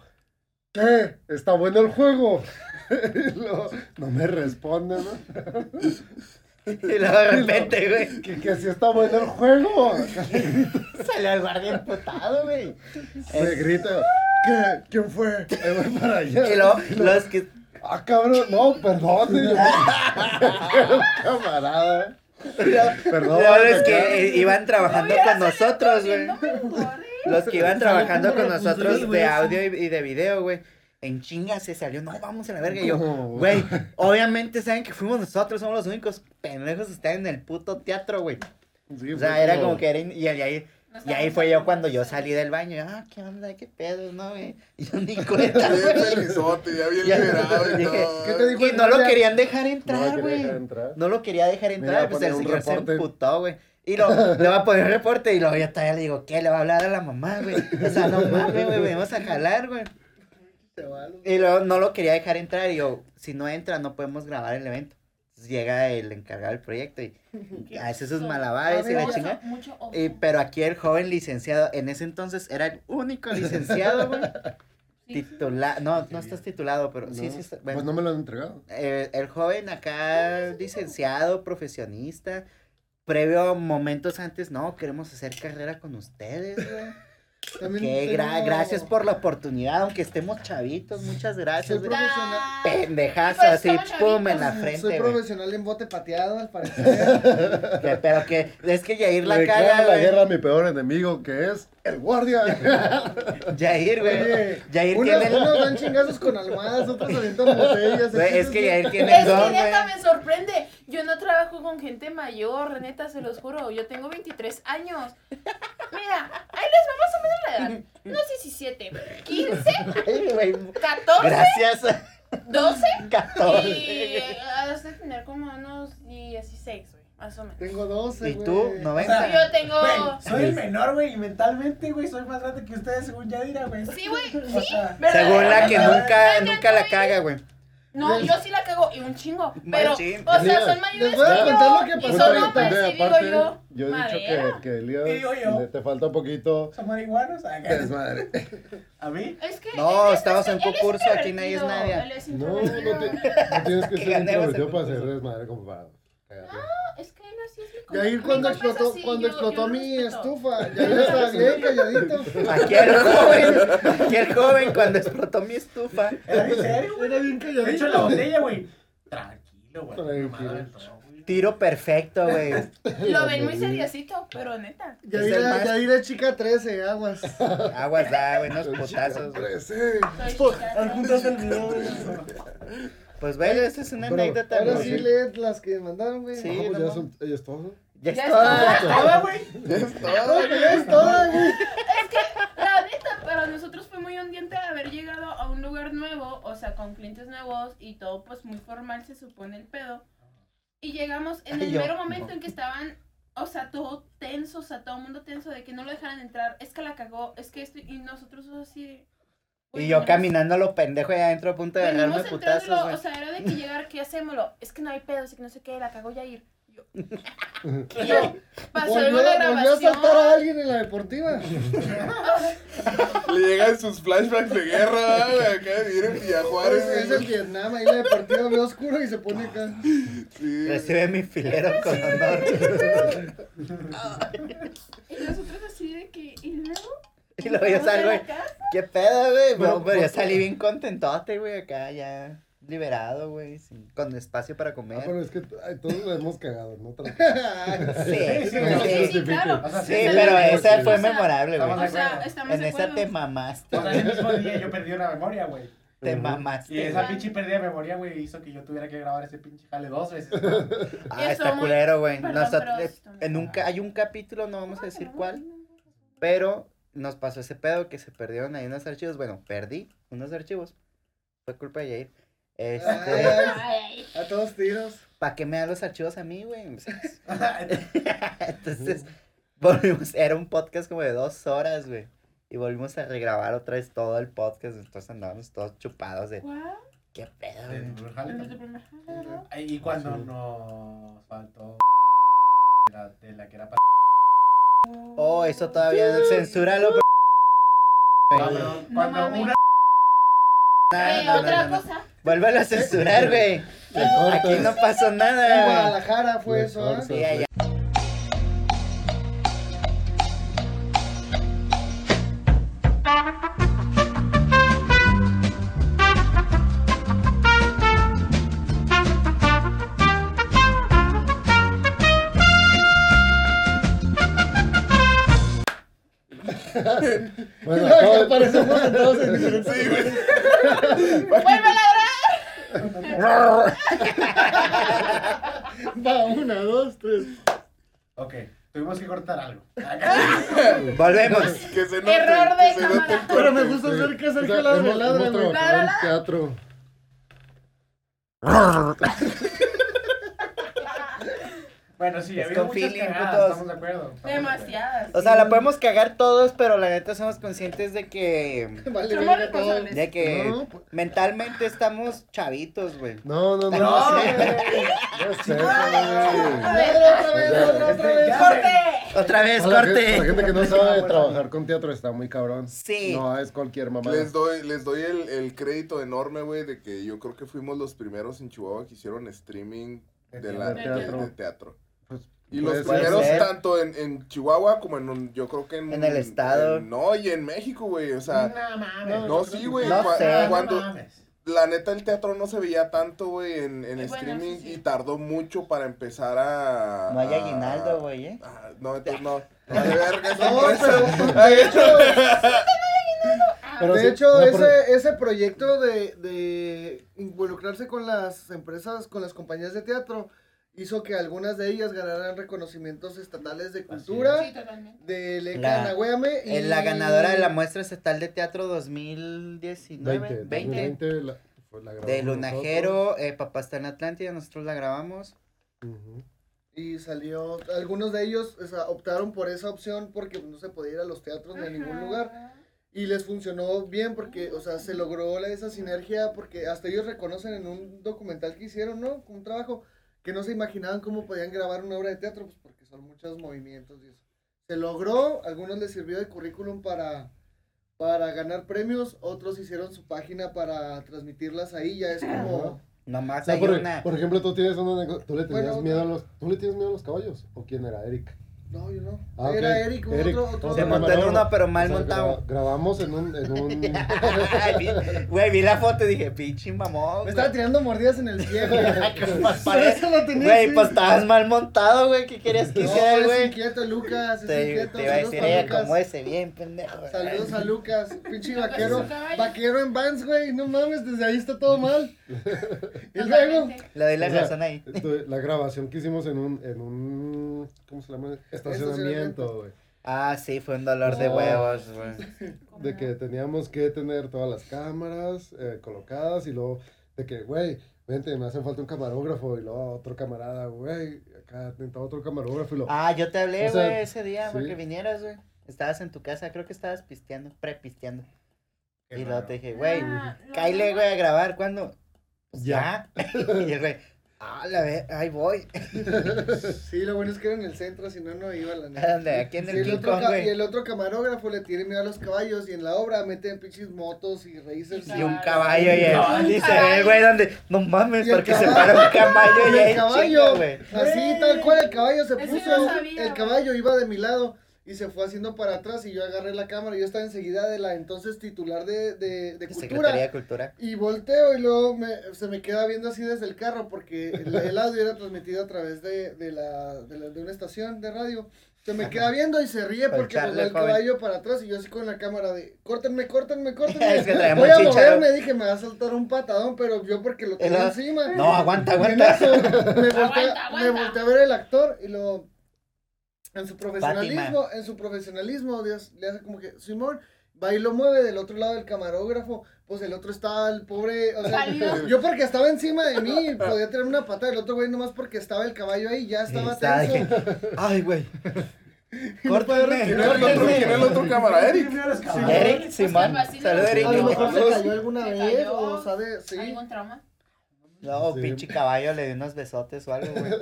Speaker 4: ¿qué? ¿Está bueno el juego? Y luego, no me responde, ¿no?
Speaker 1: Y luego de repente, güey,
Speaker 4: Que, que si está bueno el juego.
Speaker 1: salió el guardia emputado, güey.
Speaker 4: Me grita, ¿qué? ¿Quién fue? Ahí voy para allá.
Speaker 1: Y luego, los que...
Speaker 4: Ah, cabrón, no, perdón. y yo, Camarada. Perdón.
Speaker 1: luego los
Speaker 4: acá.
Speaker 1: que eh, iban trabajando
Speaker 3: Hubiera
Speaker 1: con
Speaker 3: salido
Speaker 1: nosotros, güey.
Speaker 3: corriendo, corre.
Speaker 1: Los que iban trabajando con
Speaker 6: Pues, sí,
Speaker 1: nosotros
Speaker 6: güey,
Speaker 1: de
Speaker 6: sí.
Speaker 1: audio y, y de video, güey. En chinga se salió, no, vamos a la verga. Y yo,
Speaker 4: ¿Cómo?
Speaker 1: güey, obviamente saben que fuimos nosotros, somos los únicos pendejos que están en el puto teatro, güey. pues
Speaker 4: Sí,
Speaker 1: O
Speaker 4: fue
Speaker 1: sea, era como que era. in- Y ahí, ahí-
Speaker 3: Nos
Speaker 1: y ahí
Speaker 3: estábamos
Speaker 1: fue yo
Speaker 3: hablando.
Speaker 1: cuando yo salí del baño. y, Ah, qué onda, qué pedo, no, güey. Y Yo ni cuenta,
Speaker 2: Bien
Speaker 1: güey.
Speaker 2: felizote, ya bien
Speaker 1: Ya,
Speaker 2: liberado y
Speaker 1: dije,
Speaker 2: todo.
Speaker 6: ¿qué te dijo?
Speaker 1: Y no lo querían dejar entrar,
Speaker 4: No quería
Speaker 1: güey.
Speaker 4: dejar entrar.
Speaker 1: No lo quería dejar
Speaker 4: Mira,
Speaker 1: entrar, pues
Speaker 4: poner
Speaker 1: el
Speaker 4: un
Speaker 1: señor se
Speaker 4: reporte.
Speaker 1: emputó, güey. Y lo, le va a poner reporte y luego yo todavía le digo, ¿qué? Le va a hablar a la mamá, güey. O sea, no mames, güey, venimos a jalar, güey.
Speaker 6: Te va, lo-
Speaker 1: Y luego no lo quería dejar entrar y yo, si no entra, no podemos grabar el evento. Entonces llega el encargado del proyecto y hace sus malabares y la
Speaker 3: Mucho-
Speaker 1: chingada.
Speaker 3: mucho ojo.
Speaker 1: Y, pero aquí el joven licenciado, en ese entonces era el único licenciado, güey.
Speaker 3: Sí.
Speaker 1: Titulado, no, no estás titulado, pero sí,
Speaker 4: No,
Speaker 1: sí, está- bueno.
Speaker 4: Pues no me lo han entregado.
Speaker 1: Eh, el joven acá, licenciado, profesionista, previo a momentos antes, no, queremos hacer carrera con ustedes, güey.
Speaker 6: También
Speaker 1: Que
Speaker 6: tengo-
Speaker 1: gra- gracias por la oportunidad, aunque estemos chavitos, muchas gracias.
Speaker 6: Soy
Speaker 1: güey.
Speaker 6: profesional.
Speaker 3: Ah,
Speaker 1: Pendejazo,
Speaker 3: Pues
Speaker 1: así,
Speaker 3: estamos
Speaker 1: pum, en la
Speaker 3: chavitos.
Speaker 1: frente,
Speaker 6: Soy
Speaker 1: güey.
Speaker 6: profesional en bote pateado, al parecer.
Speaker 1: Que- Pero que, es que Yair la
Speaker 4: Le
Speaker 1: caga,
Speaker 4: declaro la
Speaker 1: güey.
Speaker 4: guerra a mi peor enemigo, que es el guardia.
Speaker 1: Yair, güey.
Speaker 6: Oye,
Speaker 1: Yair
Speaker 6: unos,
Speaker 1: tiene
Speaker 6: unos
Speaker 1: el...
Speaker 6: dan chingazos con almohadas, otros avientan botellas.
Speaker 1: güey,
Speaker 6: entonces,
Speaker 1: es que Yair tiene el
Speaker 3: Es
Speaker 1: don,
Speaker 3: que
Speaker 1: güey.
Speaker 3: neta me sorprende. Yo no trabajo con gente mayor, neta, se los juro. Yo tengo 23 años. Mira, ahí les va más o menos la edad. Unos 17, 15,
Speaker 1: Ay, güey,
Speaker 3: 14,
Speaker 1: Gracias,
Speaker 3: 12 y
Speaker 1: catorce.
Speaker 3: eh, has de tener como unos 16, güey, más o menos.
Speaker 6: Tengo 12.
Speaker 1: ¿Y tú?
Speaker 6: güey.
Speaker 5: O sea,
Speaker 1: 90.
Speaker 3: Yo tengo...
Speaker 5: Güey, soy el menor, güey, y mentalmente, güey, soy más grande que ustedes, según Yadira, güey.
Speaker 3: Sí, güey,
Speaker 5: O
Speaker 3: sí.
Speaker 5: sea,
Speaker 3: ¿verdad?
Speaker 1: Según la que nunca, nunca la caga, güey.
Speaker 3: No, yo sí la cago y un chingo. Pero, o
Speaker 1: Machín.
Speaker 3: sea,
Speaker 4: Mira,
Speaker 3: son mayores
Speaker 6: les voy a
Speaker 3: que
Speaker 6: contar lo que
Speaker 3: yo. Y
Speaker 6: pasó
Speaker 3: son
Speaker 6: ahorita.
Speaker 3: hombres, y digo yo.
Speaker 4: yo he
Speaker 3: madera.
Speaker 4: dicho que, que Elías
Speaker 5: ¿Qué digo yo?
Speaker 4: le- te falta un poquito.
Speaker 5: ¿Son marihuanos? Ah,
Speaker 4: Desmadre.
Speaker 5: ¿A mí?
Speaker 3: Es que
Speaker 1: No,
Speaker 3: él es-
Speaker 1: estamos en
Speaker 3: él es
Speaker 1: concurso, aquí nadie es
Speaker 3: introvertido,
Speaker 1: nadie.
Speaker 3: él es
Speaker 4: No, no,
Speaker 3: introvertido.
Speaker 4: te- no tienes que
Speaker 1: Que
Speaker 4: ser
Speaker 1: ganemos el
Speaker 4: introvertido para
Speaker 1: concurso.
Speaker 4: ser desmadre, compadre. Cállate.
Speaker 3: Es que sí es mi culpa.
Speaker 6: Yair
Speaker 3: Mi culpa
Speaker 6: cuando
Speaker 3: es
Speaker 6: explotó,
Speaker 3: así,
Speaker 6: cuando
Speaker 3: yo- yo
Speaker 6: explotó
Speaker 3: lo
Speaker 6: mi
Speaker 3: respeto.
Speaker 6: estufa, Yair estaba bien calladito.
Speaker 1: Aquí el joven, aquí el joven cuando explotó mi estufa.
Speaker 5: ¿En serio, güey?
Speaker 6: Era bien
Speaker 5: De hecho, la
Speaker 6: calladito.
Speaker 5: botella, güey. Tranquilo, güey.
Speaker 4: Tranquilo.
Speaker 5: Mamada del todo, güey.
Speaker 1: Tiro perfecto, güey.
Speaker 3: Lo ven muy seriosito, pero neta.
Speaker 1: Es
Speaker 6: Yair,
Speaker 1: el
Speaker 6: era-
Speaker 1: más-
Speaker 6: Yair es chica 13, aguas.
Speaker 1: Aguas da, güey, unos potazos. güey.
Speaker 2: Trece.
Speaker 3: Soy chica,
Speaker 6: Al punto es el video.
Speaker 1: Pues, güey, esa es una
Speaker 4: Pero,
Speaker 1: anécdota,
Speaker 6: Ahora
Speaker 1: güey.
Speaker 6: sí lee las que mandaron, güey.
Speaker 1: Sí.
Speaker 4: pues
Speaker 1: no
Speaker 4: ya
Speaker 1: mames.
Speaker 4: son, ya es todo.
Speaker 1: Ya
Speaker 3: Ya
Speaker 1: está.
Speaker 3: está.
Speaker 5: Toda, güey.
Speaker 2: Ya es todo,
Speaker 6: Ay, ya es toda, güey.
Speaker 3: La neta, para nosotros fue muy hundiente haber llegado a un lugar nuevo, o sea, con clientes nuevos y todo, pues muy formal se supone el pedo. Y llegamos en
Speaker 1: Ay,
Speaker 3: el
Speaker 1: yo-
Speaker 3: mero momento en que estaban, o sea, todo tenso, o sea, todo el mundo tenso de que no lo dejaran entrar, es que la cagó, es que esto, y nosotros así de,
Speaker 1: Y
Speaker 3: "Uy,
Speaker 1: yo
Speaker 3: venimos-
Speaker 1: caminando a lo pendejo allá adentro a punto de agarrarme
Speaker 3: Venimos
Speaker 1: putazos,
Speaker 3: entrándolo,
Speaker 1: güey.
Speaker 3: o sea, era de que llegar, ¿qué hacémoslo? Es que no hay pedo, es que no sé qué, la cagó Yair. Y Yo, y yo, pasó algo
Speaker 6: Volvió,
Speaker 3: de
Speaker 6: volvió a
Speaker 3: grabación.
Speaker 6: saltar a alguien en la deportiva.
Speaker 2: Le llegan sus flashbacks de guerra, güey, acá de vivir en Villajuárez.
Speaker 6: Es, es
Speaker 2: güey.
Speaker 6: el Vietnam, ahí la deportiva ve oscuro y se pone acá.
Speaker 2: Sí, güey.
Speaker 1: Recibe mi filero con honor.
Speaker 3: Y nosotros así de que, ¿y luego?
Speaker 1: Y luego yo
Speaker 3: ¿Vamos a
Speaker 1: salgo,
Speaker 3: la
Speaker 1: y,
Speaker 3: casa?
Speaker 1: ¿qué pedo, güey?
Speaker 4: Pero,
Speaker 1: No, pero yo
Speaker 4: pues,
Speaker 1: salí bien contentote, güey, acá ya liberado, güey, sin- con espacio para
Speaker 4: Ah, pero
Speaker 1: comer.
Speaker 4: es que ay, todos lo hemos cagado, ¿no? Tra-
Speaker 1: Sí,
Speaker 4: sí,
Speaker 1: sí,
Speaker 4: no,
Speaker 3: Sí, sí,
Speaker 1: sí,
Speaker 4: justifique.
Speaker 3: claro.
Speaker 5: O sea,
Speaker 1: Sí,
Speaker 5: sí,
Speaker 1: pero
Speaker 5: sí,
Speaker 1: esa
Speaker 5: sí.
Speaker 1: fue
Speaker 3: O sea,
Speaker 1: memorable,
Speaker 5: estamos
Speaker 1: güey.
Speaker 5: de
Speaker 3: O sea,
Speaker 5: acuerdo.
Speaker 3: estamos
Speaker 1: En
Speaker 3: de
Speaker 1: esa
Speaker 3: acuerdo.
Speaker 1: te mamaste,
Speaker 5: O sea, el mismo día yo perdí una memoria, güey.
Speaker 1: te
Speaker 5: Y
Speaker 1: mamaste.
Speaker 5: esa pinche pérdida de memoria, güey, hizo que yo tuviera que grabar ese pinche jale dos veces.
Speaker 1: Ah,
Speaker 3: Eso,
Speaker 1: está
Speaker 3: muy-
Speaker 1: culero, güey.
Speaker 3: Perdón,
Speaker 1: Nosotros- eh,
Speaker 3: pero esto me-
Speaker 1: en un ca- hay un capítulo, no vamos a decir cuál, pero nos pasó ese pedo que se perdieron ahí unos archivos. Bueno, perdí unos archivos. Fue culpa de Jair.
Speaker 3: Ah.
Speaker 1: Este,
Speaker 6: Ay, a todos tiros.
Speaker 1: ¿para qué me dan los archivos a mí, güey? O sea,
Speaker 5: Entonces,
Speaker 1: Entonces, volvimos, era un podcast como de dos horas, güey. Y volvimos a regrabar otra vez todo el podcast. Entonces andábamos todos chupados de
Speaker 3: Guau,
Speaker 1: qué pedo, güey.
Speaker 5: el
Speaker 3: en
Speaker 5: jale
Speaker 3: nuestro
Speaker 1: Ah,
Speaker 5: también.
Speaker 3: primer jale, ¿verdad?
Speaker 5: Y cuando
Speaker 4: Sí.
Speaker 5: nos faltó la, de la que era para.
Speaker 1: Oh, eso todavía no. Censúralo, pero-
Speaker 5: No, pero cuando
Speaker 3: mames.
Speaker 5: una.
Speaker 1: No,
Speaker 3: Eh,
Speaker 1: no, no,
Speaker 3: otra
Speaker 1: no, no.
Speaker 3: cosa.
Speaker 1: Vuélvelo a censurar, güey. Aquí no pasó
Speaker 6: En
Speaker 1: nada, güey.
Speaker 6: Guadalajara fue
Speaker 4: Le
Speaker 6: eso, ¿ah?
Speaker 4: cortas,
Speaker 1: Sí, allá.
Speaker 4: Bueno,
Speaker 6: Ay,
Speaker 4: acabo de-
Speaker 6: Parecemos entonces en diferentes-
Speaker 2: Sí, güey.
Speaker 3: ¡Vuelve a ladrar!
Speaker 6: Va, una, dos, tres.
Speaker 5: Ok, tuvimos que cortar algo.
Speaker 1: Volvemos.
Speaker 2: Que se note,
Speaker 3: Error
Speaker 2: que
Speaker 3: de
Speaker 2: se note
Speaker 3: cámara.
Speaker 2: el
Speaker 6: Pero me
Speaker 2: corte.
Speaker 6: gusta hacer que
Speaker 4: O
Speaker 6: Sergio
Speaker 4: sea,
Speaker 6: ladre,
Speaker 4: hemos-
Speaker 6: ladre,
Speaker 4: hemos
Speaker 6: güey.
Speaker 4: trabajado
Speaker 3: La, la, la.
Speaker 4: en teatro.
Speaker 5: Bueno, sí,
Speaker 1: Es
Speaker 5: había
Speaker 1: con
Speaker 5: muchas
Speaker 1: feeling,
Speaker 5: cagadas,
Speaker 1: putos.
Speaker 5: estamos de acuerdo. estamos de acuerdo.
Speaker 3: Demasiadas.
Speaker 1: O sea, la podemos cagar todos, pero la neta somos conscientes de que.
Speaker 6: Vale,
Speaker 3: Somos
Speaker 6: verga todo.
Speaker 3: responsables.
Speaker 1: De que
Speaker 4: No, pues-
Speaker 1: mentalmente estamos chavitos, güey.
Speaker 4: No, no, no.
Speaker 5: No,
Speaker 4: No,
Speaker 5: güey.
Speaker 4: es cierto, güey.
Speaker 3: A ver,
Speaker 6: Ladra otra vez, ladra otra vez.
Speaker 5: Ya.
Speaker 3: ¡Corte!
Speaker 1: Otra vez,
Speaker 4: Para la gente- para la
Speaker 1: corte.
Speaker 4: gente que no sabe trabajar con teatro está muy cabrón.
Speaker 1: Sí.
Speaker 4: No, es cualquier mamá.
Speaker 2: Les doy, les doy el, el crédito enorme, güey, de que yo creo que fuimos los primeros en Chihuahua que hicieron streaming de
Speaker 3: De
Speaker 2: la, de- de
Speaker 4: teatro.
Speaker 2: teatro.
Speaker 4: Pues,
Speaker 2: Y
Speaker 4: puede
Speaker 2: los
Speaker 4: ser.
Speaker 2: primeros
Speaker 1: ser.
Speaker 2: tanto en, en Chihuahua como en, un- yo creo que en...
Speaker 1: En el estado.
Speaker 2: en- no, y en México, güey, o sea...
Speaker 5: No mames.
Speaker 2: No, sí, güey.
Speaker 1: No
Speaker 2: cua-
Speaker 1: sé.
Speaker 2: Cuando,
Speaker 5: mames.
Speaker 2: la neta el teatro no se veía tanto, güey, en, en
Speaker 3: Bueno,
Speaker 2: streaming
Speaker 3: sí, sí.
Speaker 2: y tardó mucho para empezar a...
Speaker 1: No hay
Speaker 2: a-
Speaker 1: aguinaldo, güey, ¿eh?
Speaker 2: Ah, no, entonces no. Vale, verga, esta
Speaker 6: No,
Speaker 2: empresa.
Speaker 6: pero de hecho,
Speaker 4: Pero sí,
Speaker 6: de hecho
Speaker 4: no, pero-
Speaker 6: ese, ese proyecto de, de involucrarse con las empresas, con las compañías de teatro, hizo que algunas de ellas ganaran reconocimientos estatales de
Speaker 3: Sí,
Speaker 6: cultura,
Speaker 3: totalmente.
Speaker 6: de
Speaker 1: La-
Speaker 6: Leca Nahueme y...
Speaker 1: Eh, La ganadora de la muestra estatal de teatro 2019,
Speaker 4: 20,
Speaker 1: 20,
Speaker 4: 20 la, pues, la
Speaker 1: de
Speaker 4: grabamos nosotros.
Speaker 1: Lunajero, eh, Papá está en Atlántida, nosotros la grabamos.
Speaker 4: Ujú.
Speaker 6: Y salió, algunos de ellos o sea, optaron por esa opción porque no se podía ir a los teatros ni a ningún
Speaker 3: Ajá.
Speaker 6: lugar. Y les funcionó bien porque, o sea, se logró la- esa sinergia porque hasta ellos reconocen en un documental que hicieron, ¿no? Un trabajo que no se imaginaban cómo podían grabar una obra de teatro, pues porque son muchos movimientos y eso. Se logró, algunos les sirvió de currículum para, para ganar premios, otros hicieron su página para transmitirlas ahí, ya es como
Speaker 4: O
Speaker 1: Nomás
Speaker 4: sea,
Speaker 1: hay
Speaker 4: por,
Speaker 1: una.
Speaker 4: por ejemplo, tú tienes una anécdota- ¿Tú le tenías
Speaker 6: Bueno,
Speaker 4: miedo a los. ¿Tú le tienes miedo a los caballos? ¿O quién era? Eric.
Speaker 6: No, yo no.
Speaker 4: Ah, ok.
Speaker 6: Era Eric, un
Speaker 4: Eric,
Speaker 6: otro, otro.
Speaker 1: Se
Speaker 4: otro
Speaker 1: montó en
Speaker 4: camarón.
Speaker 1: uno, pero mal
Speaker 4: O sea,
Speaker 1: montado.
Speaker 4: graba- grabamos en un. En un...
Speaker 1: Ay, vi- Güey, vi la foto y dije, pinche mamón.
Speaker 6: Me
Speaker 1: güey".
Speaker 6: estaba tirando mordidas en el pie, güey.
Speaker 1: Pues,
Speaker 6: Por
Speaker 1: pare-
Speaker 6: eso lo tenía
Speaker 1: Güey,
Speaker 6: así.
Speaker 1: pues estabas mal montado, güey. ¿Qué querías que
Speaker 6: No,
Speaker 1: hiciera,
Speaker 6: es
Speaker 1: Pues güey?
Speaker 6: inquieto, Lucas.
Speaker 1: Te,
Speaker 6: Es
Speaker 1: te
Speaker 6: inquieto.
Speaker 1: iba a decir
Speaker 6: Saludos,
Speaker 1: ella,
Speaker 6: Lucas.
Speaker 1: como ese, bien, pendejo. güey.
Speaker 6: Saludos a Lucas, pinche
Speaker 3: Lucas
Speaker 6: vaquero.
Speaker 3: es un caballo.
Speaker 6: Vaquero en Vans, güey. No mames, desde ahí está todo mal. Y luego.
Speaker 3: Totalmente.
Speaker 1: Le doy la
Speaker 4: O sea,
Speaker 1: razón ahí.
Speaker 4: tu- La grabación que hicimos en un. En un ¿Cómo se llama? Estacionamiento, güey.
Speaker 1: Ah, sí, fue un dolor de
Speaker 4: No.
Speaker 1: huevos, güey.
Speaker 4: De que teníamos que tener todas las cámaras eh, colocadas y luego de que, güey, vente, me hacen falta un camarógrafo y luego otro camarada, güey, acá tenta otro camarógrafo y luego...
Speaker 1: Ah, yo te hablé,
Speaker 4: O sea,
Speaker 1: güey, ese día,
Speaker 4: sí.
Speaker 1: porque vinieras, güey. Estabas en tu casa, creo que estabas pisteando, prepisteando.
Speaker 4: qué
Speaker 1: Y luego
Speaker 4: raro.
Speaker 1: te dije, güey,
Speaker 3: Ah, lo
Speaker 1: cáile,
Speaker 3: tengo.
Speaker 1: güey, a grabar, ¿cuándo? Pues
Speaker 4: Ya.
Speaker 1: Ya. y el güey, ah, la ve, ahí voy.
Speaker 6: Sí, lo bueno es que era en el centro, si no, no iba la
Speaker 1: ¿A
Speaker 6: neta.
Speaker 1: dónde? Aquí en
Speaker 6: Sí,
Speaker 1: el
Speaker 6: el
Speaker 1: Ah, King
Speaker 6: otro
Speaker 1: Kong,
Speaker 6: ca- y
Speaker 1: güey.
Speaker 6: el otro camarógrafo le tiene miedo a los caballos y en la obra meten pinches motos y racers.
Speaker 1: Y un
Speaker 3: caballo.
Speaker 1: caballo, y, el-
Speaker 3: No,
Speaker 1: y
Speaker 3: un
Speaker 1: se ve el
Speaker 3: caballo.
Speaker 1: güey donde, no mames,
Speaker 6: Y el
Speaker 1: porque se
Speaker 6: caballo.
Speaker 1: para un caballo
Speaker 6: Y
Speaker 1: y ahí
Speaker 6: el caballo,
Speaker 1: chinga, güey.
Speaker 6: así tal cual el caballo se
Speaker 3: Eso
Speaker 6: puso,
Speaker 3: yo no sabía,
Speaker 6: el
Speaker 3: güey.
Speaker 6: caballo iba de mi lado y se fue haciendo para atrás y yo agarré la cámara y yo estaba enseguida de la entonces titular de, de, de
Speaker 1: Secretaría
Speaker 6: cultura
Speaker 1: de Cultura.
Speaker 6: y volteo y luego me- se me queda viendo así desde el carro porque el, el audio era transmitido a través de, de, la, de, la- de una estación de radio. Se me queda viendo y se ríe
Speaker 1: Para
Speaker 6: porque pues,
Speaker 1: echarle
Speaker 6: va el
Speaker 1: joven.
Speaker 6: caballo para atrás y yo así con la cámara de córtenme, córtenme, córtenme.
Speaker 1: Es que traemos
Speaker 6: Voy a
Speaker 1: chícharo.
Speaker 6: moverme, dije, me va a saltar un patadón, pero yo porque lo tengo
Speaker 1: El-
Speaker 6: encima.
Speaker 1: No, aguanta,
Speaker 6: Y en
Speaker 1: aguanta.
Speaker 6: eso, me volteé,
Speaker 3: Aguanta, aguanta.
Speaker 6: me volteé a ver el actor y lo en su profesionalismo, en su profesionalismo, Dios, le hace como que Simón va y lo mueve del otro lado del camarógrafo, pues el otro está el pobre, o sea,
Speaker 3: Pálido.
Speaker 6: yo porque estaba encima de mí podía tener una pata, el otro güey nomás porque estaba el caballo ahí ya estaba
Speaker 1: Estaba de
Speaker 6: tenso.
Speaker 1: que, Ay, güey.
Speaker 2: ¿Quién era el otro, quién era el
Speaker 1: Córtame.
Speaker 2: otro cámara? Eric.
Speaker 1: Eric, Simón.
Speaker 3: Pues, capaz,
Speaker 1: Saludos,
Speaker 3: sí,
Speaker 1: Eric.
Speaker 6: A lo mejor se
Speaker 2: Saludos.
Speaker 6: cayó alguna
Speaker 3: Se
Speaker 6: vez
Speaker 3: cayó.
Speaker 6: o sabe, sí.
Speaker 3: ¿Algún trauma?
Speaker 1: No,
Speaker 4: Sí.
Speaker 1: pinche caballo, le di unos besotes o algo, güey.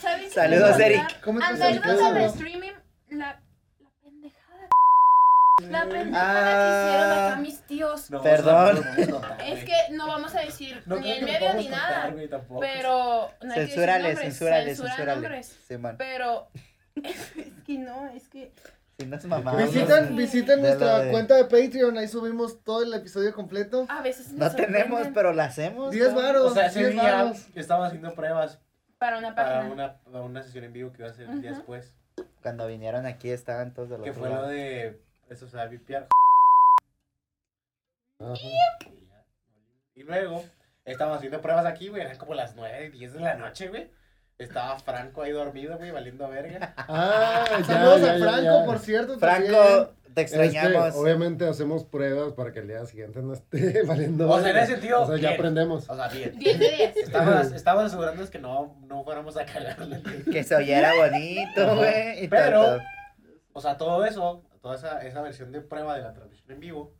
Speaker 3: ¿Sabes qué
Speaker 1: Saludos,
Speaker 3: me acordé?
Speaker 1: Eric.
Speaker 6: ¿Cómo te
Speaker 3: Anécdota
Speaker 6: saludas,
Speaker 3: de
Speaker 6: bro?
Speaker 3: streaming, la, la pendejada.
Speaker 5: Ah.
Speaker 3: La pendejada que hicieron
Speaker 1: Ah.
Speaker 3: acá mis tíos.
Speaker 1: Perdón.
Speaker 3: Es que no vamos a decir ni el medio ni nada. Pero. No hay que decir
Speaker 1: Censúrale,
Speaker 3: nombres,
Speaker 1: censúrale,
Speaker 3: censura
Speaker 1: censúrale.
Speaker 3: nombres.
Speaker 1: Simón.
Speaker 3: Pero. Es que no, es que.
Speaker 1: Si no es mamá.
Speaker 6: Visitan, visitan
Speaker 1: De la
Speaker 6: nuestra
Speaker 1: de-
Speaker 6: cuenta de Patreon, ahí subimos todo el episodio completo.
Speaker 3: A veces.
Speaker 1: No
Speaker 3: nos
Speaker 1: tenemos,
Speaker 3: sorprenden
Speaker 1: pero la hacemos.
Speaker 6: 10
Speaker 1: ¿no?
Speaker 6: varos,
Speaker 5: O sea, ese
Speaker 6: 10
Speaker 5: día
Speaker 6: varos.
Speaker 5: estábamos haciendo pruebas
Speaker 3: Para una
Speaker 5: para
Speaker 3: página.
Speaker 5: una, para una sesión en vivo que iba a ser el día
Speaker 3: Ujú.
Speaker 5: después.
Speaker 1: Cuando vinieron aquí estaban todos de los
Speaker 5: Que fue lo de. Eso se va a vipiar.
Speaker 4: Ajá.
Speaker 5: Y luego, estábamos haciendo pruebas aquí, güey. Eran como las 9, 10 de la noche, güey. Estaba Franco ahí dormido, güey, valiendo verga.
Speaker 4: Ah, ya,
Speaker 6: Saludos
Speaker 4: ya,
Speaker 6: a
Speaker 4: ya,
Speaker 6: Franco,
Speaker 4: ya.
Speaker 6: por cierto. también.
Speaker 1: Franco, te
Speaker 4: Este,
Speaker 1: extrañamos.
Speaker 4: obviamente hacemos pruebas para que el día siguiente no esté valiendo.
Speaker 5: O sea, en
Speaker 4: verga.
Speaker 5: ese sentido,
Speaker 4: O sea, ya
Speaker 5: bien.
Speaker 4: aprendemos.
Speaker 5: O sea, bien.
Speaker 3: 10 de 10.
Speaker 5: Estabas, estabas asegurándonos que no, no fuéramos a cagarle.
Speaker 1: Que se oyera bonito, güey. y
Speaker 5: Pero-
Speaker 1: tanto.
Speaker 5: O sea, todo eso, toda esa, esa versión de prueba de la transmisión en vivo,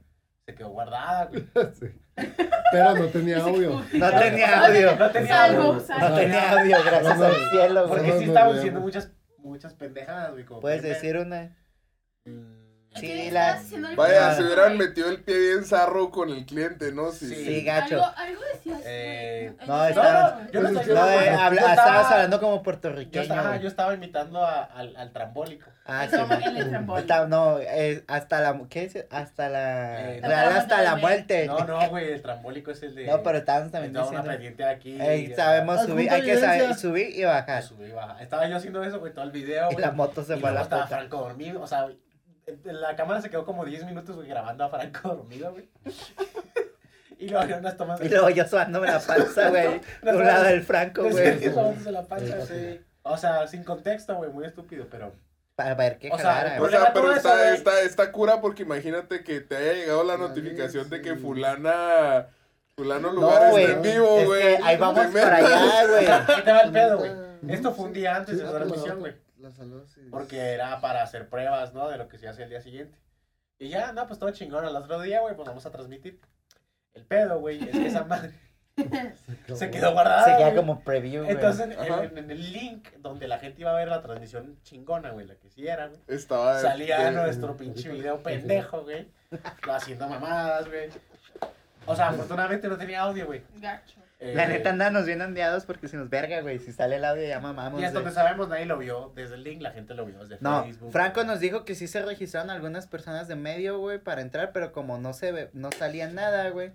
Speaker 5: se quedó guardada, güey.
Speaker 4: Pero no tenía audio.
Speaker 1: No tenía audio.
Speaker 5: No tenía
Speaker 3: Salvo,
Speaker 5: audio.
Speaker 3: salvo.
Speaker 1: No tenía audio, gracias
Speaker 4: No, no.
Speaker 1: al cielo,
Speaker 5: Porque
Speaker 1: güey.
Speaker 4: No,
Speaker 5: sí
Speaker 4: no,
Speaker 5: estábamos
Speaker 4: no.
Speaker 5: diciendo muchas, muchas pendejadas, güey. como mm,
Speaker 1: Puedes
Speaker 5: pueden ver.
Speaker 1: decir una.
Speaker 3: Es
Speaker 1: Sí,
Speaker 3: que
Speaker 1: la-
Speaker 3: estás haciendo el
Speaker 2: Vaya,
Speaker 3: programa,
Speaker 2: se hubieran
Speaker 3: güey.
Speaker 2: metido el pie bien zarro con el cliente, ¿no? Sí.
Speaker 5: Sí.
Speaker 1: Sí, gacho.
Speaker 3: Algo, algo decías. güey.
Speaker 5: Eh,
Speaker 3: Ay,
Speaker 1: no,
Speaker 3: sé.
Speaker 1: estaba-
Speaker 5: Yo no
Speaker 1: No,
Speaker 5: estoy
Speaker 1: eh,
Speaker 5: hablando-
Speaker 1: habla-
Speaker 5: yo estaba-
Speaker 1: estabas hablando como
Speaker 5: Yo
Speaker 1: puertorriqueño.
Speaker 5: estaba,
Speaker 1: güey.
Speaker 5: yo estaba imitando a- al, al trambólico.
Speaker 1: Ah, sí.
Speaker 3: Estaba
Speaker 1: güey.
Speaker 3: en el trampolín.
Speaker 1: Está- no, eh, hasta la. ¿Qué es? Hasta la.
Speaker 5: Eh,
Speaker 1: Real
Speaker 3: no,
Speaker 1: hasta la
Speaker 3: no,
Speaker 1: muerte.
Speaker 5: No, no, güey, el trambólico es el de.
Speaker 1: No, pero estábamos también
Speaker 5: estaba una
Speaker 1: diciendo.
Speaker 5: pendiente aquí.
Speaker 1: Ey,
Speaker 5: y-
Speaker 1: sabemos
Speaker 6: Adjunta
Speaker 1: subir, hay que saber
Speaker 6: evidencia.
Speaker 1: subir y bajar.
Speaker 5: Subí, baja. Estaba yo haciendo eso, güey, todo el video.
Speaker 1: Y
Speaker 5: güey.
Speaker 1: la moto se
Speaker 5: Y
Speaker 1: fue a
Speaker 5: luego
Speaker 1: la
Speaker 5: estaba
Speaker 1: puta.
Speaker 5: Franco dormido, o sea, eh, la cámara se quedó como 10 minutos güey, grabando a Franco dormido, güey. y luego había unas tomas
Speaker 1: Y luego yo suándome la panza, güey.
Speaker 5: No,
Speaker 1: De un
Speaker 5: no,
Speaker 1: lado
Speaker 5: no.
Speaker 1: del Franco, güey.
Speaker 5: tomándose la panza,
Speaker 4: Sí.
Speaker 5: sí. O sea, sin contexto, güey, muy estúpido, pero
Speaker 1: Para ver qué
Speaker 5: O sea,
Speaker 1: jalara,
Speaker 2: O
Speaker 1: güey.
Speaker 2: sea,
Speaker 5: Deja
Speaker 2: pero
Speaker 5: todo eso,
Speaker 2: está,
Speaker 5: güey.
Speaker 2: está, está cura porque imagínate que te haya llegado la
Speaker 6: Dale,
Speaker 2: notificación de que
Speaker 6: sí.
Speaker 2: fulana, fulano
Speaker 1: No,
Speaker 2: lugar
Speaker 1: güey,
Speaker 2: está en vivo,
Speaker 1: es
Speaker 2: güey.
Speaker 1: que ahí vamos
Speaker 2: Te
Speaker 1: para
Speaker 2: metas.
Speaker 1: allá, güey.
Speaker 5: ahí te va el pedo, güey.
Speaker 6: Ah,
Speaker 5: Esto fue un día antes de
Speaker 6: sí,
Speaker 5: la
Speaker 6: la-
Speaker 5: transmisión, güey,
Speaker 6: la salud, sí.
Speaker 5: porque era para hacer pruebas, ¿no? De lo que se hace el día siguiente. Y ya, no, pues todo chingón, al otro día, güey, pues vamos a transmitir. El pedo, güey, es que esa madre se quedó guardada.
Speaker 1: Se queda
Speaker 5: güey.
Speaker 1: como preview, güey.
Speaker 5: Entonces, eh, en,
Speaker 2: Ajá.
Speaker 5: en- en el link donde la gente iba a ver la transmisión chingona, güey, la que sí era, güey.
Speaker 1: Ah,
Speaker 2: Estaba.
Speaker 5: Salía
Speaker 2: de-
Speaker 5: nuestro pinche video pendejo, güey. Haciendo mamadas, güey. O sea, afortunadamente no tenía audio, güey.
Speaker 3: Gacho.
Speaker 5: Eh,
Speaker 1: La neta andamos bien ondeados porque si nos verga, güey. Si sale el audio ya mamamos.
Speaker 5: Y hasta
Speaker 1: güey.
Speaker 5: donde sabemos, nadie lo vio. Desde el link la gente lo vio. Desde
Speaker 1: No,
Speaker 5: Facebook.
Speaker 1: Franco nos dijo que sí se registraron algunas personas de medio, güey, para entrar, pero como no se ve, no salía nada, güey.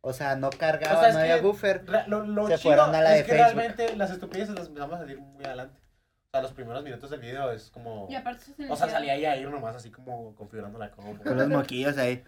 Speaker 1: O sea, no cargaba,
Speaker 5: O sea, es
Speaker 1: no había
Speaker 5: que
Speaker 1: buffer.
Speaker 5: Ra- Lo, lo
Speaker 1: Se
Speaker 5: chido
Speaker 1: fueron a la de
Speaker 5: es que
Speaker 1: Facebook.
Speaker 5: realmente las estupideces las vamos a salir muy adelante. O sea, los primeros minutos del video es como...
Speaker 3: Y aparte se
Speaker 5: O sea,
Speaker 3: decía-
Speaker 5: salía ahí a ir nomás así como configurando la compu.
Speaker 1: Con los moquillos ahí.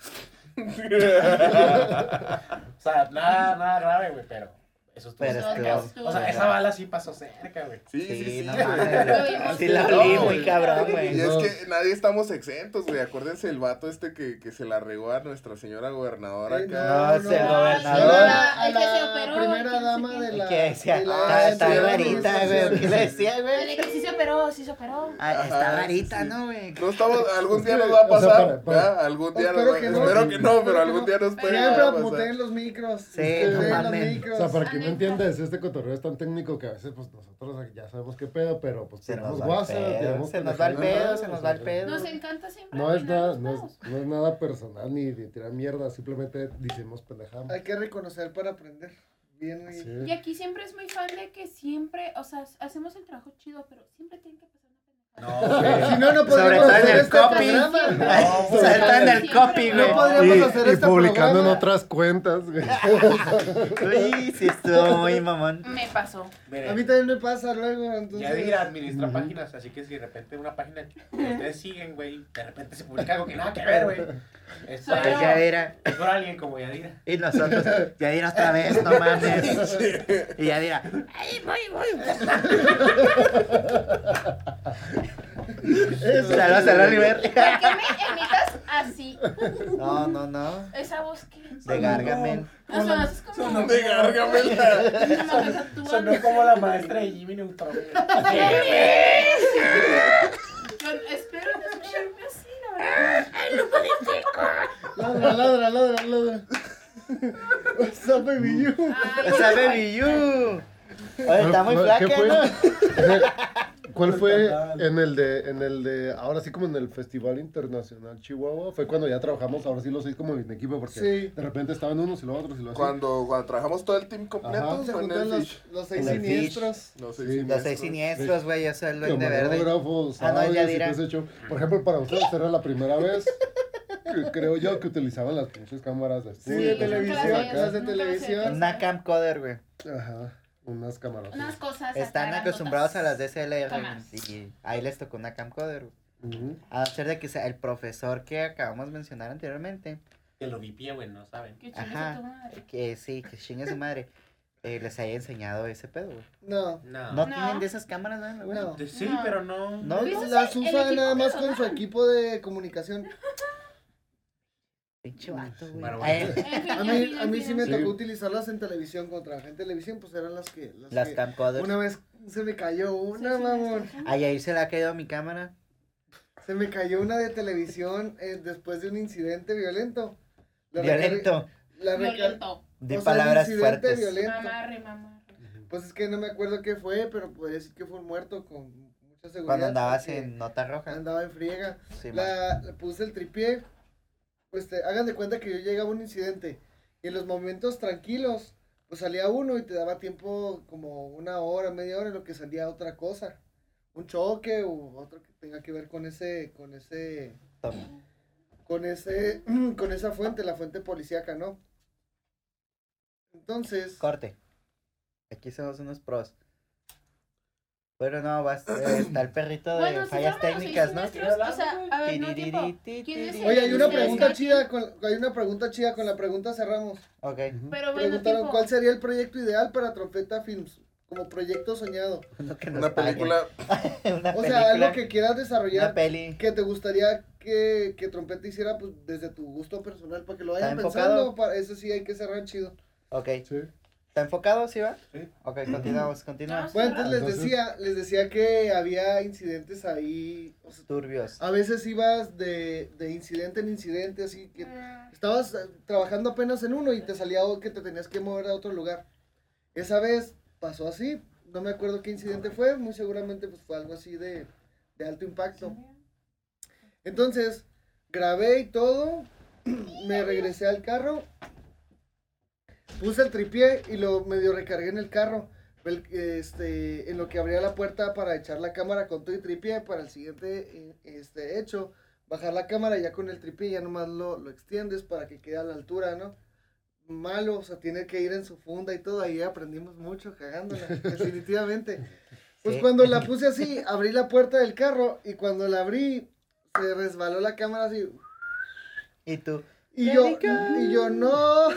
Speaker 5: O sea, nada, nada grave, güey, pero... Eso estuvo
Speaker 1: Pero
Speaker 5: cerca,
Speaker 1: estuvo-
Speaker 5: güey. O sea, esa bala sí pasó cerca, güey.
Speaker 2: Sí,
Speaker 1: Sí,
Speaker 2: sí, sí.
Speaker 1: no
Speaker 2: güey.
Speaker 1: mames.
Speaker 3: güey.
Speaker 1: Sí la
Speaker 2: No,
Speaker 1: olí muy
Speaker 2: güey.
Speaker 1: cabrón,
Speaker 2: Y
Speaker 1: güey.
Speaker 2: es
Speaker 4: No.
Speaker 2: que nadie estamos exentos, güey. Acuérdense el vato este que, que se la regó a nuestra señora gobernadora
Speaker 6: Eh,
Speaker 2: acá.
Speaker 1: No, se
Speaker 3: no,
Speaker 1: gobernador.
Speaker 3: no,
Speaker 6: A
Speaker 3: el que se
Speaker 6: la
Speaker 3: operó, el que
Speaker 6: primera
Speaker 3: se
Speaker 6: dama
Speaker 3: quedó.
Speaker 6: de
Speaker 1: ¿Y
Speaker 6: la.
Speaker 1: ¿Qué decía? "Ah,
Speaker 6: de la-
Speaker 1: Está-
Speaker 6: de
Speaker 1: Está
Speaker 6: la-
Speaker 1: varita, güey. ¿Qué le decía,
Speaker 3: Pero
Speaker 1: güey?
Speaker 3: que sí se operó, sí se operó.
Speaker 1: Ah, Está
Speaker 2: Ajá,
Speaker 1: varita,
Speaker 2: sí, sí.
Speaker 1: ¿no, güey?
Speaker 2: No estamos, algún día nos va a
Speaker 4: O sea,
Speaker 2: pasar.
Speaker 4: para- para-
Speaker 2: ¿verdad? Algún día
Speaker 6: Espero
Speaker 2: nos va-
Speaker 6: que no.
Speaker 2: Espero que no, pero
Speaker 6: Espero
Speaker 2: algún
Speaker 6: que
Speaker 2: día nos puede llegar a
Speaker 6: Siempre
Speaker 2: pasar.
Speaker 6: muteen los micros.
Speaker 1: Sí,
Speaker 6: ustedes
Speaker 1: no
Speaker 6: ven los
Speaker 1: mames.
Speaker 4: O
Speaker 6: micros.
Speaker 4: sea, para quien no
Speaker 3: Anécdota.
Speaker 4: entiendes, este cotorreo es tan técnico que a veces pues nosotros ya sabemos qué pedo, pero pues
Speaker 1: Se nos
Speaker 4: tiramos
Speaker 1: va el
Speaker 4: WhatsApp,
Speaker 1: pedo,
Speaker 4: tiramos
Speaker 1: se nos va el
Speaker 4: pendejadas,
Speaker 1: pedo, se nos va el
Speaker 4: o sea,
Speaker 1: pedo.
Speaker 3: Nos encanta siempre.
Speaker 4: No es
Speaker 3: arruinar
Speaker 4: nada,
Speaker 3: los
Speaker 4: no
Speaker 3: pedos.
Speaker 4: es, no es nada personal ni de tirar mierda, simplemente decimos pendejamos.
Speaker 6: Hay que reconocer para aprender. Bien. y-
Speaker 4: Sí.
Speaker 3: Y aquí siempre es muy fan de que siempre, o sea, hacemos el trabajo chido, pero siempre tienen que pasar una pendejada.
Speaker 5: No, güey.
Speaker 6: Si no, no
Speaker 1: Sobre
Speaker 6: podríamos
Speaker 1: todo en
Speaker 6: hacer
Speaker 1: el
Speaker 6: este
Speaker 1: copy.
Speaker 6: programa.
Speaker 5: No, güey.
Speaker 1: Salta en el
Speaker 3: Siempre,
Speaker 1: copy,
Speaker 3: ¿no?
Speaker 1: güey.
Speaker 6: podríamos
Speaker 4: Y,
Speaker 6: hacer
Speaker 4: y
Speaker 6: este
Speaker 4: publicando en
Speaker 6: programa.
Speaker 4: otras cuentas, güey.
Speaker 1: Uy, sí estuvo muy mamón.
Speaker 3: Me pasó.
Speaker 5: Miren,
Speaker 6: A mí también me pasa luego, entonces.
Speaker 5: Yadir administra
Speaker 4: Ujú.
Speaker 5: páginas, así que si de repente una página que ustedes siguen, güey, de repente se publica algo que nada que ver, güey. Es
Speaker 3: Soy
Speaker 5: por,
Speaker 3: yo.
Speaker 1: Pues Ya era.
Speaker 5: es por alguien como Yadira.
Speaker 1: Y nosotros, ya dirá otra vez, no mames. Y ya dirá, ¡ay, voy, voy! Saludos a Oliver.
Speaker 3: ¿Por qué me imitas así?
Speaker 1: No, no, no.
Speaker 3: Esa voz que.
Speaker 1: De Gargamel.
Speaker 3: No, no, es como.
Speaker 5: sonó-
Speaker 2: De Gargamela.
Speaker 3: como que actúan.
Speaker 5: Sonó como la maestra de Jimmy Neutron.
Speaker 3: Yo espero no escucharme así, la verdad.
Speaker 6: Ladra, ladra, ladra, ladra. What's up, baby
Speaker 4: Mm.
Speaker 6: you?
Speaker 3: Ay,
Speaker 1: Esa baby you. Oye, Eh, está muy
Speaker 4: ¿Qué
Speaker 1: flaca,
Speaker 4: fue?
Speaker 1: ¿no?
Speaker 4: ¿Cuál fue en el de, en el de, ahora sí como en el Festival Internacional Chihuahua? Fue cuando ya trabajamos, ahora sí los seis como en equipo, porque
Speaker 6: Sí.
Speaker 4: de repente estaban unos y los otros y los otros.
Speaker 2: Cuando, cuando trabajamos todo el team completo,
Speaker 4: Ajá.
Speaker 6: Se
Speaker 2: fue en el
Speaker 6: juntan los,
Speaker 2: Fish.
Speaker 6: los seis
Speaker 1: En el Fish.
Speaker 6: siniestros.
Speaker 2: No sé
Speaker 4: Sí,
Speaker 2: si
Speaker 1: Los seis
Speaker 2: maestro.
Speaker 1: siniestros, güey, yo soy el duende verde.
Speaker 4: Camarógrafos,
Speaker 1: Ah, no,
Speaker 4: audios
Speaker 1: ya
Speaker 4: y todo
Speaker 1: dirá.
Speaker 4: ese show. Por ejemplo, para ustedes era la primera vez, que creo yo, que utilizaban las pinches cámaras de
Speaker 6: Sí,
Speaker 4: estudio,
Speaker 6: de
Speaker 4: que se
Speaker 6: televisión.
Speaker 4: usan acá.
Speaker 6: las de televisión.
Speaker 1: Una camcoder, güey.
Speaker 4: Ajá, unas cámaras.
Speaker 3: Unas cosas. acá
Speaker 1: Están
Speaker 3: grandotas.
Speaker 1: acostumbrados a las DSLR.
Speaker 3: Toma.
Speaker 1: güey, Y ahí les tocó una camcoder, güey.
Speaker 4: Ujú.
Speaker 1: A no ser de que sea el profesor que acabamos de mencionar anteriormente,
Speaker 5: Que lo vipía, güey, no saben.
Speaker 3: Que chingues
Speaker 1: Ajá.
Speaker 3: a tu madre.
Speaker 1: que sí, que chingue su madre, eh, les haya enseñado ese pedo, güey.
Speaker 6: No.
Speaker 5: No.
Speaker 1: No,
Speaker 3: No.
Speaker 1: tienen de esas cámaras, ¿no? güey?
Speaker 6: No.
Speaker 5: De- Sí,
Speaker 3: No.
Speaker 5: pero no.
Speaker 1: No,
Speaker 3: ¿Viste?
Speaker 6: Las
Speaker 3: el
Speaker 6: usa
Speaker 3: equipo
Speaker 6: nada más
Speaker 3: personal.
Speaker 6: con su equipo de comunicación.
Speaker 1: pinche vato, güey.
Speaker 5: Bueno,
Speaker 1: Eh,
Speaker 3: En fin,
Speaker 6: A
Speaker 3: en
Speaker 6: mí,
Speaker 3: fin,
Speaker 6: a
Speaker 3: en
Speaker 6: mí
Speaker 3: fin,
Speaker 6: sí
Speaker 3: en
Speaker 6: me
Speaker 3: fin.
Speaker 6: tocó utilizarlas en televisión cuando trabajé en televisión, pues eran las que. Las
Speaker 1: las
Speaker 6: que-
Speaker 1: camcoders.
Speaker 6: Una vez se me cayó
Speaker 3: Sí,
Speaker 6: una,
Speaker 3: sí,
Speaker 6: mamón.
Speaker 3: sí.
Speaker 1: Ay, ahí se le ha caído mi cámara.
Speaker 6: Se me cayó una de televisión eh, después de un incidente violento. La recargué-
Speaker 1: Violento.
Speaker 6: La recar-
Speaker 3: Violento.
Speaker 1: De
Speaker 6: o sea, un
Speaker 1: palabras
Speaker 6: incidente
Speaker 1: fuertes.
Speaker 6: violento.
Speaker 3: Mamarre, mamarre.
Speaker 6: Pues es que no me acuerdo qué fue, pero podría decir que fue un muerto con mucha seguridad.
Speaker 1: Cuando andabas
Speaker 6: porque
Speaker 1: en nota roja.
Speaker 6: Andaba en friega.
Speaker 1: Sí, man.
Speaker 6: La, le puse el tripié. Pues te- hagan de cuenta que yo llegaba a un incidente. Y en los momentos tranquilos, pues salía uno y te daba tiempo como una hora, media hora en lo que salía otra cosa. Un choque o otro que tenga que ver con ese, con ese,
Speaker 1: Toma.
Speaker 6: con ese, con esa fuente, la fuente policíaca, ¿no? Entonces,
Speaker 1: Corte. Aquí somos unos pros. Bueno, no, vas, eh, está el perrito de
Speaker 3: Bueno, si
Speaker 1: fallas
Speaker 3: fuéramos los
Speaker 1: técnicas, ¿no?
Speaker 3: siniestros, O sea, a ver, no
Speaker 1: Tiririri,
Speaker 3: tiempo.
Speaker 1: ti,
Speaker 3: ¿Quién es
Speaker 1: tiri.
Speaker 3: el-
Speaker 6: oye, hay una
Speaker 3: Ustedes
Speaker 6: pregunta
Speaker 3: cachen.
Speaker 6: chida, con, hay una pregunta chida, con la pregunta cerramos.
Speaker 1: Ok,
Speaker 3: Pero bueno,
Speaker 6: Preguntaron
Speaker 3: tipo,
Speaker 6: cuál sería el proyecto ideal para Trompeta Films, como proyecto soñado.
Speaker 1: uno que nos
Speaker 2: Una
Speaker 1: pague.
Speaker 2: película
Speaker 1: una
Speaker 6: O
Speaker 1: película.
Speaker 6: sea, algo que quieras
Speaker 1: Una
Speaker 6: desarrollar,
Speaker 1: peli.
Speaker 6: que te gustaría que, que Trompeta hiciera pues, desde tu gusto personal, para que lo vayan
Speaker 1: ¿Está enfocado?
Speaker 6: pensando, para, eso sí hay que cerrar chido.
Speaker 1: Ok.
Speaker 4: Sí.
Speaker 1: ¿Está enfocado, sí va?
Speaker 5: Sí.
Speaker 1: Ok, continuamos, continuamos.
Speaker 6: Bueno, entonces les
Speaker 4: Entonces-
Speaker 6: decía, les decía que había incidentes ahí, o sea,
Speaker 1: Turbios.
Speaker 6: a veces ibas de, de incidente en incidente, así que
Speaker 3: mm,
Speaker 6: Estabas eh, trabajando apenas en uno y te salía algo que te tenías que mover a otro lugar. Esa vez pasó así, no me acuerdo qué incidente fue, muy seguramente pues, fue algo así de, de alto impacto. Entonces, grabé y todo, me regresé al carro puse el tripié y lo medio recargué en el carro. El- este, en lo que abría la puerta para echar la cámara con todo y tripié para el siguiente eh, este, hecho, bajar la cámara y ya con el tripié ya nomás lo, lo extiendes para que quede a la altura, ¿no? Malo, o sea, tiene que ir en su funda y todo, ahí aprendimos mucho cagándola, definitivamente. Pues
Speaker 1: Sí.
Speaker 6: cuando la puse así, abrí la puerta del carro y cuando la abrí, se resbaló la cámara así.
Speaker 1: Y tú,
Speaker 6: Y
Speaker 3: ¡Qué
Speaker 6: yo,
Speaker 3: rico!
Speaker 6: y yo, no.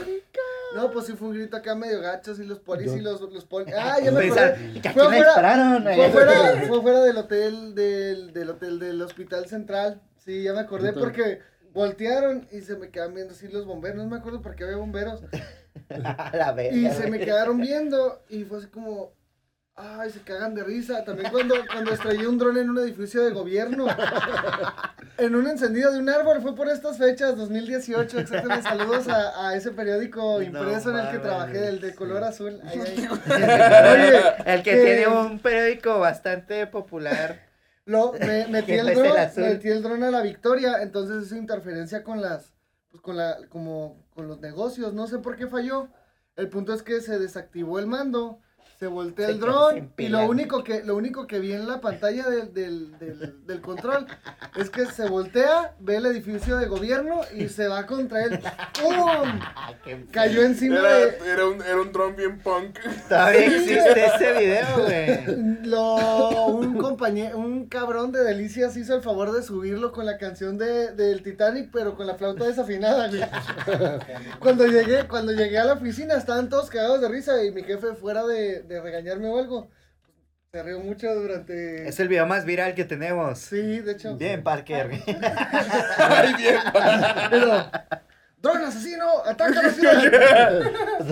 Speaker 6: No, pues sí fue un grito acá medio gacho, así los polis
Speaker 4: Yo-
Speaker 6: y los, los polis. Ah, ya me
Speaker 1: pensar,
Speaker 6: acordé.
Speaker 1: ¿que a
Speaker 6: Fue
Speaker 1: quién le
Speaker 6: fuera-
Speaker 1: dispararon?
Speaker 6: Fue fuera, fue fuera del hotel, del, del hotel, del hospital central. Sí, ya me acordé
Speaker 4: Puta.
Speaker 6: porque voltearon y se me quedan viendo así los bomberos. No me acuerdo por qué había bomberos.
Speaker 1: A la verga.
Speaker 6: Y se me
Speaker 1: güey.
Speaker 6: quedaron viendo y fue así como, ay, se cagan de risa. También cuando, cuando estrellé un dron en un edificio de gobierno, en un encendido de un árbol, fue por estas fechas, 2018, exactamente. Saludos a, a ese periódico
Speaker 1: No
Speaker 6: impreso en el que
Speaker 1: mames,
Speaker 6: trabajé, el de
Speaker 1: sí.
Speaker 6: color azul. Ay, ay. Oye,
Speaker 1: el que
Speaker 6: eh,
Speaker 1: tiene un periódico bastante popular.
Speaker 6: Lo, me, metí,
Speaker 1: Que
Speaker 6: el
Speaker 1: no es
Speaker 6: dron,
Speaker 1: el azul.
Speaker 6: metí el dron a la victoria, entonces hizo interferencia con las, pues con la, como, con los negocios, no sé por qué falló. El punto es que se desactivó el mando, se voltea
Speaker 1: Se
Speaker 6: el
Speaker 1: quedó sin
Speaker 6: dron y
Speaker 1: pila.
Speaker 6: lo único que, lo único que vi en la pantalla del, del, del, del control es que se voltea, ve el edificio de gobierno y se va contra él. ¡Pum!
Speaker 1: Ah, qué-
Speaker 6: Cayó encima de...
Speaker 2: Era, era un, era un dron bien punk.
Speaker 1: Todavía existe ese video, güey.
Speaker 6: Lo, un compañero, un cabrón de Delicias hizo el favor de subirlo con la canción de, del Titanic, pero con la flauta desafinada, güey. Cuando llegué, cuando llegué a la oficina estaban todos cagados de risa y mi jefe fuera de, de regañarme o algo. Se rió mucho durante...
Speaker 1: Es el video más viral que tenemos.
Speaker 6: Sí, de hecho.
Speaker 1: Bien, Parker. güey.
Speaker 2: Ay, bien.
Speaker 6: Pero... ¡Dron asesino! ¡Ataca asesino!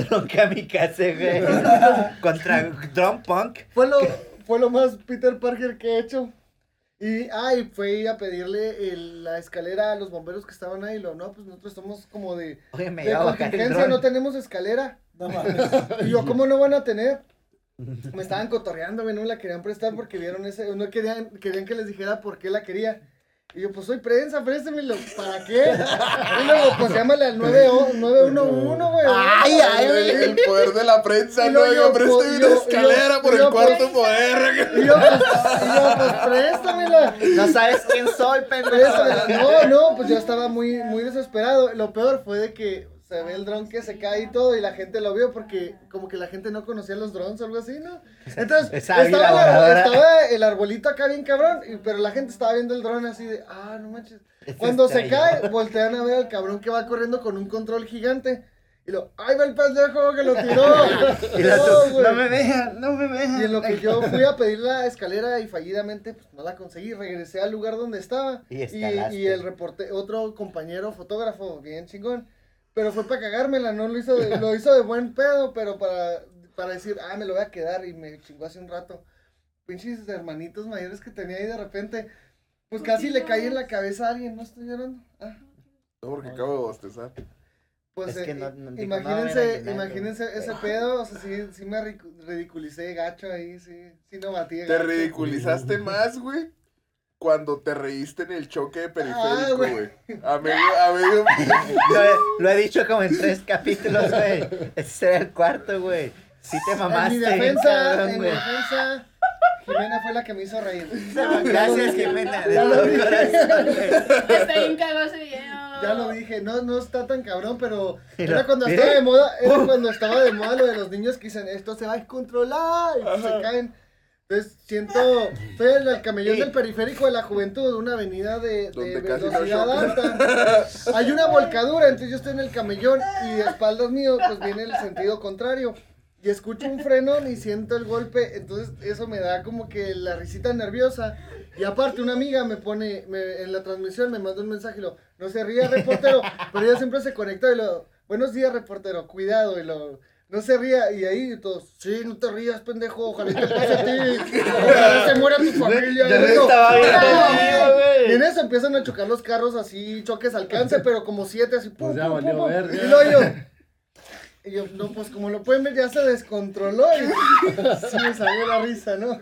Speaker 1: Dron kamikaze, güey. Contra Drum Punk.
Speaker 6: Fue lo, fue lo más Peter Parker que he hecho. Y, ay, fue a pedirle el- la escalera a los bomberos que estaban ahí. Lo, no, pues nosotros estamos como de,
Speaker 1: Oye, me
Speaker 6: de
Speaker 1: iba a bajar el
Speaker 6: contingencia,
Speaker 1: dron.
Speaker 6: no tenemos escalera.
Speaker 5: No mames.
Speaker 6: Y yo, ¿cómo no van a tener? Me estaban cotorreando, güey, no me la querían prestar porque vieron ese, no querían, querían que les dijera por qué la quería. Y yo, pues soy prensa, préstemelo, ¿para qué? Y luego, pues llámale al 90 911, güey.
Speaker 1: Ay, ay,
Speaker 2: El,
Speaker 1: ay.
Speaker 2: el poder de la prensa,
Speaker 6: Y
Speaker 2: no,
Speaker 6: luego
Speaker 2: yo
Speaker 6: yo-
Speaker 2: presté
Speaker 6: yo-
Speaker 2: una escalera
Speaker 6: yo-
Speaker 2: por el
Speaker 6: yo-
Speaker 2: cuarto poder.
Speaker 6: Y yo, pues, y yo, pues préstamela.
Speaker 1: No sabes quién soy, pendejo.
Speaker 6: No, no, pues yo estaba muy, muy desesperado. Lo peor fue de que se ve el dron que se cae y todo, y la gente lo vio porque como que la gente no conocía los drones o algo así, ¿no? Entonces,
Speaker 1: Esa
Speaker 6: estaba,
Speaker 1: águila
Speaker 6: la-
Speaker 1: voladora.
Speaker 6: estaba el arbolito acá bien cabrón, y- pero la gente estaba viendo el dron así de, ah, no manches. Cuando se cae, voltean a ver al cabrón que va corriendo con un control gigante. Y lo, ¡ay, va el pendejo que lo tiró!
Speaker 1: Y la
Speaker 6: No,
Speaker 1: tú,
Speaker 6: güey.
Speaker 1: no me vean, no me vean.
Speaker 6: Y en lo que yo fui a pedir la escalera y fallidamente, pues no la conseguí. Regresé al lugar donde estaba.
Speaker 1: Y escalaste.
Speaker 6: y el reporte, otro compañero fotógrafo, bien chingón. Pero fue para cagármela, no lo hizo de, lo hizo de buen pedo, pero para, para decir, ah, me lo voy a quedar. Y me chingó hace un rato. Pinches hermanitos mayores que tenía ahí de repente. Pues casi le caí en la cabeza a alguien, no estoy llorando. Ah,
Speaker 2: No, porque acabo de bostezar.
Speaker 6: pues
Speaker 1: Es
Speaker 6: eh,
Speaker 1: que no- no- digo, no, era
Speaker 6: imagínense,
Speaker 1: llenar,
Speaker 6: imagínense ese pedo, o sea, sí, sí me ridicu- ridiculicé gacho ahí, sí, sí no batí.
Speaker 2: Te
Speaker 6: gacho.
Speaker 2: ridiculizaste más, güey, cuando te reíste en el choque de
Speaker 6: Ah,
Speaker 2: periférico,
Speaker 6: güey.
Speaker 2: güey. A medio, a medio.
Speaker 1: Lo he, lo he dicho como en tres capítulos, güey. Ese era el cuarto, güey. Sí te mamaste.
Speaker 6: En mi
Speaker 1: bien
Speaker 6: defensa,
Speaker 1: cabrón,
Speaker 6: en mi
Speaker 1: güey.
Speaker 6: defensa, Jimena fue la que me hizo reír.
Speaker 1: Gracias, Jimena. De
Speaker 6: Ya lo
Speaker 1: todo
Speaker 6: dije.
Speaker 1: corazón, güey.
Speaker 3: Está bien cagado ese video.
Speaker 6: Ya lo dije, no, no está tan cabrón, pero
Speaker 1: Mira,
Speaker 6: era cuando
Speaker 1: mira.
Speaker 6: estaba de moda, era
Speaker 1: Pum.
Speaker 6: cuando estaba de moda lo de los niños que dicen esto se va a descontrolar y pues se caen. Entonces siento, estoy en el camellón
Speaker 1: Sí.
Speaker 6: del periférico de la juventud, una avenida de, de
Speaker 2: Donde casi no
Speaker 6: velocidad
Speaker 2: chocan.
Speaker 6: alta. Hay una volcadura, entonces yo estoy en el camellón y de espaldas mío pues viene el sentido contrario. Y escucho un frenón y siento el golpe, entonces eso me da como que la risita nerviosa. Y aparte una amiga me pone, me- en la transmisión me manda un mensaje y lo, no se ría reportero, pero ella siempre se conecta y lo, buenos días reportero, cuidado y lo, no se ría. Y ahí todos, sí, no te rías pendejo, ojalá te pase a ti, ojalá se muera tu familia.
Speaker 1: Yo
Speaker 6: y
Speaker 1: no
Speaker 6: yo,
Speaker 1: estaba viendo
Speaker 6: "Ah".
Speaker 1: el video,
Speaker 6: Y en
Speaker 1: güey. Pues
Speaker 6: eso empiezan a chocar los carros así, choques al alcance, pero como siete así, pum,
Speaker 4: Pues ya
Speaker 6: pum, pum,
Speaker 4: valió
Speaker 6: pum.
Speaker 4: verga.
Speaker 6: Y luego yo, Y yo, no, pues como lo pueden ver, ya se descontroló. Y sí me salió la risa, ¿no?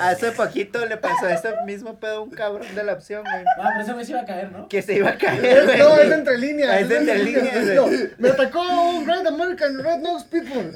Speaker 1: Hace poquito le pasó ese mismo pedo a un cabrón de la opción, güey.
Speaker 5: No, Ah, pero ese güey se iba a caer, ¿no?
Speaker 1: Que se iba a caer, güey.
Speaker 6: No, es entre líneas.
Speaker 1: Es entre líneas,
Speaker 6: No,
Speaker 1: güey.
Speaker 6: me atacó un Great American Red Nose People.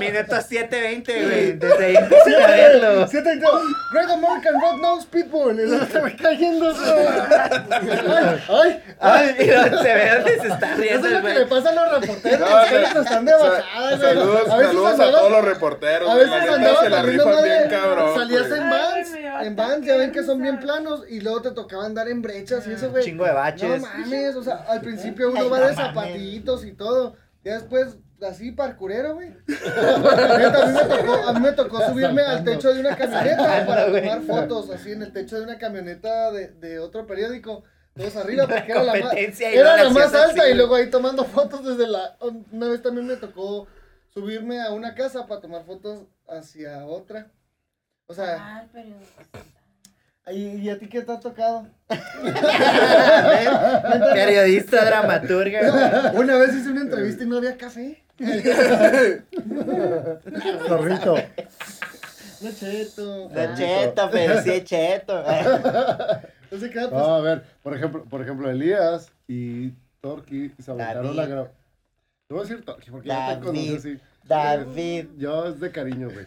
Speaker 1: Minuto 7.20, güey. Desde ahí empiezan a verlo.
Speaker 6: Sí, te digo, Great American Red Nose People. Y luego se me cayendo. así. Ay, ay,
Speaker 1: Ay, mira, se ve dónde se está
Speaker 6: Eso
Speaker 1: riendo el
Speaker 6: es lo que le
Speaker 1: güey.
Speaker 6: pasa a los reporteros.
Speaker 2: No,
Speaker 6: que
Speaker 2: sa-
Speaker 6: están de
Speaker 2: sa-
Speaker 6: bajada, güey.
Speaker 2: Saludos,
Speaker 6: veces
Speaker 2: saludos a
Speaker 6: andaban-
Speaker 2: todos los reporteros.
Speaker 6: A
Speaker 2: güey,
Speaker 6: veces
Speaker 2: la neta,
Speaker 6: andabas
Speaker 2: se la
Speaker 6: corriendo
Speaker 2: rifan
Speaker 6: madre,
Speaker 2: bien cabrón.
Speaker 6: salías
Speaker 2: güey.
Speaker 6: en
Speaker 3: Ay,
Speaker 6: vans,
Speaker 3: me dio
Speaker 6: en vans ya
Speaker 3: tanta
Speaker 6: ven que son bien
Speaker 3: risa. Ah,
Speaker 6: planos y luego te tocaba andar en brechas y eso, güey.
Speaker 1: Chingo de baches.
Speaker 6: No mames, o sea, al principio uno va de zapatitos y todo, ya después así parkurero, güey. Neta, a mí me tocó, a mí me tocó subirme al techo de una camioneta para
Speaker 1: güey.
Speaker 6: tomar fotos así en el techo de una camioneta de, de otro periódico. Todos arriba porque era la más,
Speaker 1: Competencia y
Speaker 6: era
Speaker 1: luego
Speaker 6: la
Speaker 1: la
Speaker 6: más
Speaker 1: hacías así,
Speaker 6: alta y
Speaker 1: güey.
Speaker 6: luego ahí tomando fotos desde la... Una vez también me tocó subirme a una casa para tomar fotos hacia otra. O sea,
Speaker 3: Ay, pero.
Speaker 6: ¿y, y a ti qué te ha tocado?
Speaker 1: Periodista, dramaturga, güey.
Speaker 6: Una vez hice una entrevista y no había café.
Speaker 4: Torrito.
Speaker 6: No cheto.
Speaker 1: No cheto, pero sí es cheto.
Speaker 6: No sé qué edad, pues,
Speaker 1: Oh,
Speaker 4: No, a ver, por ejemplo, por ejemplo, Elías y Torqui se aventaron la
Speaker 1: David.
Speaker 4: grabación. Te voy a decir Torqui porque ya te
Speaker 1: David.
Speaker 4: conocí así.
Speaker 1: David,
Speaker 4: Yo es de cariño, güey.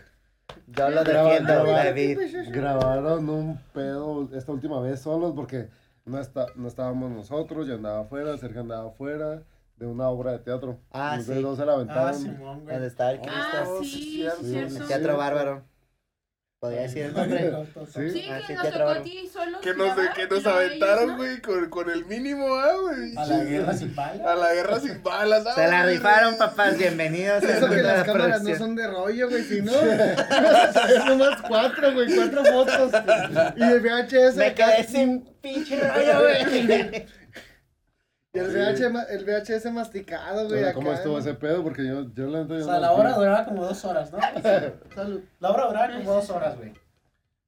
Speaker 1: yo lo
Speaker 4: Graba-
Speaker 1: defiendo,
Speaker 4: graba-
Speaker 1: David.
Speaker 6: pues,
Speaker 4: Grabaron un pedo esta última vez solos porque no, está, no estábamos nosotros, yo andaba afuera, Sergio andaba afuera de una obra de teatro.
Speaker 1: Ah,
Speaker 4: Los
Speaker 1: sí.
Speaker 4: dos se la aventaron.
Speaker 5: Ah, Simón, güey.
Speaker 1: ¿Dónde está el
Speaker 3: Ah,
Speaker 1: Cristo?
Speaker 3: sí,
Speaker 2: cierto.
Speaker 3: cierto.
Speaker 1: El Teatro Bárbaro. ¿Podría decir el nombre?
Speaker 4: Sí.
Speaker 3: Sí,
Speaker 1: Ah, sí,
Speaker 3: que nos
Speaker 1: teatro
Speaker 3: tocó
Speaker 1: bárbaro.
Speaker 3: a ti solo.
Speaker 2: Que nos, de-
Speaker 3: grabar,
Speaker 2: que
Speaker 3: y
Speaker 2: nos
Speaker 3: luego ellos,
Speaker 2: aventaron,
Speaker 3: ¿no?
Speaker 2: güey, con, con el mínimo, ah, güey.
Speaker 5: A la guerra sin balas.
Speaker 2: A la guerra sin balas. ah,
Speaker 1: Se la
Speaker 2: güey.
Speaker 1: rifaron, papás. Bienvenidos al
Speaker 6: Eso
Speaker 1: mundo
Speaker 6: que
Speaker 1: de la
Speaker 6: las cámaras no
Speaker 1: producción.
Speaker 6: son de rollo, güey, si no, es nomás cuatro, güey, cuatro fotos. Y el VHS
Speaker 1: Me
Speaker 6: acá,
Speaker 1: quedé sin pinche rollo, güey.
Speaker 6: y el VHS, ma- el VHS masticado, güey,
Speaker 4: Pero,
Speaker 6: acá.
Speaker 4: ¿Cómo
Speaker 1: eh.
Speaker 4: estuvo ese pedo? Porque yo, yo la neta, yo
Speaker 5: O sea,
Speaker 4: no-
Speaker 5: la obra duraba como dos horas, ¿no?
Speaker 6: Salud.
Speaker 5: La obra duraba como dos horas, güey.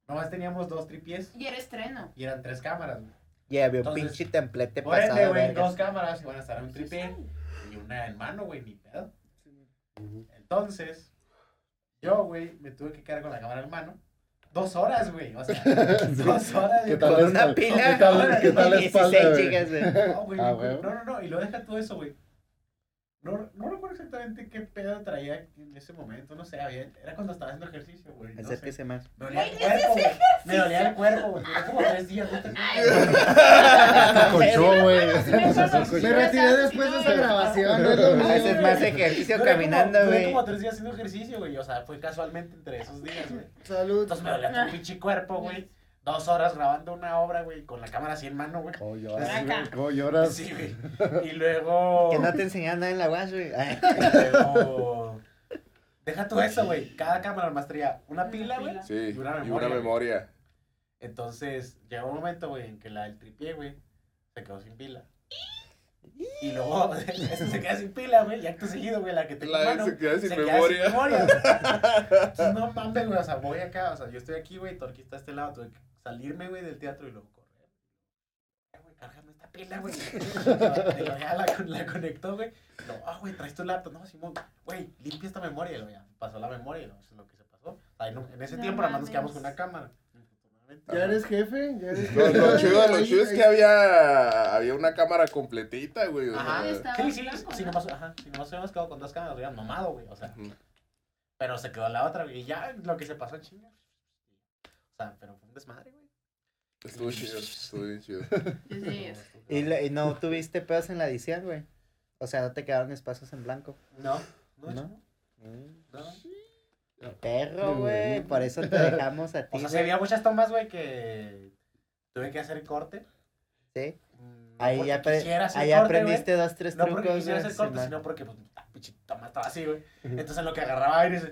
Speaker 5: Nomás teníamos dos tripies
Speaker 3: Y era estreno.
Speaker 5: y eran tres cámaras, güey.
Speaker 1: Ya había un
Speaker 5: Entonces,
Speaker 1: pinche templete
Speaker 5: Por ende,
Speaker 1: pasado,
Speaker 5: güey,
Speaker 1: verga.
Speaker 5: dos cámaras iban a estar en un tripié y una en mano, güey, ni pedo. Entonces, yo, güey, me tuve que quedar con la cámara en mano. Dos horas, güey. O sea, dos horas.
Speaker 4: ¿Qué
Speaker 5: güey.
Speaker 4: tal
Speaker 1: Con
Speaker 4: la
Speaker 1: una
Speaker 4: espal-
Speaker 1: pila.
Speaker 4: ¿Qué tal, qué tal la
Speaker 1: 16
Speaker 4: espalda, güey?
Speaker 1: chicas, güey.
Speaker 5: No, güey,
Speaker 4: Ah,
Speaker 5: no,
Speaker 4: güey.
Speaker 5: no, no, no, y lo deja todo eso, güey. No, no recuerdo exactamente qué pedo traía en ese momento, no sé, había, era cuando estaba haciendo ejercicio, güey. No sé.
Speaker 1: Acérquese más.
Speaker 5: Me dolía el cuerpo, güey. Me dolía el cuerpo, güey. Duré como tres días, no te
Speaker 4: Colchón, güey.
Speaker 3: sí me acuerdo.
Speaker 6: Me retiré después de esa grabación, no es lo mío.
Speaker 1: Haces más ejercicio
Speaker 5: Duré
Speaker 1: caminando,
Speaker 5: como- Duré
Speaker 1: güey.
Speaker 5: como tres días haciendo ejercicio, güey. O sea, fue casualmente entre esos días, güey.
Speaker 6: Salud.
Speaker 5: Entonces me dolía todo el pinche cuerpo, güey. Dos horas grabando una obra, güey, con la cámara así en mano, güey.
Speaker 4: ¿Cómo lloras?
Speaker 3: Acá.
Speaker 4: güey? ¿Cómo lloras?
Speaker 5: Sí, güey. Y luego.
Speaker 1: Que no te enseñaban nada en la guas, güey. Ah, Ay,
Speaker 5: Pero... Deja todo eso, güey. Cada cámara más traía una
Speaker 3: Una
Speaker 5: pila, güey.
Speaker 3: pila.
Speaker 2: Sí,
Speaker 5: Y una
Speaker 2: y una
Speaker 5: memoria.
Speaker 2: memoria.
Speaker 5: Entonces, llegó un momento, güey, en que la del tripié, güey, se quedó sin pila. Y luego, esa se queda sin pila, güey. Y acto seguido, güey, la que tengo
Speaker 2: La
Speaker 5: en
Speaker 2: de
Speaker 5: mano.
Speaker 2: se queda sin
Speaker 5: se
Speaker 2: memoria.
Speaker 5: Queda sin memoria güey. Entonces, no mames, güey. O sea, voy acá. O sea, yo estoy aquí, güey. Torqui está a este lado. Tuve que salirme, güey, del teatro y luego correr. Eh, güey, Cárgame esta pila, güey. Y luego ya la, la conectó, güey. Y luego, ah, güey, traes tu laptop. No, Simón, güey, limpia esta memoria. Y luego ya pasó la memoria. Y luego eso es lo que se pasó. O sea, en, un- en ese
Speaker 3: No
Speaker 5: tiempo, nada más
Speaker 3: mames.
Speaker 5: nos quedamos con una cámara.
Speaker 6: Ya eres jefe, ya eres
Speaker 2: Lo,
Speaker 6: jefe.
Speaker 2: lo chido, lo
Speaker 6: Ahí-
Speaker 2: chido es
Speaker 6: ahí-
Speaker 2: que había, había una cámara completita, güey. o
Speaker 5: Ajá,
Speaker 2: sea,
Speaker 3: estaba
Speaker 5: Sí, sí,
Speaker 3: blanco,
Speaker 5: si
Speaker 3: ¿no?
Speaker 5: nomás, ajá, si nomás hubiéramos quedado con dos cámaras, hubiéramos mamado, güey, o sea.
Speaker 2: Ujú.
Speaker 5: Pero se quedó la otra, güey, y ya lo que se pasó, chinga. O sea, pero fue un desmadre, güey.
Speaker 2: Estuvo chido, estuvo bien chido.
Speaker 3: Desde ellos.
Speaker 1: ¿Y, la- y no tuviste pedos en la edición, güey. O sea, no te quedaron espacios en blanco.
Speaker 5: No, no,
Speaker 1: ¿No? Mm.
Speaker 5: no. no.
Speaker 1: Perro, güey. Por eso te dejamos a ti.
Speaker 5: O sea, se
Speaker 1: güey.
Speaker 5: había muchas tomas, güey, que tuve que hacer corte.
Speaker 1: Sí.
Speaker 5: Mm, no
Speaker 1: Ahí
Speaker 5: porque
Speaker 1: ya, apre-
Speaker 5: quisiera hacer
Speaker 1: ahí
Speaker 5: corte,
Speaker 1: aprendiste dos, tres
Speaker 5: güey, No porque
Speaker 1: trucos,
Speaker 5: quisiera
Speaker 1: güey.
Speaker 5: hacer corte,
Speaker 1: Simón.
Speaker 5: sino porque, pues, la pinche toma estaba así, güey. Entonces, en lo que agarraba aire, se...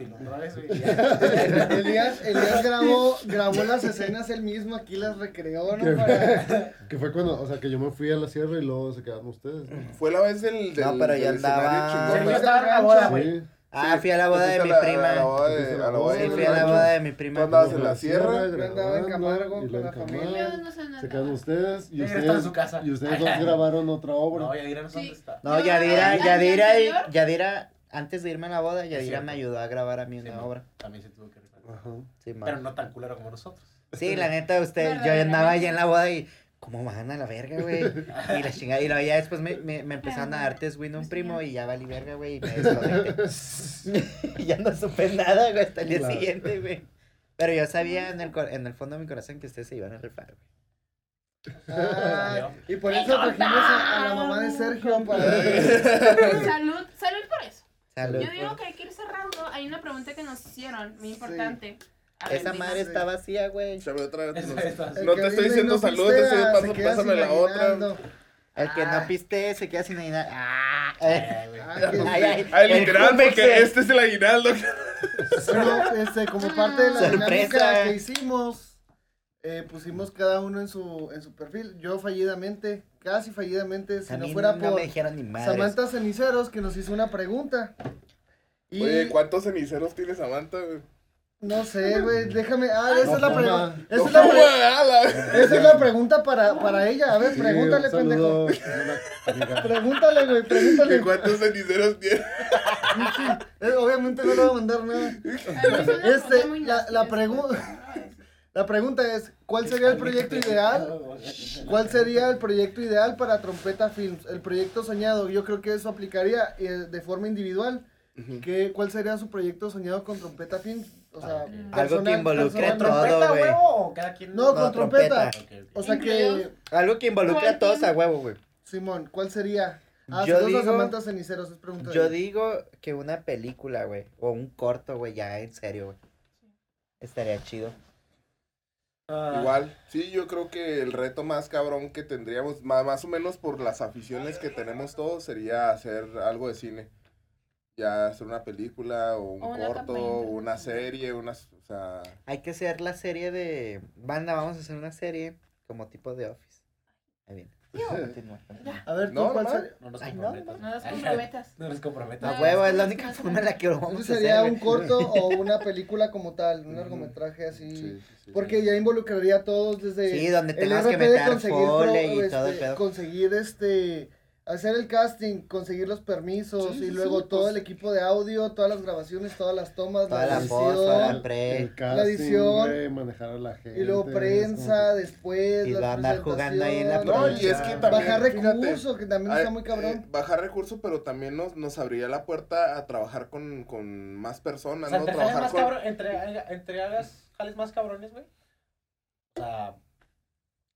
Speaker 5: Y lo otra vez, güey, y ya.
Speaker 6: Elías, Elías grabó, grabó las escenas él mismo, aquí las recreó,
Speaker 4: Qué
Speaker 6: ¿no? Para-
Speaker 4: Que fue cuando, o sea, que yo me fui a la sierra y luego se quedaron ustedes. ¿no?
Speaker 2: Fue la vez del. del
Speaker 1: No, pero yo
Speaker 2: del escenario
Speaker 1: andaba-
Speaker 5: O sea,
Speaker 2: chingón,
Speaker 5: yo
Speaker 2: ¿verdad?
Speaker 5: estaba en una boda, güey.
Speaker 4: Sí.
Speaker 1: Ah, fui a la
Speaker 5: Pues
Speaker 1: boda de
Speaker 2: Fuiste
Speaker 1: mi
Speaker 2: a la-
Speaker 1: prima.
Speaker 2: A la boda de, a la boda de
Speaker 1: Sí,
Speaker 2: tu
Speaker 1: fui a la
Speaker 2: rancho.
Speaker 1: boda de mi
Speaker 2: Tú
Speaker 1: prima.
Speaker 2: andabas en la
Speaker 4: Sierra,
Speaker 2: sierra.
Speaker 6: Yo andaba en
Speaker 4: grabando,
Speaker 6: Camargo
Speaker 4: y
Speaker 6: con
Speaker 4: luego
Speaker 6: la
Speaker 4: en
Speaker 6: familia.
Speaker 4: Camargo.
Speaker 3: Yo no sé nada.
Speaker 4: Se quedan ustedes y
Speaker 5: Ella está
Speaker 4: ustedes,
Speaker 5: en su casa.
Speaker 4: y ustedes dos grabaron otra obra.
Speaker 5: No, Yadira no sé dónde
Speaker 3: Sí.
Speaker 5: está.
Speaker 1: No,
Speaker 3: Yo,
Speaker 1: Yadira,
Speaker 3: al- al
Speaker 1: Yadira, y-
Speaker 3: anterior-
Speaker 1: Yadira, antes de irme a la boda, Yadira
Speaker 5: cierto.
Speaker 1: me ayudó a grabar a mí
Speaker 5: Sí,
Speaker 1: una
Speaker 5: no,
Speaker 1: obra. Ah,
Speaker 5: También se tuvo que rifar.
Speaker 4: Ajá.
Speaker 1: Sí, ma.
Speaker 5: Pero no tan culero como nosotros.
Speaker 1: Sí, la neta, usted, yo
Speaker 3: Verdaderamente.
Speaker 1: andaba allá en la boda y, ¿cómo van a la verga, güey? Y la chingada, y luego ya después me, me, me empezaron a dar test win un primo y ya valí verga, güey, y me desconecté. y ya no supe nada, güey, hasta el día
Speaker 4: Claro.
Speaker 1: siguiente, güey. Pero yo sabía en el, cor- en el fondo de mi corazón que ustedes se iban a rifar, güey.
Speaker 6: Ah, y por eso trajimos a, a la mamá de Sergio
Speaker 2: Eh,
Speaker 6: para.
Speaker 3: Salud, salud por eso.
Speaker 1: Salud.
Speaker 3: Yo digo que hay que ir cerrando. Hay una pregunta que nos hicieron, muy
Speaker 6: Sí.
Speaker 3: importante. A ver,
Speaker 1: Esa
Speaker 3: dime.
Speaker 1: madre está vacía, güey.
Speaker 2: Échame otra vez.
Speaker 5: Esa- esa-
Speaker 2: No te estoy diciendo salud, te estoy pas- pásame la otra.
Speaker 1: El que
Speaker 6: Ah.
Speaker 1: no piste se queda sin nada. Ah,
Speaker 5: Ay, güey.
Speaker 1: Ay, ay,
Speaker 2: Ay,
Speaker 1: el
Speaker 2: Ah, literal,
Speaker 1: Jumex,
Speaker 2: porque
Speaker 1: eh.
Speaker 2: este es el aguinaldo.
Speaker 6: Pero, este, como parte de la
Speaker 1: Sorpresa.
Speaker 6: dinámica que hicimos, eh, pusimos cada uno en su, en su perfil. Yo fallidamente, casi fallidamente, si
Speaker 1: A
Speaker 6: no
Speaker 1: mí
Speaker 6: fuera
Speaker 1: no
Speaker 6: por
Speaker 1: me dijeron ni madre.
Speaker 6: Samantha Ceniceros que nos hizo una pregunta. Y
Speaker 2: Oye, ¿cuántos ceniceros tiene Samantha, güey?
Speaker 6: no sé, güey, déjame. Ah, esa
Speaker 4: No
Speaker 6: es la
Speaker 4: fuma.
Speaker 6: pregunta. Esa,
Speaker 2: No,
Speaker 6: es la pre-
Speaker 2: güey, ala.
Speaker 6: esa es la pregunta para, para ella. A ver,
Speaker 4: Sí,
Speaker 6: pregúntale,
Speaker 4: un saludo,
Speaker 6: pendejo.
Speaker 4: amiga.
Speaker 6: Pregúntale, güey,
Speaker 2: ¿Que
Speaker 6: pregúntale.
Speaker 2: ¿Cuántos ceniceros tiene?
Speaker 6: Eh, Obviamente no le va a mandar nada.
Speaker 3: A mí es una
Speaker 6: Este,
Speaker 3: pregunta muy
Speaker 6: la-
Speaker 3: nasty,
Speaker 6: la
Speaker 3: después,
Speaker 6: pregunta-
Speaker 3: ¿no? Es-
Speaker 6: La pregunta es, ¿cuál sería el proyecto ideal? ¿Cuál sería el proyecto ideal para Trompeta Films? El proyecto soñado, yo creo que eso aplicaría eh, de forma individual. ¿Qué, ¿Cuál sería su proyecto soñado con Trompeta Films? O sea,
Speaker 5: Algo que
Speaker 1: involucre
Speaker 6: personal.
Speaker 5: ¿Con
Speaker 1: todo,
Speaker 5: trompeta,
Speaker 1: güey.
Speaker 5: huevo? ¿O cada quien?
Speaker 6: No,
Speaker 1: No,
Speaker 6: con trompeta.
Speaker 1: trompeta.
Speaker 5: Ok, ok.
Speaker 6: O sea que,
Speaker 3: Incluidos.
Speaker 1: Algo que involucre a todos a huevo, güey.
Speaker 6: Simón, ¿cuál sería? Ah,
Speaker 1: Yo
Speaker 6: saludos a
Speaker 1: digo-
Speaker 6: Samantha eh. Ceniceros, es pregunta.
Speaker 1: Yo
Speaker 6: de-
Speaker 1: digo que una película, güey, o un corto, güey, ya en serio, güey. Estaría chido.
Speaker 5: Ah,
Speaker 2: Igual, sí, yo creo que el reto más cabrón que tendríamos, ma- más o menos por las aficiones que tenemos todos, sería hacer algo de cine. Ya hacer una película, o un
Speaker 3: O una
Speaker 2: corto,
Speaker 3: campaña.
Speaker 2: o una serie, unas, o sea...
Speaker 1: Hay que hacer la serie de. Banda, vamos a hacer una serie como tipo de Office. Ahí viene. Continúa.
Speaker 6: A ver, ¿tú
Speaker 2: No,
Speaker 6: cuál
Speaker 2: no,
Speaker 6: sería?
Speaker 5: No nos
Speaker 1: Ay, no,
Speaker 5: comprometas.
Speaker 3: No nos comprometas.
Speaker 5: No nos comprometas.
Speaker 1: A huevo, es la única forma en la que lo vamos a
Speaker 6: Pues, sería
Speaker 1: hacer.
Speaker 6: un
Speaker 1: güey.
Speaker 6: corto o una película como tal, un largometraje así. Mm, Porque ya involucraría a todos desde
Speaker 1: Sí, donde
Speaker 6: el
Speaker 1: tengas que
Speaker 6: RP de
Speaker 1: meter
Speaker 6: pro-
Speaker 1: foley y todo el
Speaker 6: este,
Speaker 1: pedo.
Speaker 6: conseguir este hacer el casting, conseguir los permisos
Speaker 2: Sí,
Speaker 6: y
Speaker 2: sí,
Speaker 6: luego
Speaker 2: sí,
Speaker 6: todo
Speaker 2: pues.
Speaker 6: el equipo de audio, todas las grabaciones, todas las tomas,
Speaker 1: Toda la
Speaker 6: edición,
Speaker 1: voz, toda la pre.
Speaker 4: El casting,
Speaker 6: edición.
Speaker 4: güey, manejar a la gente.
Speaker 6: y luego prensa, después
Speaker 1: Y
Speaker 6: las
Speaker 1: va a andar jugando ahí en la
Speaker 2: No,
Speaker 6: presentaciones,
Speaker 2: y es que
Speaker 4: Bajar
Speaker 2: también...
Speaker 6: bajar
Speaker 2: fíjate,
Speaker 6: recursos, que también está
Speaker 2: ay,
Speaker 6: muy
Speaker 2: eh,
Speaker 6: cabrón.
Speaker 2: bajar recursos, pero también nos, nos abriría la puerta a trabajar con, con más
Speaker 5: O
Speaker 2: personas,
Speaker 5: sea,
Speaker 2: ¿no?
Speaker 5: entre jales
Speaker 2: Trabajar
Speaker 5: más
Speaker 2: con...
Speaker 5: cabrones, entre, entre hagas jales más cabrones, güey. O sea,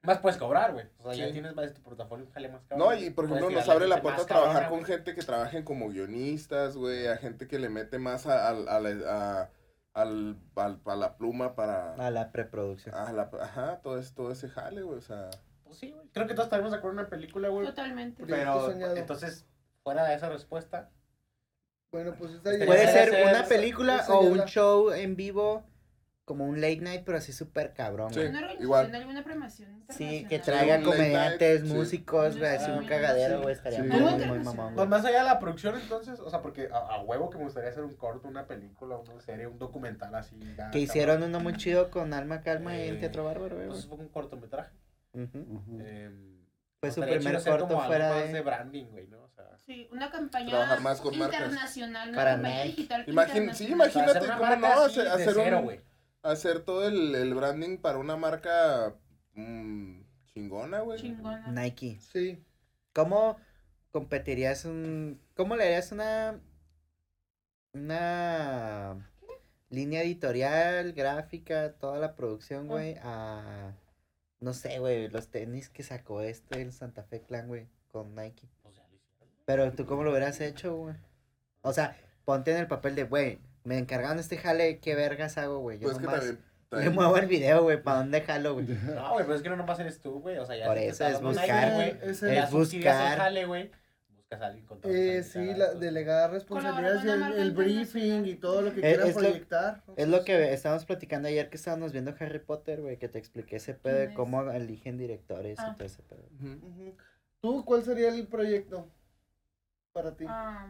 Speaker 5: más puedes cobrar, güey. O sea, ya
Speaker 2: Sí.
Speaker 5: tienes más de tu portafolio, un jale más cabrón.
Speaker 2: No, y por
Speaker 5: Puedes
Speaker 2: ejemplo
Speaker 5: tirar
Speaker 2: nos abre la
Speaker 5: gente
Speaker 2: puerta a
Speaker 5: más
Speaker 2: trabajar
Speaker 5: cabrona,
Speaker 2: con
Speaker 5: güey.
Speaker 2: gente que trabajen como guionistas, güey, a gente que le mete más a, al- a la- a- al- al- a la pluma para...
Speaker 1: A la preproducción.
Speaker 2: a la- ajá, todo, es, todo ese jale, güey, o sea...
Speaker 5: Pues sí, güey. Creo que todos estaremos de acuerdo en una película, güey.
Speaker 3: Totalmente.
Speaker 5: Pero
Speaker 6: soñado.
Speaker 5: entonces, fuera de esa respuesta,
Speaker 6: Bueno, pues está
Speaker 5: Puede
Speaker 1: Puede
Speaker 5: Estaría
Speaker 1: ser
Speaker 5: hacer-
Speaker 1: una película
Speaker 6: eso
Speaker 1: o
Speaker 6: ya
Speaker 1: un
Speaker 6: la-
Speaker 1: show en vivo, como un late night, pero así súper cabrón.
Speaker 2: Sí.
Speaker 1: güey.
Speaker 3: Una organización
Speaker 2: igual.
Speaker 3: de alguna premiación
Speaker 1: Sí,
Speaker 3: internacional.
Speaker 1: que traiga
Speaker 2: Un late
Speaker 1: comediantes,
Speaker 2: night, sí.
Speaker 1: músicos, güey, así
Speaker 5: Ah,
Speaker 1: un cagadero, güey, estaría
Speaker 4: sí.
Speaker 1: muy,
Speaker 4: Algo
Speaker 1: muy
Speaker 3: internacional.
Speaker 1: mamón, güey.
Speaker 5: Pues más allá de la producción, entonces, o sea, porque a, a huevo que me gustaría hacer un corto, una película, una serie, un documental así. ya,
Speaker 1: Que
Speaker 5: cabrón.
Speaker 1: hicieron uno muy chido con Alma Calma y en
Speaker 5: Eh,
Speaker 1: Teatro Bárbaro, güey.
Speaker 5: Pues fue un cortometraje.
Speaker 1: Ujú.
Speaker 4: Ujú.
Speaker 5: Em,
Speaker 1: Fue su
Speaker 5: estaría chido
Speaker 1: primer
Speaker 5: hacer
Speaker 1: corto
Speaker 5: como algo
Speaker 1: fuera
Speaker 5: más de
Speaker 1: de...
Speaker 5: branding, güey, ¿no? O sea,
Speaker 3: Sí, una campaña
Speaker 2: Trabajar más con marcas.
Speaker 3: internacional, una
Speaker 1: Para
Speaker 3: campaña
Speaker 1: Nike.
Speaker 3: digital
Speaker 2: Imagín- sí,
Speaker 3: internacional.
Speaker 5: o sea, hacer
Speaker 2: Imagínate
Speaker 5: una
Speaker 2: cómo
Speaker 5: marca
Speaker 2: no,
Speaker 5: así
Speaker 2: hacer-
Speaker 5: de
Speaker 2: hacer
Speaker 5: cero,
Speaker 2: un-
Speaker 5: güey.
Speaker 2: Hacer todo el, el branding para una marca mm, chingona, güey.
Speaker 3: Chingona.
Speaker 1: Nike.
Speaker 6: Sí.
Speaker 1: ¿Cómo competirías un... ¿Cómo le harías una... Una... Línea editorial, gráfica, toda la producción, güey, a... No sé, güey, los tenis que sacó este, el Santa Fe Clan, güey, con Nike.
Speaker 5: O sea,
Speaker 1: Pero tú cómo lo hubieras hecho, güey. O sea, ponte en el papel de, güey, me encargaron este jale, qué vergas hago, güey. Yo
Speaker 2: Pues que
Speaker 1: nomás
Speaker 2: también...
Speaker 1: le
Speaker 2: también-
Speaker 1: muevo el video, güey, ¿para dónde jalo, güey?
Speaker 5: No, güey, pero es que no nomás eres tú, güey. O sea, ya
Speaker 1: Por
Speaker 5: si te
Speaker 1: eso
Speaker 5: estás
Speaker 1: es
Speaker 5: dando un
Speaker 1: buscar,
Speaker 5: aire, güey.
Speaker 6: es
Speaker 1: el-
Speaker 5: ya
Speaker 1: es
Speaker 5: subsidias el
Speaker 1: buscar.
Speaker 5: jale, güey. Buscas a alguien con todo.
Speaker 6: Eh, sí, la, delegar responsabilidades,
Speaker 3: Colaborar
Speaker 6: y el,
Speaker 3: con una
Speaker 6: el
Speaker 3: marca
Speaker 6: briefing y
Speaker 3: internacional.
Speaker 6: todo lo que
Speaker 1: Es-
Speaker 6: quieran
Speaker 1: es lo-
Speaker 6: proyectar.
Speaker 1: Es lo que estábamos platicando ayer que estábamos viendo Harry Potter, güey, que te expliqué ese pedo de
Speaker 3: es?
Speaker 1: cómo eligen directores
Speaker 3: Ah.
Speaker 1: y todo ese pedo.
Speaker 2: Ujú.
Speaker 6: Ujú. ¿Tú cuál sería el proyecto para ti?
Speaker 3: Ah,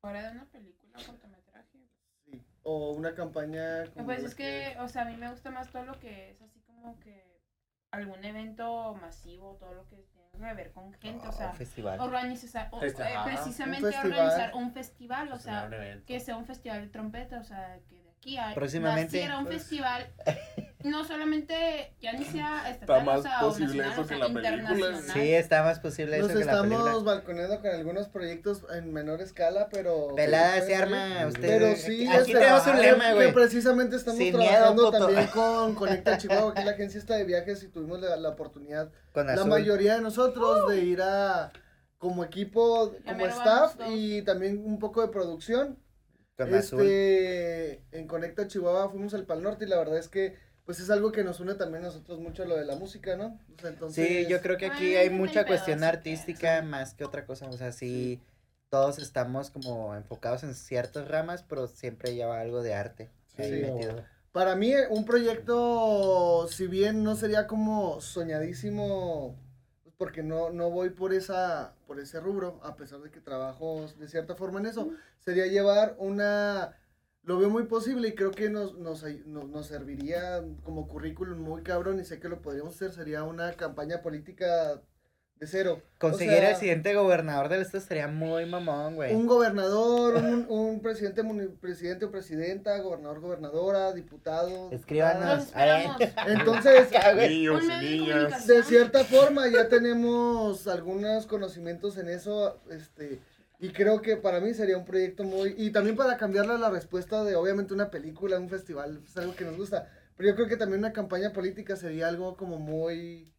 Speaker 3: Fuera de una película, cortometraje.
Speaker 6: Sí. O una campaña. como
Speaker 3: Pues
Speaker 6: la
Speaker 3: es que, o sea, a mí me gusta más todo lo que es así como que algún evento masivo, todo lo que tenga que ver con gente, o sea,
Speaker 1: un festival.
Speaker 3: organizar, o-
Speaker 5: Este,
Speaker 3: eh,
Speaker 5: ajá.
Speaker 3: precisamente
Speaker 6: Un festival.
Speaker 3: organizar un festival, o
Speaker 5: Pues, era
Speaker 3: sea,
Speaker 5: un evento.
Speaker 3: que sea un festival de trompeta, o sea, que de aquí a
Speaker 1: Próximamente,
Speaker 3: naciera un
Speaker 6: pues.
Speaker 3: festival, no solamente ya ni sea estatal,
Speaker 2: Está más
Speaker 3: o sea, o
Speaker 2: posible
Speaker 3: nacional,
Speaker 2: eso
Speaker 3: o sea,
Speaker 2: que la película.
Speaker 3: internacional.
Speaker 1: Sí, está más posible eso
Speaker 6: Nos
Speaker 1: que la película.
Speaker 6: estamos balconeando con algunos proyectos en menor escala, pero.
Speaker 1: Pelada se
Speaker 6: pero-
Speaker 1: arma usted.
Speaker 6: Pero
Speaker 1: güey.
Speaker 6: sí,
Speaker 1: aquí
Speaker 6: este,
Speaker 1: tenemos un
Speaker 6: que-
Speaker 1: lema,
Speaker 6: que
Speaker 1: güey.
Speaker 6: precisamente estamos
Speaker 1: Sin miedo,
Speaker 6: trabajando
Speaker 1: puto.
Speaker 6: también con Conecta Chihuahua, que es la agencia esta de viajes y tuvimos la, la oportunidad,
Speaker 1: Con
Speaker 6: la
Speaker 1: azul.
Speaker 6: mayoría de nosotros, de ir a como equipo,
Speaker 3: Uh. Ya
Speaker 6: como
Speaker 3: mero vamos
Speaker 6: staff
Speaker 3: todos.
Speaker 6: y también un poco de producción.
Speaker 1: Con azul.
Speaker 6: Este, en Conecta Chihuahua fuimos al Pal Norte y la verdad es que pues es algo que nos une también a nosotros mucho lo de la música, ¿no? O sea, entonces,
Speaker 1: Sí, yo creo que aquí
Speaker 3: Bueno,
Speaker 1: hay
Speaker 3: no
Speaker 1: mucha
Speaker 3: hay pedo,
Speaker 1: cuestión
Speaker 3: sí,
Speaker 1: artística más que otra cosa. O sea, sí, todos estamos como enfocados en ciertas ramas, pero siempre lleva algo de arte.
Speaker 6: Sí,
Speaker 1: ahí
Speaker 6: sí,
Speaker 1: metido.
Speaker 6: Para mí, eh, un proyecto, si bien no sería como soñadísimo, pues, porque no, no voy por, esa, por ese rubro, a pesar de que trabajo de cierta forma en eso, sería llevar una... Lo veo muy posible y creo que nos, nos, ay- no- nos serviría como currículum muy cabrón y sé que lo podríamos hacer, sería una campaña política de cero. O
Speaker 1: Conseguir
Speaker 6: sea,
Speaker 1: al siguiente gobernador del estado sería muy mamón, güey.
Speaker 6: un gobernador, un, un presidente, muni- presidente o presidenta, gobernador, gobernadora, diputado.
Speaker 1: Escríbanos.
Speaker 3: Los
Speaker 1: A ver.
Speaker 3: esperamos.
Speaker 6: diputada. Entonces,
Speaker 1: Acá, güey.
Speaker 2: Niños
Speaker 3: Un
Speaker 2: y
Speaker 3: medio de
Speaker 2: niñas.
Speaker 6: eh. Pues, de cierta forma ya tenemos algunos conocimientos en eso, este, y creo que para mí sería un proyecto muy, y también para cambiarle la respuesta de obviamente una película, un festival, es algo que nos gusta, pero yo creo que también una campaña política sería algo como muy,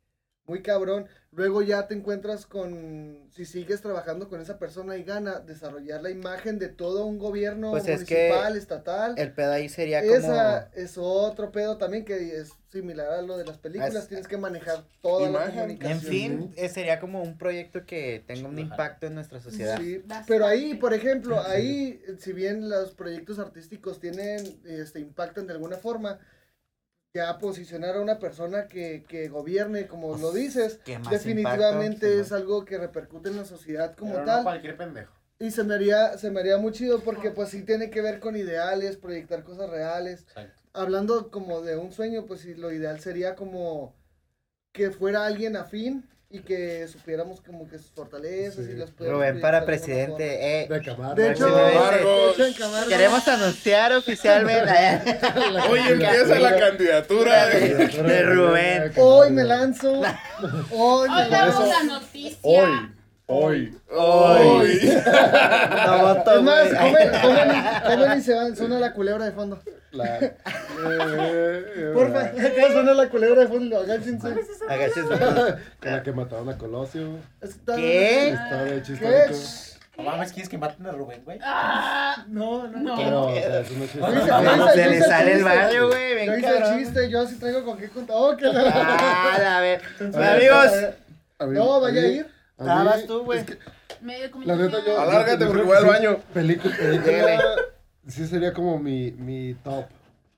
Speaker 6: muy cabrón. Luego ya te encuentras con, si sigues trabajando con esa persona y gana, desarrollar la imagen de todo un gobierno
Speaker 1: Pues es que
Speaker 6: municipal, estatal.
Speaker 1: El pedo ahí sería como.
Speaker 6: Esa es otro pedo también que es similar a lo de las películas.
Speaker 1: Es-
Speaker 6: Tienes que manejar toda
Speaker 2: Imagen.
Speaker 6: la comunicación.
Speaker 1: En fin, eh, sería como un proyecto que tenga un impacto en nuestra sociedad.
Speaker 6: Sí,
Speaker 3: Bastante.
Speaker 6: pero ahí, por ejemplo, ahí, si bien los proyectos artísticos tienen, este, impactan de alguna forma, ya posicionar a una persona que, que gobierne, como lo dices,
Speaker 1: ¿Qué más
Speaker 6: definitivamente
Speaker 1: impacto?
Speaker 6: es algo que repercute en la sociedad como
Speaker 5: Pero
Speaker 6: tal.
Speaker 5: No cualquier pendejo.
Speaker 6: Y se me haría, se me haría muy chido porque pues sí tiene que ver con ideales, proyectar cosas reales.
Speaker 5: Exacto.
Speaker 6: hablando como de un sueño, pues sí, lo ideal sería como que fuera alguien afín y que supiéramos como que sus fortalezas
Speaker 4: Sí.
Speaker 6: y las pudiéramos
Speaker 1: Rubén para
Speaker 6: proyectar de alguna
Speaker 1: presidente. eh,
Speaker 4: De acabar.
Speaker 6: De
Speaker 4: ¿no?
Speaker 6: hecho,
Speaker 1: Próximamente.
Speaker 6: forma. De hecho, en cámara-
Speaker 1: queremos anunciar oficialmente eh.
Speaker 2: Hoy empieza la candidatura de...
Speaker 1: de Rubén.
Speaker 6: Hoy me lanzo. Hoy me
Speaker 3: Hoy damos
Speaker 6: lanzo.
Speaker 3: la noticia.
Speaker 7: Hoy, hoy.
Speaker 2: Hoy.
Speaker 1: No voto,
Speaker 6: Es más,
Speaker 1: güey.
Speaker 6: comen, comen y- comen y se van. Suena la culebra de fondo.
Speaker 4: La- eh, eh,
Speaker 6: Porfa,
Speaker 4: la-
Speaker 6: acá suena la culebra de fondo y lo agáchense.
Speaker 1: Agáchense.
Speaker 4: con la que mataron a Colosio.
Speaker 6: Está-
Speaker 1: ¿Qué?
Speaker 4: Está de chiste.
Speaker 6: ¿Qué?
Speaker 4: ahorita.
Speaker 5: No mames, ¿quieres que maten a Rubén, güey?
Speaker 3: Ah,
Speaker 6: No, no.
Speaker 3: no.
Speaker 4: Pero, o sea, es una chiste.
Speaker 6: Ahorita-
Speaker 4: Ah,
Speaker 6: ahorita-
Speaker 1: Se le
Speaker 6: hice el
Speaker 1: sale el
Speaker 6: chiste.
Speaker 1: barrio, güey.
Speaker 6: Yo
Speaker 1: Ven,
Speaker 6: hice el
Speaker 1: cabrón.
Speaker 6: chiste, yo sí traigo con qué contar. Oh, que la-
Speaker 1: Ah, la ver. Amigos,
Speaker 4: a mí-
Speaker 6: No, vaya a
Speaker 4: mí-
Speaker 6: ir.
Speaker 4: mí-
Speaker 1: ah, vas tú, güey.
Speaker 4: es que,
Speaker 3: Medio de
Speaker 4: La neta, yo.
Speaker 3: comunicación.
Speaker 2: Alárgate
Speaker 4: yo-
Speaker 2: porque
Speaker 4: yo-
Speaker 2: voy al
Speaker 4: sí,
Speaker 2: baño.
Speaker 4: Película,
Speaker 1: Dele.
Speaker 4: película. Sí, sería como mi, mi top.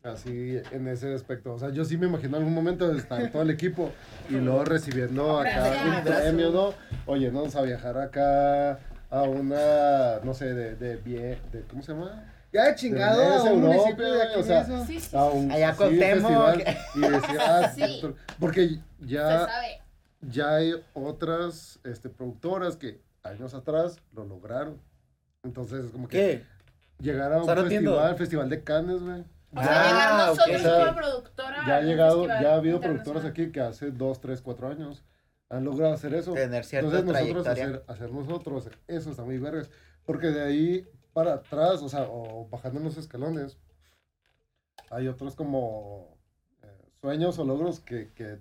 Speaker 4: Así en ese aspecto. O sea, yo sí me imagino algún momento de estar todo el equipo y luego recibiendo acá un
Speaker 3: Gracias.
Speaker 4: premio, ¿no? Oye, no, vamos a viajar acá a una, no sé, de, de, vie- de ¿cómo se llama?
Speaker 6: Ya chingado
Speaker 4: Pero
Speaker 6: a
Speaker 4: es
Speaker 6: un
Speaker 4: Europa,
Speaker 6: municipio de aquí.
Speaker 4: o
Speaker 6: O
Speaker 4: sea,
Speaker 3: Sí, sí, sí,
Speaker 4: a un
Speaker 1: Allá
Speaker 4: así,
Speaker 1: Cuauhtémoc.
Speaker 4: festival y decir, ah,
Speaker 3: Sí.
Speaker 4: porque
Speaker 3: se
Speaker 4: ya,
Speaker 3: sabe.
Speaker 4: ya hay otras este, productoras que años atrás lo lograron. Entonces es como que
Speaker 1: ¿Qué?
Speaker 4: llegar a un
Speaker 1: Solo entiendo.
Speaker 4: festival, festival de Cannes, güey.
Speaker 3: O sea, llegar
Speaker 1: Ah,
Speaker 3: nosotros
Speaker 1: ok.
Speaker 4: O sea,
Speaker 3: como productora.
Speaker 4: Ya ha
Speaker 3: al
Speaker 4: llegado,
Speaker 3: festival
Speaker 4: ya ha habido
Speaker 3: internacional.
Speaker 4: productoras aquí que hace 2, 3, 4 años han logrado hacer eso.
Speaker 1: Tener cierta
Speaker 4: Entonces nosotros
Speaker 1: trayectoria.
Speaker 4: hacer, hacer nosotros, eso está muy vergas. Porque de ahí para atrás, o sea, o bajando los escalones, hay otros como eh, sueños o logros que, que-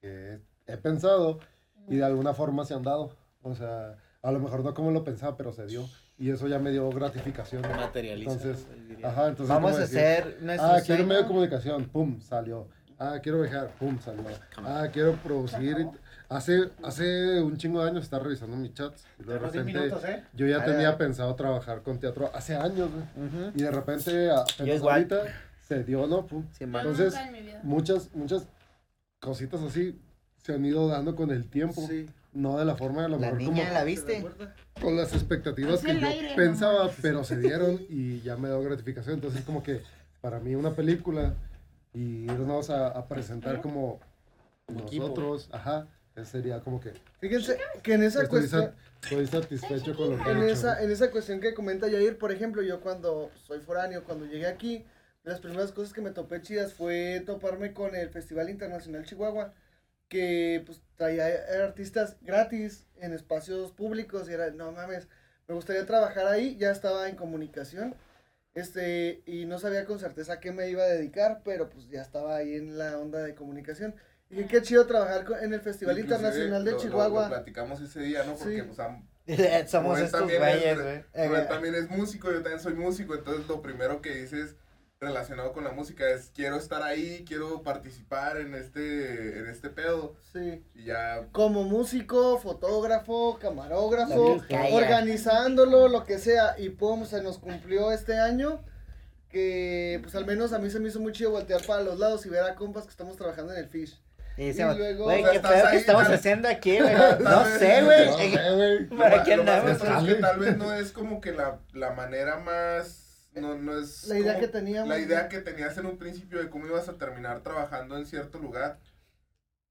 Speaker 4: que he pensado y de alguna forma se han dado. O sea, a lo mejor no como lo pensaba, pero se dio. Y eso ya me dio gratificación.
Speaker 5: Materializa.
Speaker 4: Entonces,
Speaker 5: güey, diría.
Speaker 4: Ajá, entonces
Speaker 1: Vamos
Speaker 4: como
Speaker 1: a
Speaker 4: decir,
Speaker 1: hacer nuestro
Speaker 4: Ah, quiero
Speaker 1: sueño.
Speaker 4: medio de comunicación, pum, salió. Ah, quiero viajar, pum, salió. Ah, quiero producir. Hace, hace un chingo de años estaba revisando mis chats. Y de
Speaker 5: Tenemos 10
Speaker 4: repente,
Speaker 5: minutos, ¿eh?
Speaker 4: yo ya
Speaker 1: Ah,
Speaker 4: tenía
Speaker 1: ya.
Speaker 4: pensado trabajar con teatro hace años, güey.
Speaker 1: Ujú.
Speaker 4: Y de repente, apenas
Speaker 1: igual.
Speaker 4: ahorita, se dio, ¿no? Pum.
Speaker 1: Sí,
Speaker 3: Yo
Speaker 1: man.
Speaker 4: Entonces-
Speaker 3: nunca en mi vida.
Speaker 4: Muchas, muchas cositas así se han ido dando con el tiempo.
Speaker 6: Sí.
Speaker 4: No de la forma de lo
Speaker 1: La
Speaker 4: mejor
Speaker 1: niña,
Speaker 4: como-
Speaker 1: ¿la viste?
Speaker 4: con las expectativas
Speaker 3: Es
Speaker 4: que
Speaker 3: el
Speaker 4: yo
Speaker 3: aire,
Speaker 4: pensaba, pero se dieron y ya me dio gratificación. Entonces, como que para mí una película y irnos a, a presentar como
Speaker 1: equipo.
Speaker 4: nosotros, ajá, ese sería como que
Speaker 6: Fíjense que en esa
Speaker 4: estoy,
Speaker 6: cuestión...
Speaker 4: sat- estoy satisfecho con lo que
Speaker 6: En
Speaker 4: he hecho.
Speaker 6: esa, en esa cuestión que comenta Yair, por ejemplo, yo cuando soy foráneo, cuando llegué aquí, de las primeras cosas que me topé chidas fue toparme con el Festival Internacional Chihuahua, que pues traía artistas gratis en espacios públicos y era, no mames, me gustaría trabajar ahí, ya estaba en comunicación, este, y no sabía con certeza a qué me iba a dedicar, pero pues ya estaba ahí en la onda de comunicación. Y dije, qué chido trabajar co- en el Festival
Speaker 2: Inclusive,
Speaker 6: Internacional de
Speaker 2: lo- lo-
Speaker 6: Chihuahua.
Speaker 2: Lo platicamos ese día, ¿no? Porque
Speaker 6: Sí.
Speaker 2: pues, am-
Speaker 1: Somos
Speaker 2: Rubén
Speaker 1: estos
Speaker 2: también
Speaker 1: güeyes,
Speaker 2: es-
Speaker 1: güey.
Speaker 2: Rubén también es músico, yo también soy músico, entonces lo primero que dices relacionado con la música es quiero estar ahí, quiero participar en este en este pedo
Speaker 6: sí.
Speaker 2: y ya
Speaker 6: como músico, fotógrafo, camarógrafo,
Speaker 1: La vieja.
Speaker 6: organizándolo, lo que sea, y pum, se nos cumplió este año, que pues al menos a mí se me hizo muy chido voltear para los lados y ver a compas que estamos trabajando en el Fish.
Speaker 1: Y decíamos,
Speaker 6: Y luego-
Speaker 1: güey,
Speaker 2: O sea,
Speaker 1: qué
Speaker 2: estás
Speaker 1: pedo que
Speaker 2: ahí,
Speaker 1: estamos
Speaker 2: tal-
Speaker 1: haciendo aquí, güey. No sé,
Speaker 4: No
Speaker 1: güey.
Speaker 4: sé, güey.
Speaker 2: Lo
Speaker 1: ¿Para
Speaker 2: ma-
Speaker 1: qué
Speaker 2: lo más
Speaker 1: andamos?
Speaker 2: cabrón es que
Speaker 4: Chale.
Speaker 2: tal vez no es como que la, la manera más no, no es
Speaker 6: La idea
Speaker 2: como
Speaker 6: que teníamos.
Speaker 2: la idea que tenías en un principio de cómo ibas a terminar trabajando en cierto lugar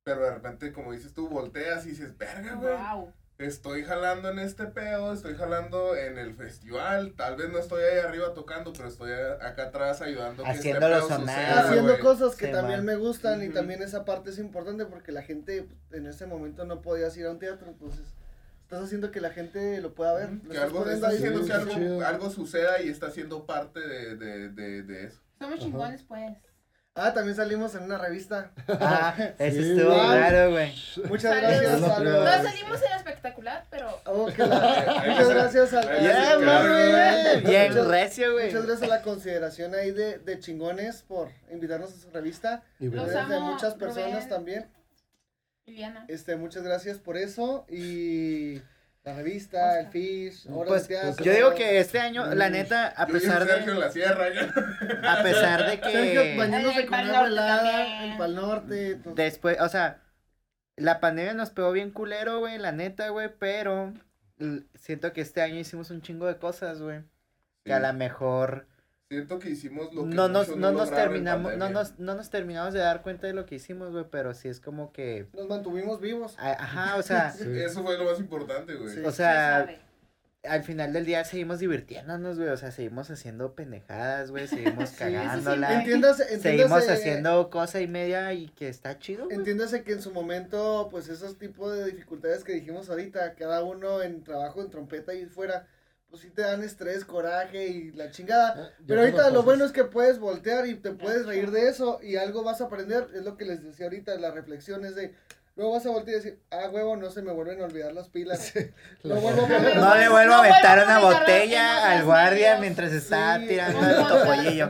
Speaker 2: pero de repente como dices tú volteas y dices verga güey
Speaker 3: Wow.
Speaker 2: estoy jalando en este pedo, estoy jalando en el festival, tal vez no estoy ahí arriba tocando, pero estoy a- acá atrás ayudando
Speaker 1: Haciéndolo
Speaker 2: pedo
Speaker 1: sonar.
Speaker 2: suceda,
Speaker 6: Haciendo
Speaker 2: güey.
Speaker 6: cosas que
Speaker 1: Sí,
Speaker 6: también
Speaker 1: man.
Speaker 6: me gustan y
Speaker 2: Ujú.
Speaker 6: también esa parte es importante porque la gente pues, en ese momento no podías ir a un teatro, entonces estás haciendo que la gente lo pueda ver. lo
Speaker 2: Que
Speaker 6: estás
Speaker 2: algo, está
Speaker 6: poniendo ahí.
Speaker 2: haciendo
Speaker 4: sí,
Speaker 2: que
Speaker 4: sí,
Speaker 2: algo,
Speaker 4: chido.
Speaker 2: algo suceda y está siendo parte de, de, de, de eso.
Speaker 3: Somos
Speaker 4: Ajá.
Speaker 3: chingones, pues.
Speaker 6: Ah, también salimos en una revista.
Speaker 1: Ah, eso
Speaker 4: Sí,
Speaker 1: estuvo
Speaker 4: güey.
Speaker 1: raro, güey.
Speaker 6: Muchas
Speaker 3: Saludos.
Speaker 6: gracias.
Speaker 4: Es la primera
Speaker 3: No
Speaker 4: vez.
Speaker 6: saludos.
Speaker 3: salimos en espectacular, pero
Speaker 6: Oh, que la- Muchas gracias a
Speaker 2: Ya,
Speaker 1: Ya,
Speaker 2: sí,
Speaker 1: mames.
Speaker 2: claro.
Speaker 1: Bien
Speaker 6: Muchas-
Speaker 1: recio, güey.
Speaker 6: Muchas gracias a la consideración ahí de, de chingones por invitarnos a su revista.
Speaker 4: Y
Speaker 3: Los
Speaker 4: verdad,
Speaker 6: De, de
Speaker 3: amo,
Speaker 6: muchas personas
Speaker 3: Rubén.
Speaker 6: también.
Speaker 3: Liliana.
Speaker 6: Este, muchas gracias por eso. Y la revista, el Fish, ahora
Speaker 1: Pues,
Speaker 6: el teatro.
Speaker 1: Yo digo que este año, la neta, a
Speaker 2: Mm. Yo y el
Speaker 1: pesar
Speaker 2: Sergio en
Speaker 1: de,
Speaker 2: la sierra. ya.
Speaker 1: a pesar de
Speaker 6: Sergio
Speaker 1: que
Speaker 3: Ay,
Speaker 6: bañándose
Speaker 3: el
Speaker 6: con
Speaker 3: Pal
Speaker 6: agua
Speaker 3: Norte
Speaker 6: helada,
Speaker 3: también.
Speaker 6: el Pal Norte. todo.
Speaker 1: después, o sea, la pandemia nos pegó bien culero, güey, la neta, güey, pero l- siento que este año hicimos un chingo de cosas, güey, que a la mejor
Speaker 2: Siento que hicimos lo que
Speaker 1: no nos,
Speaker 2: muchos
Speaker 1: no nos
Speaker 2: lograron en
Speaker 1: terminamos, no
Speaker 2: pandemia.
Speaker 1: nos, no nos terminamos de dar cuenta de lo que hicimos, güey, pero sí es como que,
Speaker 6: Nos mantuvimos vivos.
Speaker 1: a- ajá, o sea,
Speaker 4: Sí.
Speaker 2: Eso fue lo más importante, güey.
Speaker 6: Sí.
Speaker 1: o
Speaker 3: se
Speaker 1: sea,
Speaker 3: sabe.
Speaker 1: al final del día seguimos divirtiéndonos, güey, o sea, seguimos haciendo pendejadas, güey, seguimos
Speaker 3: Sí, eso sí,
Speaker 1: cagándola.
Speaker 3: güey.
Speaker 6: Entiéndase, entiéndase.
Speaker 1: Seguimos haciendo cosa y media y que está chido. güey.
Speaker 6: Entiéndase que en su momento, pues esos tipos de dificultades que dijimos ahorita, cada uno en trabajo, en trompeta y fuera, pues sí te dan estrés, coraje y la chingada.
Speaker 4: Ah, ya
Speaker 6: Pero
Speaker 4: te
Speaker 6: ahorita lo
Speaker 4: pasas.
Speaker 6: bueno es que puedes voltear y te puedes reír de eso y algo vas a aprender. Es lo que les decía ahorita, la reflexión es de, luego vas a voltear y decir, ah, huevo, no se me vuelven a olvidar las pilas. Lo vuelvo a
Speaker 1: No
Speaker 6: poner.
Speaker 1: le vuelvo a
Speaker 3: No vuelvo
Speaker 1: aventar
Speaker 3: a
Speaker 1: una
Speaker 3: comentar en
Speaker 1: botella
Speaker 3: otros
Speaker 1: al guardia
Speaker 3: medios.
Speaker 1: mientras está
Speaker 6: Sí.
Speaker 1: tirando
Speaker 3: No,
Speaker 1: el
Speaker 3: no,
Speaker 1: topollillo.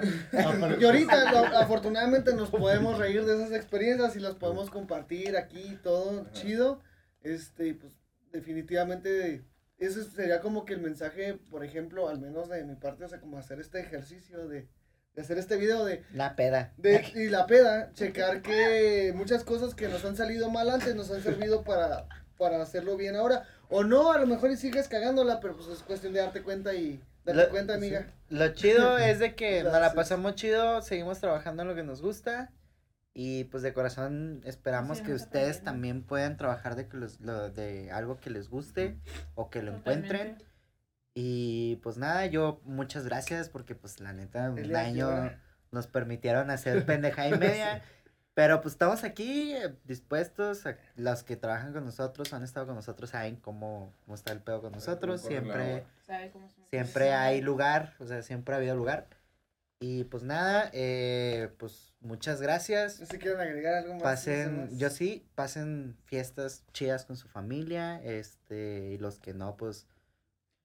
Speaker 6: Y ahorita, lo- afortunadamente, nos podemos reír de esas experiencias y las podemos compartir aquí, todo chido. Este, y, pues, definitivamente, ese sería como que el mensaje, por ejemplo, al menos de mi parte, o sea, como hacer este ejercicio de, de hacer este video de,
Speaker 1: La peda.
Speaker 6: de- y la peda, checar que muchas cosas que nos han salido mal antes nos han servido para, para hacerlo bien ahora. O no, a lo mejor y sigues cagándola, pero pues es cuestión de darte cuenta y darte
Speaker 1: Lo-
Speaker 6: cuenta, amiga.
Speaker 1: Lo chido es de que nos la
Speaker 6: Gracias.
Speaker 1: pasamos chido, seguimos trabajando en lo que nos gusta. Y pues de corazón esperamos
Speaker 3: Sí,
Speaker 1: que
Speaker 3: nos
Speaker 1: ustedes
Speaker 3: aprendemos.
Speaker 1: también puedan trabajar de, que los- lo- de algo que les guste o que lo encuentren.
Speaker 3: Totalmente.
Speaker 1: Y pues nada, yo muchas gracias porque pues la neta un
Speaker 6: Elia
Speaker 1: año
Speaker 6: llora.
Speaker 1: nos permitieron hacer pendeja y media. Pero pues estamos aquí eh, dispuestos, a- los que trabajan con nosotros, han estado con nosotros, saben cómo, cómo está el pedo con nosotros,
Speaker 2: corre la
Speaker 1: siempre,
Speaker 2: voz.
Speaker 3: Sabe cómo se-
Speaker 1: siempre hay lugar, o sea, siempre ha habido lugar. Y pues nada, eh, pues muchas gracias.
Speaker 6: No sé si quieren agregar algo más.
Speaker 1: Pasen,
Speaker 6: Más.
Speaker 1: yo sí, pasen fiestas chidas con su familia, este, y los que no, pues,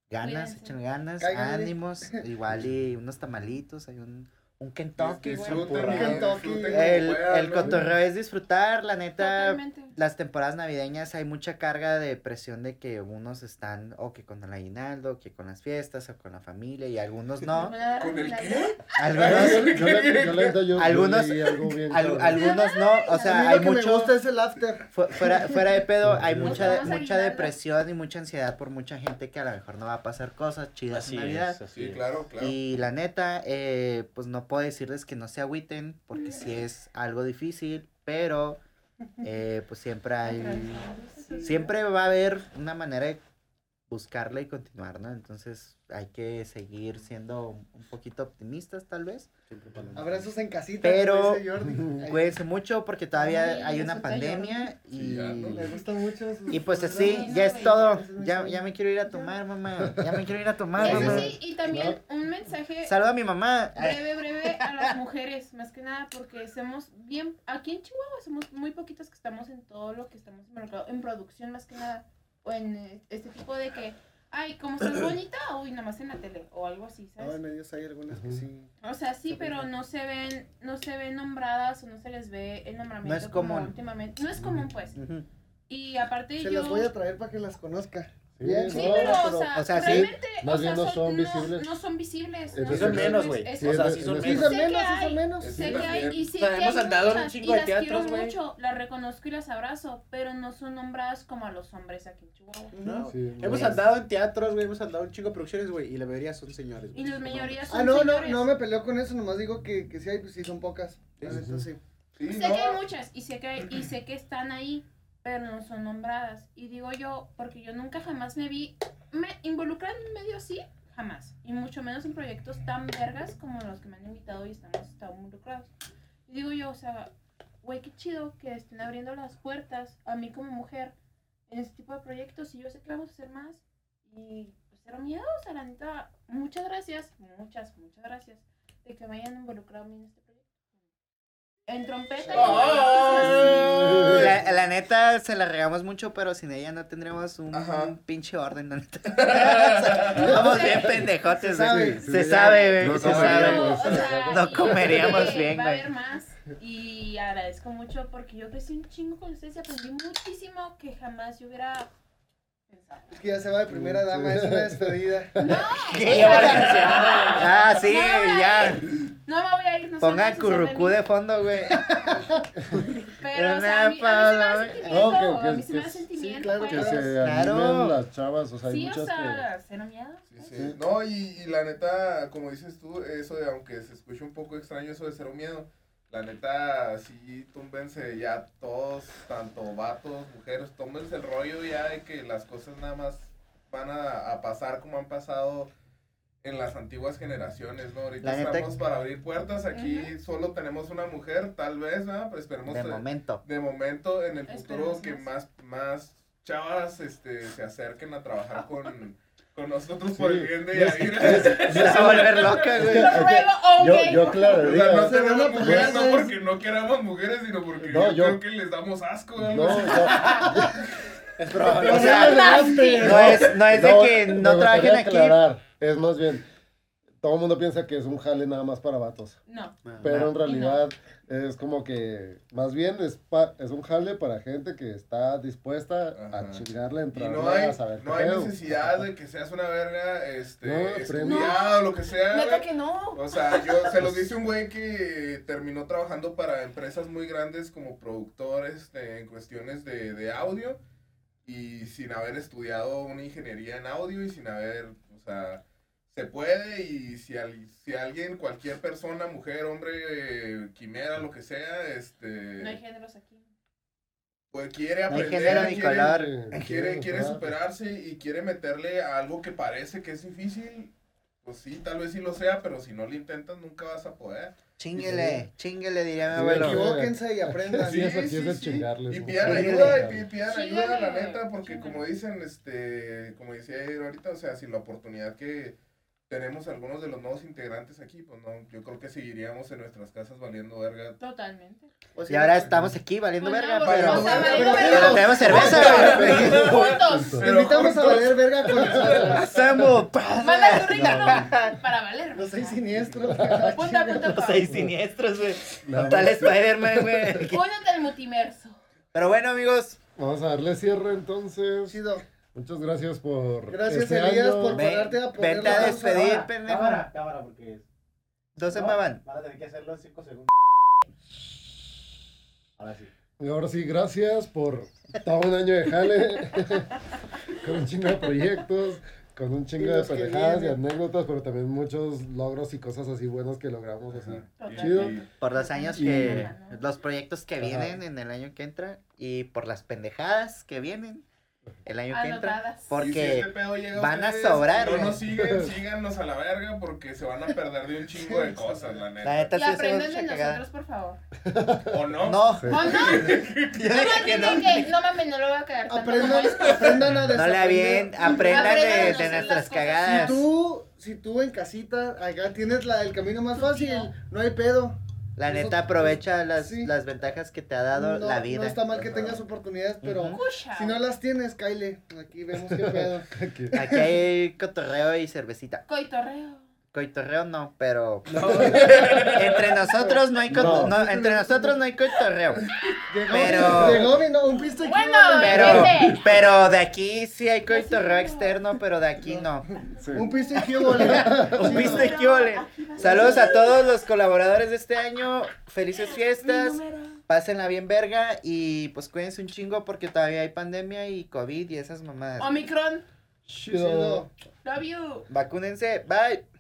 Speaker 1: ganas,
Speaker 3: Cuídense.
Speaker 1: echen ganas,
Speaker 6: Cáiganle.
Speaker 1: ánimos, igual y unos tamalitos, hay un, un Kentucky, güey.
Speaker 2: Disfruten,
Speaker 6: Un
Speaker 2: güey,
Speaker 6: Kentucky.
Speaker 2: disfruten como
Speaker 1: El,
Speaker 2: puedan,
Speaker 1: el
Speaker 2: ¿no?
Speaker 1: cotorreo es disfrutar, la neta.
Speaker 3: Totalmente.
Speaker 1: Las temporadas navideñas hay mucha carga de presión de que unos están o que con el aguinaldo, que con las fiestas o con la familia y algunos no.
Speaker 2: ¿Con el qué?
Speaker 1: Algunos,
Speaker 4: Yo le- yo le neta, yo- yo
Speaker 1: Algunos-
Speaker 4: leí algo bien
Speaker 1: al-
Speaker 4: cabrón.
Speaker 1: algunos no. O
Speaker 6: A mí
Speaker 1: sea,
Speaker 6: lo
Speaker 1: hay
Speaker 6: que me
Speaker 1: mucho.
Speaker 6: gusta es el after.
Speaker 1: fu- Fuera, fuera de pedo, hay
Speaker 4: Nos
Speaker 1: mucha,
Speaker 3: vamos a
Speaker 1: mucha
Speaker 3: aguinaldo.
Speaker 1: depresión y mucha ansiedad por mucha gente que a lo mejor no va a pasar cosas chidas
Speaker 8: Así
Speaker 1: en Navidad.
Speaker 8: es, así
Speaker 2: Sí,
Speaker 8: es.
Speaker 2: claro, claro.
Speaker 1: Y la neta, eh, pues no puedo decirles que no se agüiten, porque sí es algo difícil, pero eh, pues siempre hay, siempre va a haber una manera de buscarla y continuar, ¿no? Entonces hay que seguir siendo un poquito optimistas tal vez.
Speaker 6: Abrazos en casita.
Speaker 1: Pero-
Speaker 6: como dice Jordi. Ay,
Speaker 1: Cuídense mucho porque
Speaker 3: Ay,
Speaker 1: todavía hay
Speaker 3: ya
Speaker 1: una
Speaker 3: se está
Speaker 1: pandemia
Speaker 2: Sí,
Speaker 1: y...
Speaker 2: ya, ¿no?
Speaker 6: Le gusta mucho. sus
Speaker 1: Y pues
Speaker 6: programas.
Speaker 1: así, ya es todo. Ya, ya me quiero ir a tomar, mamá. Ya me quiero ir a tomar,
Speaker 3: Eso
Speaker 1: mamá.
Speaker 3: sí, y también un mensaje
Speaker 1: Saluda a mi mamá.
Speaker 3: breve, breve a las mujeres, más que nada, porque somos bien, aquí en Chihuahua somos muy poquitas que estamos en todo lo que estamos involucrados, en producción más que nada, o en eh, este tipo de que, ay, como estás bonita, uy, nada más en la tele, o algo así,
Speaker 6: Ah,
Speaker 3: ¿sabes?
Speaker 6: bueno, ellos hay algunas que sí.
Speaker 3: O sea, sí, pero no se ven, no se ven nombradas o no se les ve el nombramiento.
Speaker 1: No es común.
Speaker 3: últimamente. No es común, pues.
Speaker 1: Ujú.
Speaker 3: Y aparte
Speaker 6: Se
Speaker 3: yo...
Speaker 6: las voy a traer para que las conozca.
Speaker 4: Sí,
Speaker 6: Bien,
Speaker 3: Sí,
Speaker 4: no,
Speaker 3: pero,
Speaker 4: pero-
Speaker 3: o sea,
Speaker 1: o sea, sí,
Speaker 3: realmente,
Speaker 4: más
Speaker 3: o sea,
Speaker 4: bien no son
Speaker 3: no-
Speaker 4: visibles.
Speaker 3: No, son visibles.
Speaker 4: Sí,
Speaker 3: no
Speaker 4: son
Speaker 8: menos,
Speaker 3: visibles,
Speaker 8: güey.
Speaker 3: es-
Speaker 4: Sí,
Speaker 8: O sea,
Speaker 4: es-
Speaker 8: sí son
Speaker 4: es-
Speaker 6: Sí,
Speaker 8: menos.
Speaker 6: son
Speaker 3: Sé que
Speaker 6: menos, sí,
Speaker 3: hay.
Speaker 6: son menos.
Speaker 2: Es-
Speaker 3: Sé que hay, y sí,
Speaker 8: Pero
Speaker 3: que
Speaker 8: hemos
Speaker 3: hay
Speaker 8: andado en un
Speaker 3: muchas,
Speaker 8: chingo
Speaker 3: y
Speaker 8: de
Speaker 3: las quiero
Speaker 8: teatros, güey.
Speaker 3: mucho, las reconozco y las abrazo, pero no son nombradas como a los hombres aquí en Chihuahua.
Speaker 8: No.
Speaker 4: Sí,
Speaker 8: Hemos
Speaker 4: no.
Speaker 8: andado en teatros, güey, hemos andado en chingo de producciones, güey, y la mayoría son señores.
Speaker 3: Y
Speaker 8: güey.
Speaker 3: la mayoría son
Speaker 6: Ah, no, no,
Speaker 3: señores.
Speaker 6: no me peleo con eso, nomás digo que, que sí hay, pues sí son pocas. La
Speaker 4: Sí, sí,
Speaker 6: neta, sí.
Speaker 2: Sí,
Speaker 3: Sé
Speaker 2: no.
Speaker 3: que hay muchas y sé que, hay- y sé que están ahí, pero no son nombradas. Y digo yo, porque yo nunca jamás me vi me involucrada en un medio así, jamás. Y mucho menos en proyectos tan vergas como los que me han invitado y estamos estado involucrados. Y digo yo, o sea, güey, qué chido que estén abriendo las puertas a mí como mujer en este tipo de proyectos y yo sé que vamos a hacer más. Y pues cero miedo, o sea, la neta, muchas gracias, muchas, muchas gracias de que me hayan involucrado a mí en este proyecto. En trompeta. y
Speaker 2: Ay.
Speaker 1: La, la neta, se la regamos mucho, pero sin ella no tendríamos un,
Speaker 2: Ajá.
Speaker 1: un pinche orden, la neta. O sea, Vamos bien pendejotes,
Speaker 6: Se
Speaker 1: güey.
Speaker 6: sabe,
Speaker 1: Se,
Speaker 4: se
Speaker 1: sabe, güey.
Speaker 4: No
Speaker 1: se
Speaker 3: Pero,
Speaker 1: sabe.
Speaker 3: o sea,
Speaker 1: No
Speaker 3: y
Speaker 1: comeríamos
Speaker 3: creo que
Speaker 1: bien,
Speaker 3: va a
Speaker 1: güey.
Speaker 3: haber más. Y agradezco mucho porque yo crecí un chingo con ustedes y aprendí muchísimo que jamás yo hubiera pensado.
Speaker 6: Es que ya se va de primera dama, es una despedida.
Speaker 1: Ah, sí,
Speaker 3: No, güey.
Speaker 1: ya.
Speaker 3: No me voy a ir, no sé
Speaker 1: Pongan
Speaker 3: qué sucede
Speaker 1: currucú
Speaker 3: en mí,
Speaker 1: de fondo, güey.
Speaker 3: Pero, o
Speaker 1: Una
Speaker 3: sea, a mí, a mí se me da
Speaker 1: palabra.
Speaker 3: sentimiento.
Speaker 4: No, que- que-
Speaker 3: a mí se me da
Speaker 4: que- sí,
Speaker 3: sentimiento.
Speaker 6: claro
Speaker 3: güey.
Speaker 4: Que se
Speaker 1: Claro.
Speaker 4: animen las chavas, o sea, hay
Speaker 3: Sí, o
Speaker 4: muchas que...
Speaker 3: sea, cero miedo.
Speaker 2: Sí, sí. No, y, y la neta, como dices tú, eso de aunque se escuche un poco extraño, eso de cero miedo, la neta, sí, túmbense ya todos, tanto vatos, mujeres, tómense el rollo ya de que las cosas nada más van a, a pasar como han pasado en las antiguas generaciones, ¿no? Ahorita
Speaker 1: La neta-
Speaker 2: estamos para abrir puertas, aquí solo tenemos una mujer, tal vez, ¿no? Pero esperemos
Speaker 1: De
Speaker 2: te-
Speaker 1: momento.
Speaker 2: de momento, en el futuro,
Speaker 3: Esperemos
Speaker 2: que
Speaker 3: más.
Speaker 2: más, más chavas este, se acerquen a trabajar con, con nosotros por el bien de
Speaker 4: Pues,
Speaker 2: Yadira.
Speaker 1: Se va a volver loca, güey.
Speaker 3: Lo ruego, ok.
Speaker 2: O sea, no
Speaker 4: Yo, yo aclararía...
Speaker 2: tenemos mujeres, no
Speaker 6: Pues-
Speaker 2: porque no queramos mujeres, sino porque
Speaker 4: No,
Speaker 2: yo,
Speaker 4: yo-
Speaker 2: creo que les damos asco.
Speaker 4: No,
Speaker 2: No,
Speaker 4: yo-
Speaker 1: O sea, no es, no es de
Speaker 4: no,
Speaker 1: que
Speaker 4: me
Speaker 1: no
Speaker 4: gustaría
Speaker 1: trabajen aquí.
Speaker 4: aclarar, Es más bien, todo el mundo piensa que es un jale nada más para vatos.
Speaker 3: No,
Speaker 4: Pero en
Speaker 3: no.
Speaker 4: realidad es como que, más bien es, pa- es un jale para gente que está dispuesta
Speaker 2: Ajá.
Speaker 4: a chingarle,
Speaker 2: y
Speaker 4: entrarle,
Speaker 2: no hay,
Speaker 4: a saber
Speaker 2: no
Speaker 4: qué
Speaker 2: hay
Speaker 4: pedo.
Speaker 2: necesidad de que seas una verga este,
Speaker 4: No, aprende.
Speaker 2: estudiado, lo que sea.
Speaker 3: neta
Speaker 2: güey.
Speaker 3: que no.
Speaker 2: O sea, yo se los dice un güey que terminó trabajando para empresas muy grandes como productores en cuestiones de, de audio y sin haber estudiado una ingeniería en audio y sin haber, o sea, se puede y si, al- si alguien, cualquier persona, mujer, hombre, eh, quimera, lo que sea,
Speaker 3: No hay
Speaker 2: este,
Speaker 3: géneros aquí.
Speaker 2: pues quiere
Speaker 1: No hay
Speaker 2: aprender,
Speaker 1: género ni
Speaker 2: quiere-
Speaker 1: color.
Speaker 2: quiere, quiere
Speaker 4: ajá.
Speaker 2: superarse y quiere meterle a algo que parece que es difícil, pues sí, tal vez sí lo sea, pero si no lo intentas nunca vas a poder.
Speaker 1: Chinguele, chinguele, diría mi
Speaker 4: Sí,
Speaker 1: abuelo.
Speaker 4: equivoco.
Speaker 6: Equivóquense y aprendan.
Speaker 4: Sí, eso sí es de chingarles,
Speaker 2: Y
Speaker 4: ¿no?
Speaker 2: pidan
Speaker 1: Sí,
Speaker 2: ayuda,
Speaker 4: sí.
Speaker 2: y pidan
Speaker 3: Sí,
Speaker 2: ayuda, la
Speaker 3: dale.
Speaker 2: neta, porque como
Speaker 3: Chingale.
Speaker 2: dicen, este, como decía Eir ahorita, o sea, si la oportunidad que tenemos algunos de los nuevos integrantes aquí, pues no, yo creo que seguiríamos en nuestras casas valiendo verga.
Speaker 3: Totalmente.
Speaker 6: O sea,
Speaker 1: Y ahora estamos aquí valiendo
Speaker 3: Pues no,
Speaker 1: verga,
Speaker 3: porque,
Speaker 1: pero,
Speaker 3: o sea,
Speaker 1: pero
Speaker 3: valiendo verga.
Speaker 1: tenemos cerveza, güey.
Speaker 3: Juntos.
Speaker 6: Te
Speaker 2: Pero
Speaker 6: invitamos a
Speaker 2: juntos-
Speaker 6: valer verga con nosotros.
Speaker 1: Hacemos.
Speaker 3: Manda tu ritmo para valer
Speaker 6: Los seis siniestros.
Speaker 3: Punta, punta,
Speaker 1: Los
Speaker 3: punta.
Speaker 1: seis siniestros, güey.
Speaker 4: Nada
Speaker 1: Tal
Speaker 4: más.
Speaker 1: Spider-Man, güey.
Speaker 3: Únete al multiverso.
Speaker 1: Pero bueno, amigos,
Speaker 4: Vamos a darle cierre entonces.
Speaker 6: Chido.
Speaker 4: Muchas gracias por. este
Speaker 6: Gracias, Elías, por
Speaker 1: Ven-
Speaker 6: pararte a poner
Speaker 1: vente a
Speaker 6: la
Speaker 1: des-
Speaker 6: danza.
Speaker 1: despedir,
Speaker 5: Cámara,
Speaker 1: pendejo.
Speaker 5: Cámara, cámara, porque.
Speaker 1: no se
Speaker 5: no,
Speaker 1: muevan.
Speaker 5: Van a tener que hacerlo en 5 segundos. Ahora sí.
Speaker 4: Y ahora sí, gracias por todo un año de jale, con un chingo de proyectos, con un
Speaker 6: Y
Speaker 4: chingo de
Speaker 6: los que
Speaker 4: pendejadas y
Speaker 6: vienen.
Speaker 4: anécdotas, pero también muchos logros y cosas así buenas que logramos así. Chido.
Speaker 3: Totalmente.
Speaker 1: Por los años
Speaker 4: Y-
Speaker 1: que. Los proyectos que
Speaker 4: Ajá.
Speaker 1: vienen en el año que entra. Y por las pendejadas que vienen el
Speaker 3: Ah,
Speaker 1: año que entra.
Speaker 3: Anotadas.
Speaker 2: Y si este
Speaker 1: Porque.
Speaker 2: pedo llega
Speaker 1: van a
Speaker 2: ustedes,
Speaker 1: sobrar,
Speaker 2: No
Speaker 1: güey.
Speaker 2: nos siguen, síganos a la verga porque se van a perder de un chingo de cosas, la
Speaker 1: La
Speaker 2: neta.
Speaker 1: neta
Speaker 3: Y
Speaker 1: sí se va a
Speaker 3: aprendan de
Speaker 1: mucha cagada.
Speaker 3: nosotros, por favor.
Speaker 2: ¿O no?
Speaker 1: No,
Speaker 3: ¿O no?
Speaker 1: yo
Speaker 3: No
Speaker 1: dije que no.
Speaker 3: mames, que no mames, no lo va a cagar tanto como
Speaker 6: Aprendan,
Speaker 3: esto.
Speaker 6: aprendan
Speaker 1: No
Speaker 6: a
Speaker 1: le bien, aprendan
Speaker 6: desaprender.
Speaker 3: Aprendan a
Speaker 1: de,
Speaker 3: hacer
Speaker 1: de
Speaker 3: las
Speaker 1: nuestras
Speaker 3: cosas.
Speaker 6: Si
Speaker 1: cagadas.
Speaker 6: tú, si tú en casita, acá tienes la, el camino más fácil, no hay pedo.
Speaker 1: La neta,
Speaker 6: nosotros-
Speaker 1: aprovecha las,
Speaker 6: sí.
Speaker 1: las ventajas que te ha dado
Speaker 6: no,
Speaker 1: la
Speaker 6: no
Speaker 1: vida.
Speaker 6: está mal que tengas oportunidades, pero
Speaker 1: Ujú.
Speaker 3: Cucha.
Speaker 6: si no las tienes, Kyle, aquí vemos qué pedo.
Speaker 4: Aquí.
Speaker 1: Aquí hay cotorreo y cervecita.
Speaker 3: Coitorreo.
Speaker 1: Coitorreo no, pero entre nosotros no hay coto-
Speaker 4: No.
Speaker 1: no, entre nosotros no hay cotorreo.
Speaker 6: Llegó,
Speaker 1: Pero-
Speaker 6: llegó mi no, un pisto aquí.
Speaker 3: Bueno,
Speaker 1: Pero,
Speaker 3: Entiende.
Speaker 1: pero de aquí sí hay cotorreo externo, pero de aquí no.
Speaker 4: Sí.
Speaker 6: Un pisto aquí, boludo.
Speaker 1: Un pisto de quiole. Saludos a todos los colaboradores de este año. Felices fiestas. Pásenla bien verga y pues cuídense un chingo porque todavía hay pandemia y COVID y esas mamadas.
Speaker 3: Omicron.
Speaker 6: Chido.
Speaker 3: Love you.
Speaker 1: Vacúnense. Bye.